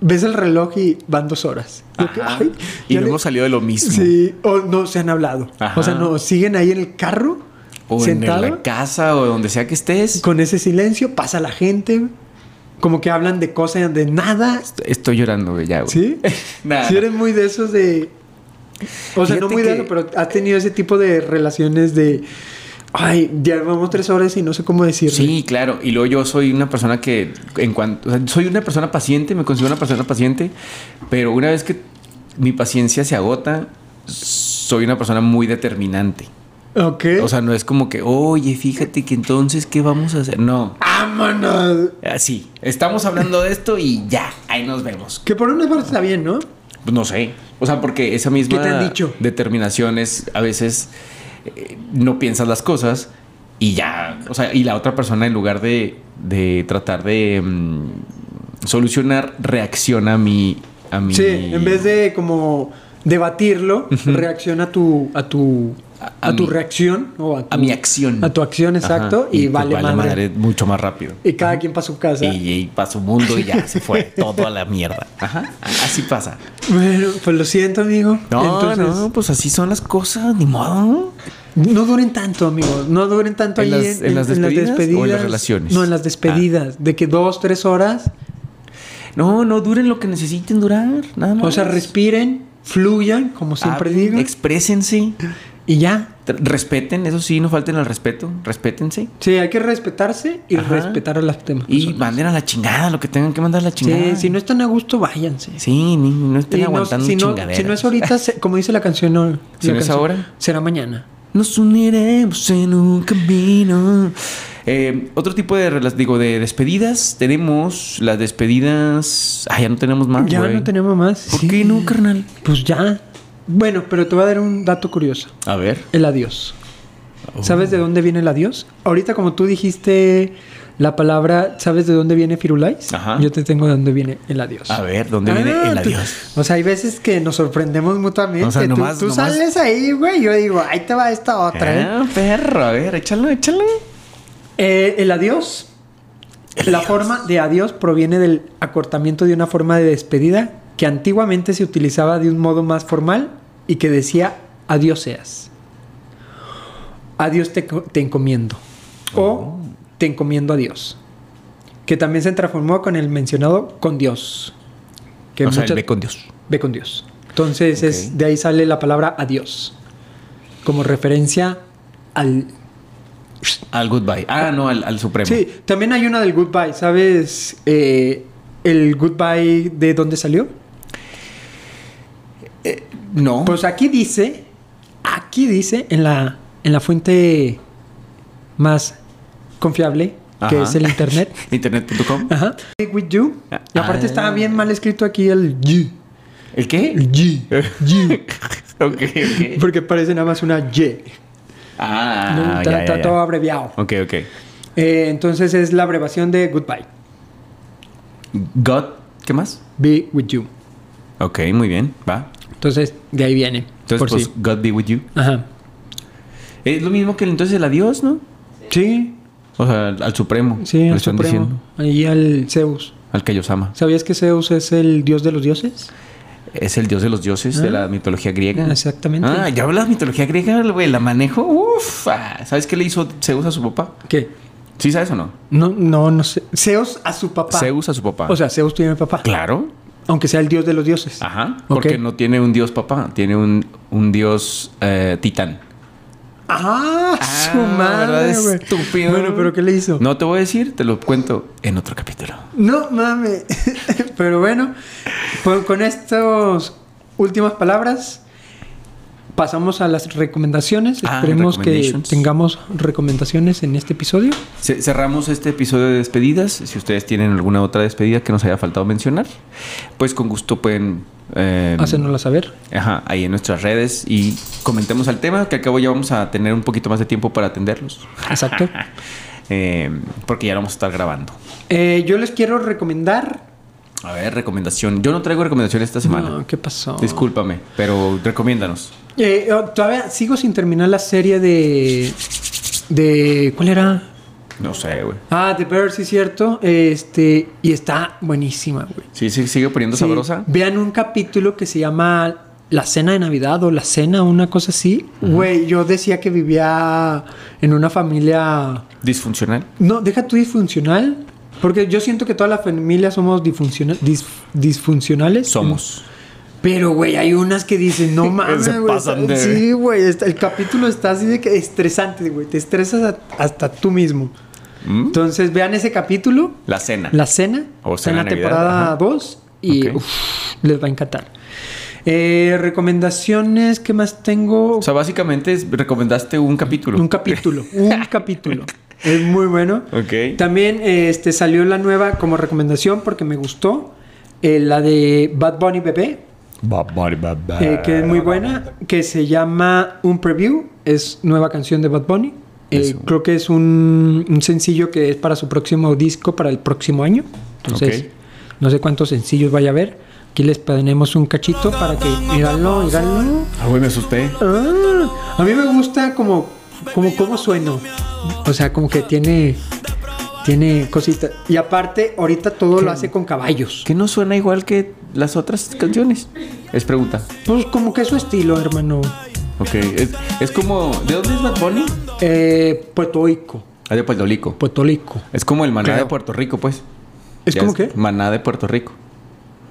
Speaker 3: ves el reloj y van dos horas. Yo que,
Speaker 2: Ajá.
Speaker 3: ay,
Speaker 2: y
Speaker 3: ya
Speaker 2: no
Speaker 3: le-
Speaker 2: hemos salido de lo mismo.
Speaker 3: Sí, o no se han hablado.
Speaker 2: Ajá.
Speaker 3: O sea, no, siguen ahí en el carro,
Speaker 2: O en
Speaker 3: sentado,
Speaker 2: la casa o donde sea que estés.
Speaker 3: con ese silencio, pasa la gente, como que hablan de cosas, de nada.
Speaker 2: Estoy llorando, güey, ya, güey.
Speaker 3: ¿Sí?
Speaker 2: <laughs> Nada.
Speaker 3: Si eres muy de esos de... O sea,
Speaker 2: Fíjate
Speaker 3: no muy
Speaker 2: que-
Speaker 3: de eso, pero has tenido ese tipo de relaciones de... Ay, llevamos tres horas y no sé cómo decirlo.
Speaker 2: Sí, claro. Y luego yo soy una persona que, en cuanto, o sea, soy una persona paciente, me considero una persona paciente, pero una vez que mi paciencia se agota, soy una persona muy determinante.
Speaker 3: Ok.
Speaker 2: O sea, no es como que, oye, fíjate que entonces, ¿qué vamos a hacer? No,
Speaker 3: ¡Vámonos!
Speaker 2: así. Estamos hablando de esto y ya, ahí nos vemos.
Speaker 3: Que por una parte está bien, ¿no?
Speaker 2: Pues no sé. O sea, porque esa misma
Speaker 3: ¿Qué te han dicho?
Speaker 2: determinación es a veces eh, no piensas las cosas y ya. O sea, y la otra persona en lugar de, de tratar de mm, solucionar, reacciona a mi. A mi
Speaker 3: Sí, en vez de como debatirlo reacciona a tu, a tu, a,
Speaker 2: A- a
Speaker 3: tu
Speaker 2: mi-
Speaker 3: reacción o a,
Speaker 2: a
Speaker 3: tu-
Speaker 2: mi acción.
Speaker 3: A tu acción, exacto.
Speaker 2: Ajá,
Speaker 3: y,
Speaker 2: pues
Speaker 3: vale, madre.
Speaker 2: mucho más rápido.
Speaker 3: Y cada quien para su casa.
Speaker 2: Y, y para su mundo y
Speaker 3: <laughs>
Speaker 2: ya se fue todo a la mierda. Ajá, así pasa.
Speaker 3: Bueno, pues lo siento, amigo.
Speaker 2: No,
Speaker 3: Entonces,
Speaker 2: no, pues así son las cosas, ni modo.
Speaker 3: No duren tanto, amigos. No duren tanto
Speaker 2: ¿En
Speaker 3: ahí
Speaker 2: las- en las despedidas o en las relaciones? Ah.
Speaker 3: No, en las despedidas. De que dos, tres horas.
Speaker 2: No, no duren lo que necesiten durar, nada más.
Speaker 3: O sea, respiren, fluyan,
Speaker 2: Ah,
Speaker 3: como siempre
Speaker 2: Hablen,
Speaker 3: digo.
Speaker 2: Exprésense,
Speaker 3: Y ya.
Speaker 2: tr- respeten, eso sí, no falten al respeto, respétense.
Speaker 3: Sí, hay que respetarse y
Speaker 2: Ajá.
Speaker 3: respetar a las demás
Speaker 2: Y
Speaker 3: personas.
Speaker 2: manden a la chingada lo que tengan que mandar a la chingada.
Speaker 3: Sí, si no están a gusto, váyanse.
Speaker 2: Sí, ni- no estén
Speaker 3: Y no-
Speaker 2: aguantando
Speaker 3: si, no,
Speaker 2: chingaderas.
Speaker 3: si no es ahorita, se- como dice la canción. No,
Speaker 2: Si
Speaker 3: la
Speaker 2: no es
Speaker 3: canción,
Speaker 2: ahora.
Speaker 3: Será mañana.
Speaker 2: <laughs> Nos uniremos en un camino. Eh, otro tipo de rela- digo de despedidas tenemos las despedidas. Ah, ya no tenemos más.
Speaker 3: ya
Speaker 2: güey.
Speaker 3: no tenemos más.
Speaker 2: ¿Por
Speaker 3: sí.
Speaker 2: qué no, carnal?
Speaker 3: Pues ya. Bueno, pero te voy a dar un dato curioso.
Speaker 2: A ver.
Speaker 3: El adiós.
Speaker 2: Oh.
Speaker 3: ¿Sabes de dónde viene el adiós? Ahorita como tú dijiste la palabra, ¿sabes de dónde viene Firulais?
Speaker 2: Ajá.
Speaker 3: Yo te tengo de dónde viene el adiós.
Speaker 2: A ver, ¿dónde viene
Speaker 3: Ah,
Speaker 2: el
Speaker 3: tú-
Speaker 2: adiós?
Speaker 3: O sea, hay veces que nos sorprendemos mutuamente.
Speaker 2: O sea,
Speaker 3: Tú-
Speaker 2: nomás-
Speaker 3: tú
Speaker 2: nomás-
Speaker 3: sales ahí, güey, yo digo, ahí te va esta otra. ¿eh?
Speaker 2: Ah, perro, a ver, échalo, échalo.
Speaker 3: Eh, el adiós.
Speaker 2: El
Speaker 3: la
Speaker 2: adiós.
Speaker 3: forma de adiós proviene del acortamiento de una forma de despedida que antiguamente se utilizaba de un modo más formal y que decía adiós seas. Adiós te, co- te encomiendo.
Speaker 2: Oh.
Speaker 3: O te encomiendo a Dios. Que también se transformó con el mencionado con Dios. Que
Speaker 2: o sea,
Speaker 3: muchas-
Speaker 2: el ve con Dios.
Speaker 3: ve con Dios. Entonces es,
Speaker 2: Ok.
Speaker 3: de ahí sale la palabra adiós. Como referencia al
Speaker 2: Al goodbye. Ah, no, al, al supremo.
Speaker 3: Sí, también hay una del Goodbye, ¿sabes? eh, el Goodbye de dónde salió.
Speaker 2: No.
Speaker 3: Pues aquí dice, aquí dice en la, en la fuente más confiable, que
Speaker 2: Ajá.
Speaker 3: es el
Speaker 2: <laughs>
Speaker 3: Internet.
Speaker 2: Internet.com.
Speaker 3: Ajá. With you. Y aparte
Speaker 2: Ah.
Speaker 3: estaba bien mal escrito aquí el Y.
Speaker 2: ¿El qué?
Speaker 3: El Y. Y.
Speaker 2: <laughs> ok, ok.
Speaker 3: Porque parece nada más una Y. ¿no?
Speaker 2: Ah,
Speaker 3: está,
Speaker 2: ya,
Speaker 3: está
Speaker 2: ya, ya.
Speaker 3: todo abreviado.
Speaker 2: Ok, ok.
Speaker 3: Eh, entonces es la abreviación de Goodbye.
Speaker 2: God, ¿qué más?
Speaker 3: Be with you.
Speaker 2: Ok, muy bien, va.
Speaker 3: Entonces, de ahí viene.
Speaker 2: Entonces,
Speaker 3: por
Speaker 2: pues,
Speaker 3: sí.
Speaker 2: God be with you.
Speaker 3: Ajá.
Speaker 2: Es lo mismo que el- entonces el adiós, ¿no?
Speaker 3: Sí,
Speaker 2: O sea, al, al Supremo.
Speaker 3: Sí,
Speaker 2: le
Speaker 3: al
Speaker 2: están
Speaker 3: Supremo.
Speaker 2: diciendo.
Speaker 3: Ahí al Zeus.
Speaker 2: Al que ellos ama.
Speaker 3: ¿Sabías que Zeus es el dios de los dioses?
Speaker 2: Es el dios de los dioses de la mitología griega.
Speaker 3: Ah, Exactamente.
Speaker 2: Ah, ya hablas de mitología griega, güey, la manejo. Uf, ah, ¿sabes qué le hizo Zeus a su papá?
Speaker 3: ¿Qué?
Speaker 2: ¿Sí sabes o no?
Speaker 3: No, no, no sé. Zeus a su papá.
Speaker 2: Zeus a su papá.
Speaker 3: O sea, Zeus tiene papá.
Speaker 2: claro.
Speaker 3: Aunque sea el dios de los dioses.
Speaker 2: Ajá.
Speaker 3: Ok.
Speaker 2: Porque no tiene un dios papá, tiene un, un dios eh, titán.
Speaker 3: ¡Ah! su
Speaker 2: Ah,
Speaker 3: madre,
Speaker 2: ¿verdad?
Speaker 3: güey.
Speaker 2: Estúpido.
Speaker 3: Bueno, pero ¿qué le hizo?
Speaker 2: No te voy a decir, te lo cuento en otro capítulo.
Speaker 3: No mames. <laughs> Pero bueno, pues con estas últimas palabras pasamos a las recomendaciones.
Speaker 2: Ah,
Speaker 3: Esperemos que
Speaker 2: recommendations.
Speaker 3: tengamos recomendaciones en este episodio.
Speaker 2: Ce- Cerramos este episodio de despedidas. Si ustedes tienen alguna otra despedida que nos haya faltado mencionar, pues con gusto pueden... eh,
Speaker 3: Hácenosla saber.
Speaker 2: Ajá, ahí en nuestras redes y comentemos al tema, que al cabo ya vamos a tener un poquito más de tiempo para atenderlos, <laughs>
Speaker 3: Exacto.
Speaker 2: eh, porque ya lo vamos a estar grabando.
Speaker 3: Eh, yo les quiero recomendar.
Speaker 2: A ver, recomendación. Yo no traigo recomendación esta semana.
Speaker 3: No, ¿Qué pasó?
Speaker 2: Discúlpame, pero recomiéndanos.
Speaker 3: Eh, eh, todavía sigo sin terminar la serie de. de ¿Cuál era?
Speaker 2: No sé, güey.
Speaker 3: Ah, The Bear, sí, cierto. Este. Y está buenísima, güey.
Speaker 2: Sí, sí, sigue poniendo
Speaker 3: Sí,
Speaker 2: sabrosa.
Speaker 3: Vean un capítulo que se llama La cena de Navidad o La cena, una cosa así. Güey, yo decía que vivía en una familia.
Speaker 2: Disfuncional.
Speaker 3: No, deja tú disfuncional. Porque yo siento que todas las familias somos disfunciona- dis- disfuncionales.
Speaker 2: Somos.
Speaker 3: Pero, güey, hay unas que dicen, no
Speaker 2: <laughs>
Speaker 3: mames,
Speaker 2: Se
Speaker 3: güey.
Speaker 2: pasan de-
Speaker 3: Sí, güey, está- el capítulo está así de que estresante, güey. Te estresas a- hasta tú mismo.
Speaker 2: ¿Mm?
Speaker 3: Entonces, vean ese capítulo,
Speaker 2: La cena.
Speaker 3: La Cena,
Speaker 2: O
Speaker 3: está en la
Speaker 2: Cena de Navidad,
Speaker 3: temporada
Speaker 2: ajá.
Speaker 3: 2 y
Speaker 2: Ok.
Speaker 3: uf, les va a encantar. Eh, recomendaciones, ¿qué más tengo?
Speaker 2: O sea, básicamente es- recomendaste un capítulo. <laughs>
Speaker 3: un capítulo, un capítulo. Es muy bueno.
Speaker 2: Ok.
Speaker 3: También este, salió la nueva como recomendación porque me gustó, eh, la de Bad Bunny Bebé.
Speaker 2: Ba, ba, ba, ba.
Speaker 3: eh, que es muy buena, que se llama Un Preview, es nueva canción de Bad Bunny. Eh,
Speaker 2: Eso.
Speaker 3: creo que es un, un sencillo que es para su próximo disco, para el próximo año. Entonces,
Speaker 2: Ok.
Speaker 3: no sé cuántos sencillos vaya a haber. Aquí les ponemos un cachito para que, míralo, míralo.
Speaker 2: Ah, güey, me asusté.
Speaker 3: Ah, a mí me gusta como, como cómo sueno. O sea, como que tiene, tiene cositas. Y aparte, ahorita todo lo hace con caballos.
Speaker 2: ¿Qué no suena igual que las otras canciones? Es pregunta.
Speaker 3: Pues como que es su estilo, hermano.
Speaker 2: Ok, es, es como... ¿De dónde es Bad Bunny?
Speaker 3: Eh, Puerto Rico.
Speaker 2: Ah, de Puerto Rico.
Speaker 3: Puerto Rico.
Speaker 2: Es como el maná
Speaker 3: Creo.
Speaker 2: de Puerto Rico, pues.
Speaker 3: ¿Es
Speaker 2: Ya
Speaker 3: como qué?
Speaker 2: Maná de Puerto Rico.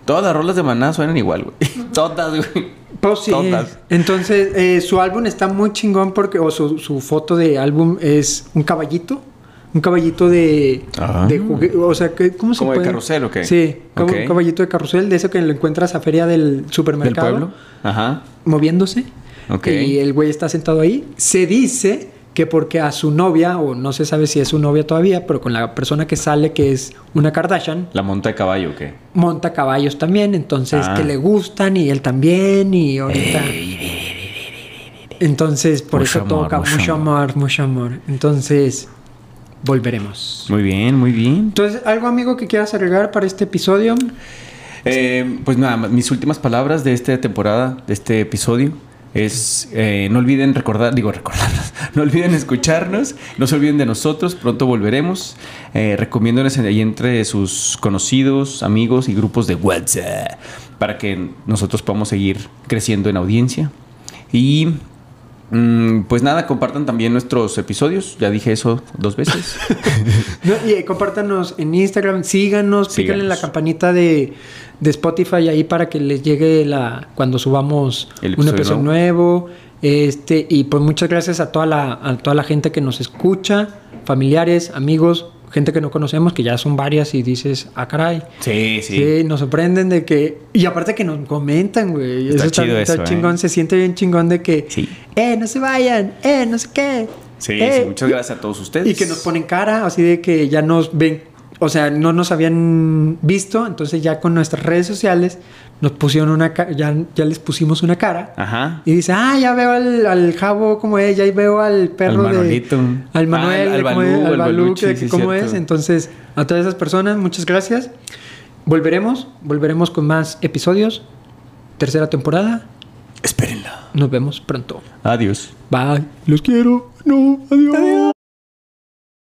Speaker 2: Todas las rolas de maná suenan igual, güey. <laughs> Todas, güey.
Speaker 3: Pues sí.
Speaker 2: Todas.
Speaker 3: Entonces, eh, su álbum está muy chingón porque, o su, su foto de álbum es un caballito. Un caballito de,
Speaker 2: Ah.
Speaker 3: de jugue- o sea, que- ¿cómo se
Speaker 2: ¿Como de
Speaker 3: puede?
Speaker 2: carrusel o qué?
Speaker 3: Sí, como
Speaker 2: Ok.
Speaker 3: un caballito de carrusel, de eso que lo encuentras a feria del
Speaker 2: Del
Speaker 3: supermercado.
Speaker 2: pueblo. Ajá.
Speaker 3: Moviéndose.
Speaker 2: Ok.
Speaker 3: Y el güey está sentado ahí. Se dice que porque a su novia, o no se sabe si es su novia todavía, pero con la persona que sale, que es una Kardashian,
Speaker 2: La monta de caballo, ¿o ¿qué?
Speaker 3: monta caballos también, entonces
Speaker 2: Ah.
Speaker 3: que le gustan y él también y ahorita. Entonces, por
Speaker 2: Mucho
Speaker 3: eso
Speaker 2: amor,
Speaker 3: toca
Speaker 2: mucho
Speaker 3: mucho amor, mucho amor. Entonces, volveremos.
Speaker 2: Muy bien, muy bien.
Speaker 3: Entonces, ¿algo amigo que quieras agregar para este episodio?
Speaker 2: Eh, pues nada, más, mis últimas palabras de esta temporada, de este episodio, es eh, no olviden recordar, digo recordarnos, <laughs> no olviden escucharnos, no se olviden de nosotros, pronto volveremos. Eh, recomiéndonos en- ahí entre sus conocidos, amigos y grupos de WhatsApp para que nosotros podamos seguir creciendo en audiencia. Y mm, pues nada, compartan también nuestros episodios, ya dije eso dos veces.
Speaker 3: No, y eh, compártanos en Instagram, síganos, píquenle
Speaker 2: Síganos.
Speaker 3: la campanita de, de Spotify ahí para que les llegue la cuando subamos
Speaker 2: El
Speaker 3: un
Speaker 2: episodio
Speaker 3: episodio nuevo. Este, y pues muchas gracias a toda la, a toda la gente que nos escucha, familiares, amigos, gente que no conocemos, que ya son varias, y dices, ah, caray.
Speaker 2: sí,
Speaker 3: <laughs> Sí, nos sorprenden de que. Y aparte que nos comentan, güey.
Speaker 2: Está
Speaker 3: Eso está,
Speaker 2: chido
Speaker 3: está
Speaker 2: eso, ¿eh?
Speaker 3: chingón. Se siente bien chingón de que.
Speaker 2: Sí.
Speaker 3: Eh, no se vayan. Eh, no sé qué.
Speaker 2: Sí,
Speaker 3: eh".
Speaker 2: sí, muchas gracias a todos ustedes.
Speaker 3: Y que nos ponen cara, así de que ya nos ven. O sea, no nos habían visto. Entonces ya con nuestras redes sociales nos pusieron una ca- ya, ya les pusimos una cara.
Speaker 2: Ajá.
Speaker 3: Y dice, ah, ya veo al, al jabo como es, ya veo al perro
Speaker 2: Al Manolito.
Speaker 3: de... Al Manuel,
Speaker 2: Ah, al
Speaker 3: de cómo es,
Speaker 2: Balú,
Speaker 3: al
Speaker 2: al
Speaker 3: Balú,
Speaker 2: Baluchi,
Speaker 3: que-
Speaker 2: sí,
Speaker 3: cómo
Speaker 2: cierto.
Speaker 3: es. Entonces, a todas esas personas, muchas gracias. Volveremos, volveremos con más episodios. Tercera temporada.
Speaker 2: Espérenla.
Speaker 3: Nos vemos pronto.
Speaker 2: Adiós.
Speaker 3: Bye. Los quiero. No, adiós.